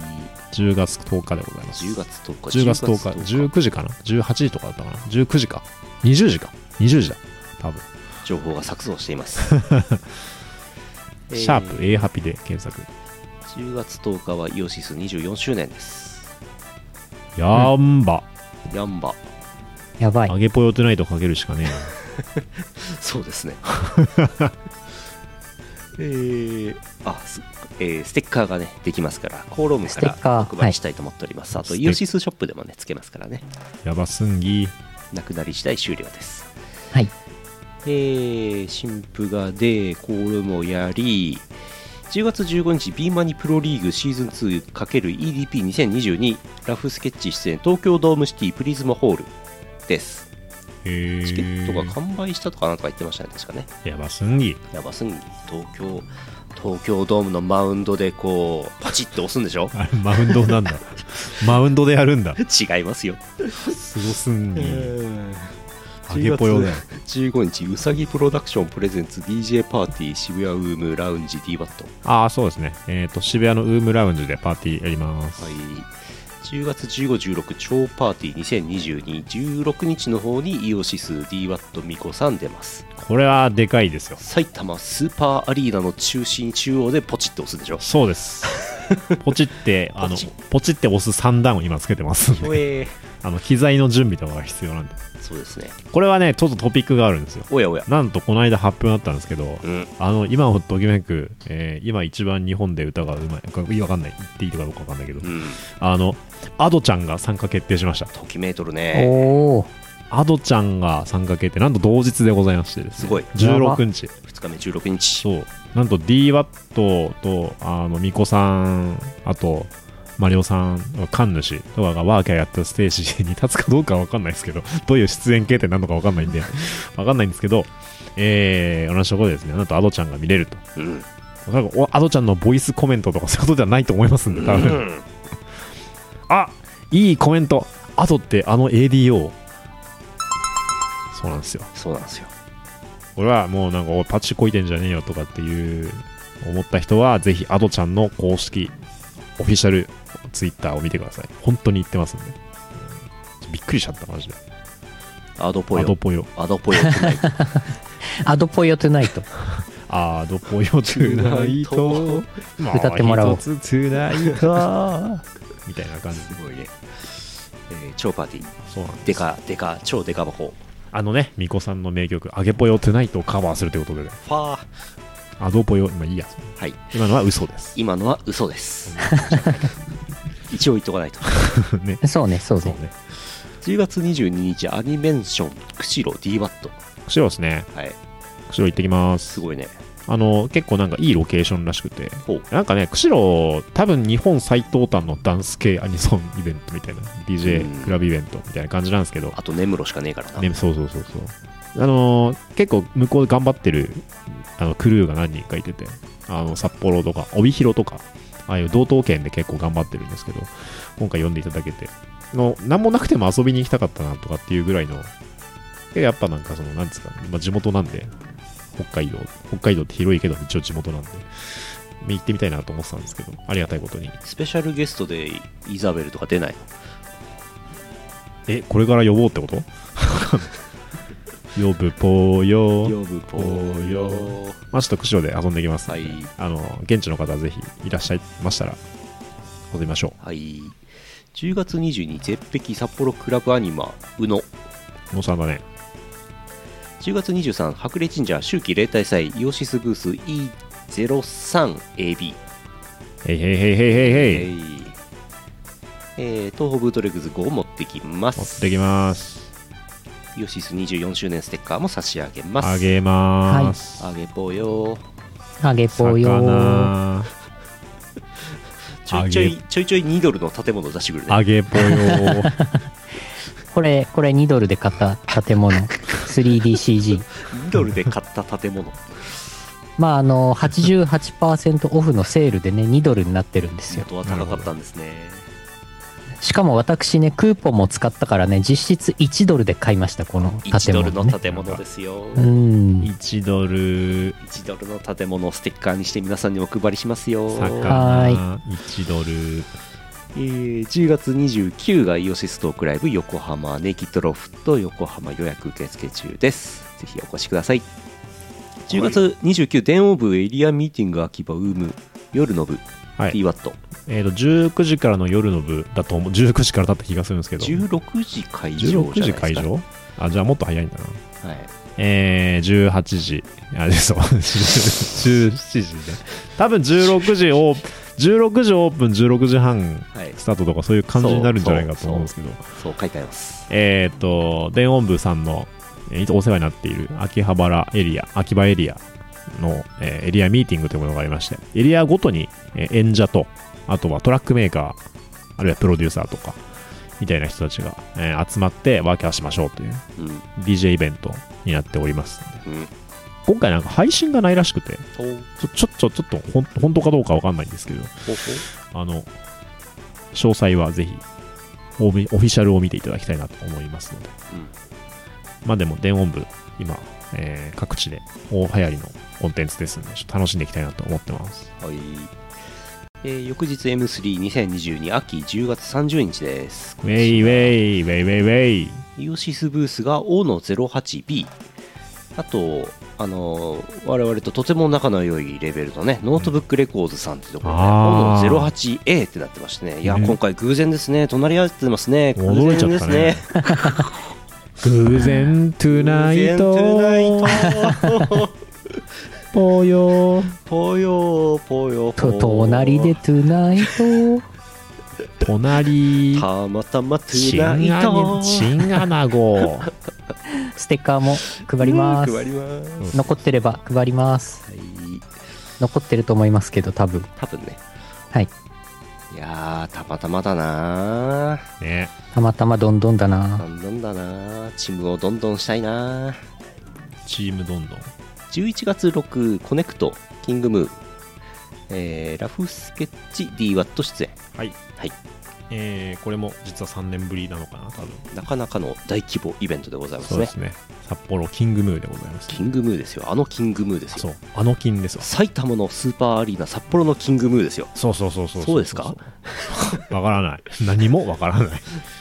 [SPEAKER 1] 10月10日でございます。
[SPEAKER 2] 10月10日。
[SPEAKER 1] 10月10日、19時かな ?18 時とかだったかな ?19 時か。20時か。20時だ。多分。
[SPEAKER 2] 情報が錯綜してい
[SPEAKER 1] *laughs*
[SPEAKER 2] ます。えー
[SPEAKER 1] シャープ A ハピで検索。
[SPEAKER 2] 10月10日はイオシス24周年です。
[SPEAKER 1] やんば。
[SPEAKER 2] ヤンバ。
[SPEAKER 3] やば
[SPEAKER 1] あ
[SPEAKER 3] い。
[SPEAKER 1] げぽよトゥナイトかけるしかね
[SPEAKER 2] そうです
[SPEAKER 1] *laughs*
[SPEAKER 2] ね。えー、あすえーステッカーがね、できますから、コーロームか
[SPEAKER 3] ステッカ
[SPEAKER 2] ら
[SPEAKER 3] ー
[SPEAKER 2] 特売したいと思っております。あと、
[SPEAKER 1] ステッ
[SPEAKER 2] イオシスショップでもね、つけますからね。
[SPEAKER 1] え。やばすんぎ。
[SPEAKER 2] なくなり次第終了です。
[SPEAKER 3] はい。
[SPEAKER 2] えー、新婦がで、コールもやり、10月15日、ビーマニプロリーグシーズン 2×EDP2022 ラフスケッチ出演東京ドームシティプリズマホールです。
[SPEAKER 1] へー
[SPEAKER 2] チケットが完売したとかなんとか言ってましたね、確かね。
[SPEAKER 1] やばすんぎ。
[SPEAKER 2] やばすぎ、東京、東京ドームのマウンドでこう、パチッて押すんでしょ
[SPEAKER 1] あれ、マウンドなん
[SPEAKER 2] *laughs*
[SPEAKER 1] だ。マウンドでやるんだ。
[SPEAKER 2] 違いますよ。
[SPEAKER 1] すごすんぎ。あ
[SPEAKER 2] 10
[SPEAKER 1] げ
[SPEAKER 2] 月
[SPEAKER 1] ぽよだよ。
[SPEAKER 2] 15日、うさぎプロダクションプレゼンツ DJ パーティー渋谷ウームラウンジ DWAT。は
[SPEAKER 1] ああ、そうですね。えっ、と、渋谷のウームラウンジでパーティーやります。
[SPEAKER 2] い。10月15、16、超パーティー2022、16日の方にイオシス DWAT ミコさん出ます。
[SPEAKER 1] これはでかいですよ。
[SPEAKER 2] 埼玉スーパーアリーナの中心中央でポチッと押すでしょ。
[SPEAKER 1] そう
[SPEAKER 2] *laughs*
[SPEAKER 1] です。ポチって、あの
[SPEAKER 2] ポチ、
[SPEAKER 1] ポチって押す3段を今つけてますんで、
[SPEAKER 2] え
[SPEAKER 1] あの、機材の準備とかが必要なんで。
[SPEAKER 2] *laughs* そうですね。
[SPEAKER 1] これはね、ちょっとトピックがあるんですよ。
[SPEAKER 2] おやおや。
[SPEAKER 1] なんとこの間発表だったんですけど、
[SPEAKER 2] うん。
[SPEAKER 1] あの、今をときめく、えー今一番日本で歌がうまい、かいやわかんない、言っていいのかどうかわかんないけど
[SPEAKER 2] う、ん。
[SPEAKER 1] あの、アドちゃんが参加決定しました。
[SPEAKER 2] ときめいとるね。
[SPEAKER 3] おお。
[SPEAKER 1] アドちゃんが参加決定、なんと同日でございましてです
[SPEAKER 2] す
[SPEAKER 1] ね、
[SPEAKER 2] ごい。
[SPEAKER 1] 16日。
[SPEAKER 2] 2日目16日。
[SPEAKER 1] そう。なんと DWAT と、あの、ミコさん、あと、マリオさん、神主とかがワーキャーやったステー
[SPEAKER 2] *laughs*
[SPEAKER 1] ジに立つかどうかはわかんないですけど、どういう出演形態なのかわかんないんで、わかんないんですけど、えー、同じところでですね、なんとアドちゃんが見れると。
[SPEAKER 2] うん
[SPEAKER 1] おそらくおアドちゃんのボイスコメントとかそういうことではないと思いますんで、多分、
[SPEAKER 2] うん
[SPEAKER 1] *laughs* あいいコメント。アドってあの ADO。そうなんですよ。
[SPEAKER 2] そうなんですよ
[SPEAKER 1] 俺はもうなんか、おいパチこいてんじゃねえよとかっていう、思った人は、ぜひアドちゃんの公式、オフィシャルツイッターを見てください。本当に言ってますんで。うんびっくりしちゃった、マジで。
[SPEAKER 2] アドポ
[SPEAKER 1] アド
[SPEAKER 2] ヨ
[SPEAKER 1] ポヨ。
[SPEAKER 2] アドポヨって *laughs* ない
[SPEAKER 3] アドポヨトゥナイト。
[SPEAKER 1] アドポ
[SPEAKER 3] *laughs*
[SPEAKER 1] ヨトゥナイト。
[SPEAKER 3] 歌ってもらおう
[SPEAKER 1] 一つトゥナイト。みたいな感じで。
[SPEAKER 2] すごいね、えー超パーティー
[SPEAKER 1] そうなんです
[SPEAKER 2] デカデカ超デカ箱
[SPEAKER 1] あのね、ミコさんの名曲、アゲポヨトゥナイトをカバーするということで、ね、
[SPEAKER 2] ファー
[SPEAKER 1] アドポヨ、今いいや、
[SPEAKER 2] はい
[SPEAKER 1] 今のは嘘
[SPEAKER 3] *laughs*
[SPEAKER 1] です。
[SPEAKER 2] 今のは嘘 *laughs* です。一応言っとかないと。
[SPEAKER 1] ね、
[SPEAKER 3] そうね、そう
[SPEAKER 1] そう
[SPEAKER 3] ね。
[SPEAKER 1] ね。
[SPEAKER 2] 10月22日、アニメンション、釧路 d バット
[SPEAKER 1] 釧路ですね。
[SPEAKER 2] はい。
[SPEAKER 1] 釧路行ってきます。
[SPEAKER 2] すごいね。
[SPEAKER 1] あの、結構なんかいいロケーションらしくて、
[SPEAKER 2] ほう。
[SPEAKER 1] なんかね、釧路、多分日本最東端のダンス系アニソンイベントみたいな、
[SPEAKER 2] うん
[SPEAKER 1] DJ クラブイベントみたいな感じなんですけど、
[SPEAKER 2] あと、根室しかねえからな。
[SPEAKER 1] ね、そうそうそうそう。あのー結構向こうで頑張ってるあのクルーが何人かいてて、あの札幌とか帯広とか、ああいう道東圏で結構頑張ってるんですけど、今回呼んでいただけて、の何もなくても遊びに行きたかったなとかっていうぐらいの、でやっぱなんかその、なんですか、ね、まあ、地元なんで、北海道、北海道って広いけど、一応地元なんで、行ってみたいなと思ってたんですけど、ありがたいことに。
[SPEAKER 2] スペシャルゲストでイザベルとか出ない
[SPEAKER 1] え、これから呼ぼうってこと *laughs* 呼ぶぽよ
[SPEAKER 2] の。ぶぽよ
[SPEAKER 1] まあ、ちょっと釧路で遊んできますので、
[SPEAKER 2] はい
[SPEAKER 1] あの現地の方ぜひいらっしゃいましたら遊びましょ
[SPEAKER 2] はい。10月22日、絶壁札幌クラブアニマ、宇野。
[SPEAKER 1] う。もうさんだね。
[SPEAKER 2] 10月23、白麗神社、秋季例大祭、イオシスブース E03AB。
[SPEAKER 1] へいへいへいへいへいへい。
[SPEAKER 2] えいえー東方ブートレグズ5を持ってきま
[SPEAKER 1] 持っ
[SPEAKER 2] す
[SPEAKER 1] てきます。
[SPEAKER 2] ヨシス24周年ステッカーも差し上げます
[SPEAKER 1] あげまーす。
[SPEAKER 2] あげぽよ
[SPEAKER 3] あげぽよ。
[SPEAKER 1] 魚
[SPEAKER 2] ちょいちょ
[SPEAKER 1] あ
[SPEAKER 2] いちょいちょい2ドルの建物出してくるね
[SPEAKER 1] あげぽよ
[SPEAKER 2] *laughs*
[SPEAKER 1] ー
[SPEAKER 3] これ、これ2ドルで買った建物。3DCG。
[SPEAKER 2] 2ドルで買った建物
[SPEAKER 3] まあ、あの、88%オフのセールでね、2ドルになってるんですよ。
[SPEAKER 2] 元は高かったんですね
[SPEAKER 3] しかも私ね、クーポンも使ったからね、実質1ドルで買いました、この
[SPEAKER 2] 1
[SPEAKER 3] 建
[SPEAKER 2] ド
[SPEAKER 3] 物、
[SPEAKER 2] ル
[SPEAKER 3] ね。
[SPEAKER 2] の建物ですよ
[SPEAKER 3] うん。
[SPEAKER 1] 1ドル、
[SPEAKER 2] 1ドルの建物をステッカーにして皆さんにお配りしますよ、
[SPEAKER 3] は
[SPEAKER 1] 魚、1ドル。
[SPEAKER 2] えー10月29がイオシストークライブ横浜ネイキッドロフト横浜予約受付中ですぜひお越しください10月29電王部エリアミーティング秋葉ウーム夜の部
[SPEAKER 1] はい
[SPEAKER 2] DWAT、
[SPEAKER 1] えっ、と、19時からの夜の部だと思う。19時からだった気がするんですけど。
[SPEAKER 2] 16時会場じゃない
[SPEAKER 1] 16
[SPEAKER 2] です
[SPEAKER 1] 時
[SPEAKER 2] か
[SPEAKER 1] 会場あ、じゃあもっと早いんだな。
[SPEAKER 2] はい、
[SPEAKER 1] えー、18時。あ、そう、17時ね。多分16時オープン、16時オープン、16時半
[SPEAKER 2] はい、
[SPEAKER 1] スタートとかそういう感じになるんじゃないかと思うんですけど、
[SPEAKER 2] そう書いてあります
[SPEAKER 1] えーっと、電音部さんの、えーいつもお世話になっている秋葉原エリア、秋葉エリアの、えーエリアミーティングというものがありまして、エリアごとに、えー演者と、あとはトラックメーカー、あるいはプロデューサーとか、みたいな人たちが、えー集まってワーキャーしましょうという
[SPEAKER 2] うん
[SPEAKER 1] DJ イベントになっておりますので
[SPEAKER 2] うん
[SPEAKER 1] 今回なんか配信がないらしくて、
[SPEAKER 2] ほう
[SPEAKER 1] ちょ、ちょ、ちょ、ちょっとほん、本当かどうかわかんないんですけど、
[SPEAKER 2] ほう
[SPEAKER 1] あの、詳細はぜひ、オフィオフィシャルを見ていただきたいなと思いますので。
[SPEAKER 2] うん
[SPEAKER 1] まあでも、電音部、今、えー各地で大流行りのコンテンツですので、ちょっと楽しんでいきたいなと思ってます。
[SPEAKER 2] ほうはいえー翌日 M32022 秋10月30日です
[SPEAKER 1] ウェイウェイ、ウェイウェイウェイ。
[SPEAKER 2] イオシスブースが O の 08B あとあのー我々ととても仲の良いレベルのねノートブックレコーズさんってところで、
[SPEAKER 1] あー
[SPEAKER 2] O の 08A ってなってましてねいや
[SPEAKER 1] ね
[SPEAKER 2] 今回偶然ですね隣り合ってますね偶
[SPEAKER 1] 驚いち
[SPEAKER 2] 然
[SPEAKER 1] ゃ
[SPEAKER 2] で
[SPEAKER 1] った
[SPEAKER 2] す
[SPEAKER 1] ね
[SPEAKER 2] ね
[SPEAKER 1] 偶然、トゥナイト、
[SPEAKER 2] 偶然トゥナイト
[SPEAKER 1] ぽよ、
[SPEAKER 2] ぽよぽよぽ
[SPEAKER 3] と、
[SPEAKER 2] よ
[SPEAKER 3] 隣でトゥナイ
[SPEAKER 1] *laughs*
[SPEAKER 3] ト。
[SPEAKER 1] 隣、
[SPEAKER 2] たまたまト
[SPEAKER 1] チン
[SPEAKER 2] ゥナ
[SPEAKER 1] ア
[SPEAKER 2] イ
[SPEAKER 1] ナ
[SPEAKER 2] ト
[SPEAKER 1] チンアナ *laughs* ゴ。
[SPEAKER 3] ステッカーも配ります。
[SPEAKER 2] 配ります
[SPEAKER 3] 残ってれば配ります。
[SPEAKER 2] はい
[SPEAKER 3] 残ってると思いますけど、多分。
[SPEAKER 2] 多分ね
[SPEAKER 3] はい
[SPEAKER 2] いやーたまたまだなー
[SPEAKER 1] ね。
[SPEAKER 3] たまたまどんどんだ
[SPEAKER 2] な
[SPEAKER 3] な。
[SPEAKER 2] んなんだなあチームをどんどんしたいなあ
[SPEAKER 1] チームどんどん。
[SPEAKER 2] 11月6コネクトキングムー、えーラフスケッチ DWAT 出演
[SPEAKER 1] えーこれも実は3年ぶりなのかな、多分。
[SPEAKER 2] なかなかの大規模イベントでございます
[SPEAKER 1] そう
[SPEAKER 2] ね
[SPEAKER 1] ですね。札幌キングムーでございます。
[SPEAKER 2] キングムーですよあのキングムーですよ
[SPEAKER 1] そう、あの金ですわ。
[SPEAKER 2] 埼玉のスーパーアリーナ札幌のキングムーですよ
[SPEAKER 1] そうそうそうそう。
[SPEAKER 2] そうですか
[SPEAKER 1] わからない。 *laughs* 何もわからない。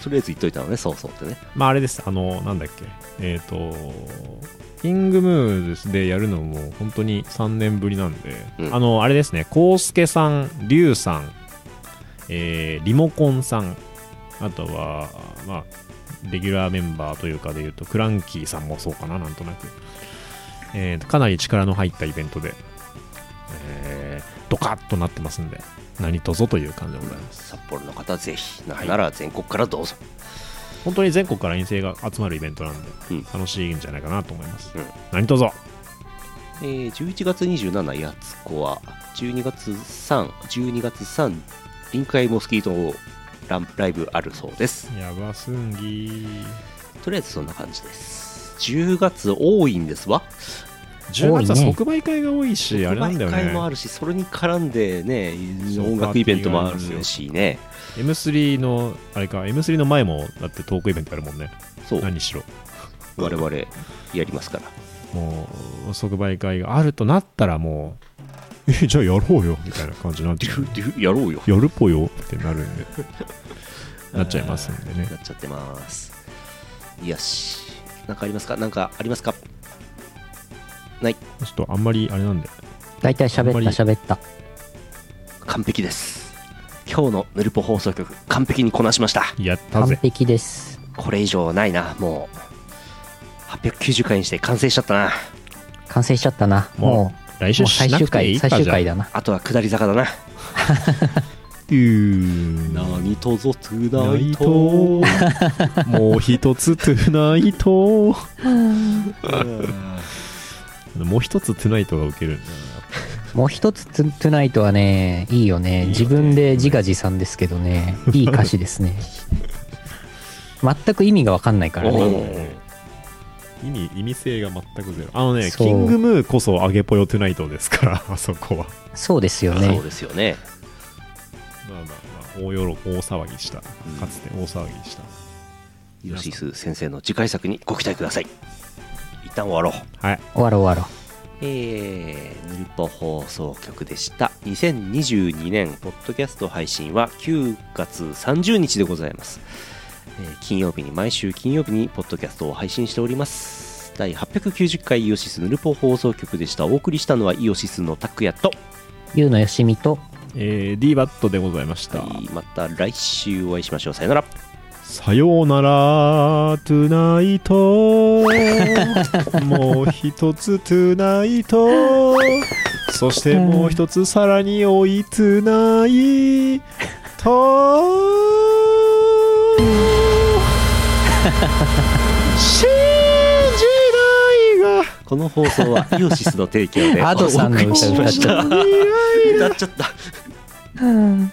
[SPEAKER 2] とりあえず言っといたのねそうそうってね
[SPEAKER 1] まああれです、あの、なんだっけ、えっ、と、キングムーでやるのも本当に3年ぶりなんで、
[SPEAKER 2] うん
[SPEAKER 1] あの、あれですね、コウスケさん、リュウさん、えーリモコンさん、あとは、まあ、レギュラーメンバーというかでいうと、クランキーさんもそうかな、なんとなく。えーとかなり力の入ったイベントで、えードカッとなってますんで、何とぞという感じでございます。
[SPEAKER 2] 札幌の方ぜひななら全国からどうぞ
[SPEAKER 1] 本当に全国から遠征が集まるイベントなんで、
[SPEAKER 2] うん
[SPEAKER 1] 楽しいんじゃないかなと思います、
[SPEAKER 2] うん
[SPEAKER 1] 何とぞ
[SPEAKER 2] えー11月27やつこは12月312月3臨海モスキートランプライブあるそうです
[SPEAKER 1] やばすんぎ
[SPEAKER 2] とりあえずそんな感じです10月多いんですわ
[SPEAKER 1] 10月は
[SPEAKER 3] 多いね
[SPEAKER 1] 即売会が多いし、あれなんだよ
[SPEAKER 2] 特売会もあ
[SPEAKER 1] ね
[SPEAKER 2] るしそれに絡んでね
[SPEAKER 1] そう
[SPEAKER 2] 音楽イベントも
[SPEAKER 1] パ
[SPEAKER 2] あ
[SPEAKER 1] ーティーがありますよ
[SPEAKER 2] るしね
[SPEAKER 1] M3 のあれか M3 の前もだってトークイベントあるもんね
[SPEAKER 2] そう
[SPEAKER 1] 何しろ
[SPEAKER 2] 我々やります
[SPEAKER 1] *laughs*
[SPEAKER 2] から *laughs*
[SPEAKER 1] もう即売会があるとなったらもう *laughs* えじゃあやろうよみたいな感じになっちゃ
[SPEAKER 2] *laughs*
[SPEAKER 1] う
[SPEAKER 2] やろうよ
[SPEAKER 1] やるぽよってなるんでなっちゃいますんでね
[SPEAKER 2] なっちゃってますよしなんかありますかなんかありますか
[SPEAKER 1] ちょっとあんまりあれなんで
[SPEAKER 3] 大体喋
[SPEAKER 1] あんま
[SPEAKER 3] っ
[SPEAKER 1] り
[SPEAKER 3] た喋った
[SPEAKER 2] 完璧です今日のヌルポ放送局完璧にこなしました
[SPEAKER 1] やった
[SPEAKER 3] 完
[SPEAKER 1] ぜ
[SPEAKER 3] 璧です
[SPEAKER 2] これ以上ないなもう890回にして完成しちゃったな
[SPEAKER 3] 完成しちゃったなも
[SPEAKER 1] 来
[SPEAKER 3] うも
[SPEAKER 1] 週
[SPEAKER 3] う最
[SPEAKER 1] しな
[SPEAKER 3] 終
[SPEAKER 1] くてい
[SPEAKER 3] 回
[SPEAKER 1] いか
[SPEAKER 3] 最
[SPEAKER 1] じゃ
[SPEAKER 3] 終
[SPEAKER 1] あ
[SPEAKER 3] 回だな
[SPEAKER 2] あとは下り坂だな
[SPEAKER 1] うーん
[SPEAKER 2] 何とぞトゥ
[SPEAKER 1] な
[SPEAKER 2] ナイ
[SPEAKER 1] いと *laughs*
[SPEAKER 2] ト
[SPEAKER 1] もう一つトゥナイトもう一つトゥナイトが受けるんだ
[SPEAKER 3] もう一つトゥトゥナイトはねいいよね自分で自画自賛ですけど *laughs* ねいい歌詞ですね全く意味がわかんないから
[SPEAKER 2] お
[SPEAKER 3] ね
[SPEAKER 2] ー
[SPEAKER 1] 意味意味性が全くゼロあのね
[SPEAKER 3] そう
[SPEAKER 1] キングムーこそアゲポヨトゥナイトですから *laughs* あそこは
[SPEAKER 3] そうですよね
[SPEAKER 2] そうですよね
[SPEAKER 1] まあまあまあ大よろ大騒ぎしたかつて大騒ぎした、
[SPEAKER 2] ヨシス先生の次回作にご期待ください一旦終わろう
[SPEAKER 1] はい
[SPEAKER 3] 終わろう終わろ
[SPEAKER 2] えー、ヌルポ放送局でした2022年ポッドキャスト配信は9月30日でございます、えー金曜日に毎週金曜日にポッドキャストを配信しております第890回イオシスヌルポ放送局でしたお送りしたのはイオシスのタクヤと、
[SPEAKER 3] うゆうのよしみと
[SPEAKER 1] えー、D バットでございました、
[SPEAKER 2] はいまた来週お会いしましょうさよなら
[SPEAKER 1] さようならトゥナイトもう一つトゥナイトそしてもう一つさらにおいトゥナイト信じないが
[SPEAKER 2] この放送はイオ
[SPEAKER 3] *laughs*
[SPEAKER 2] シスの提供で
[SPEAKER 3] アドさんの歌歌っちゃ
[SPEAKER 2] お送
[SPEAKER 3] った *laughs*
[SPEAKER 2] りしました歌っちゃった
[SPEAKER 3] うん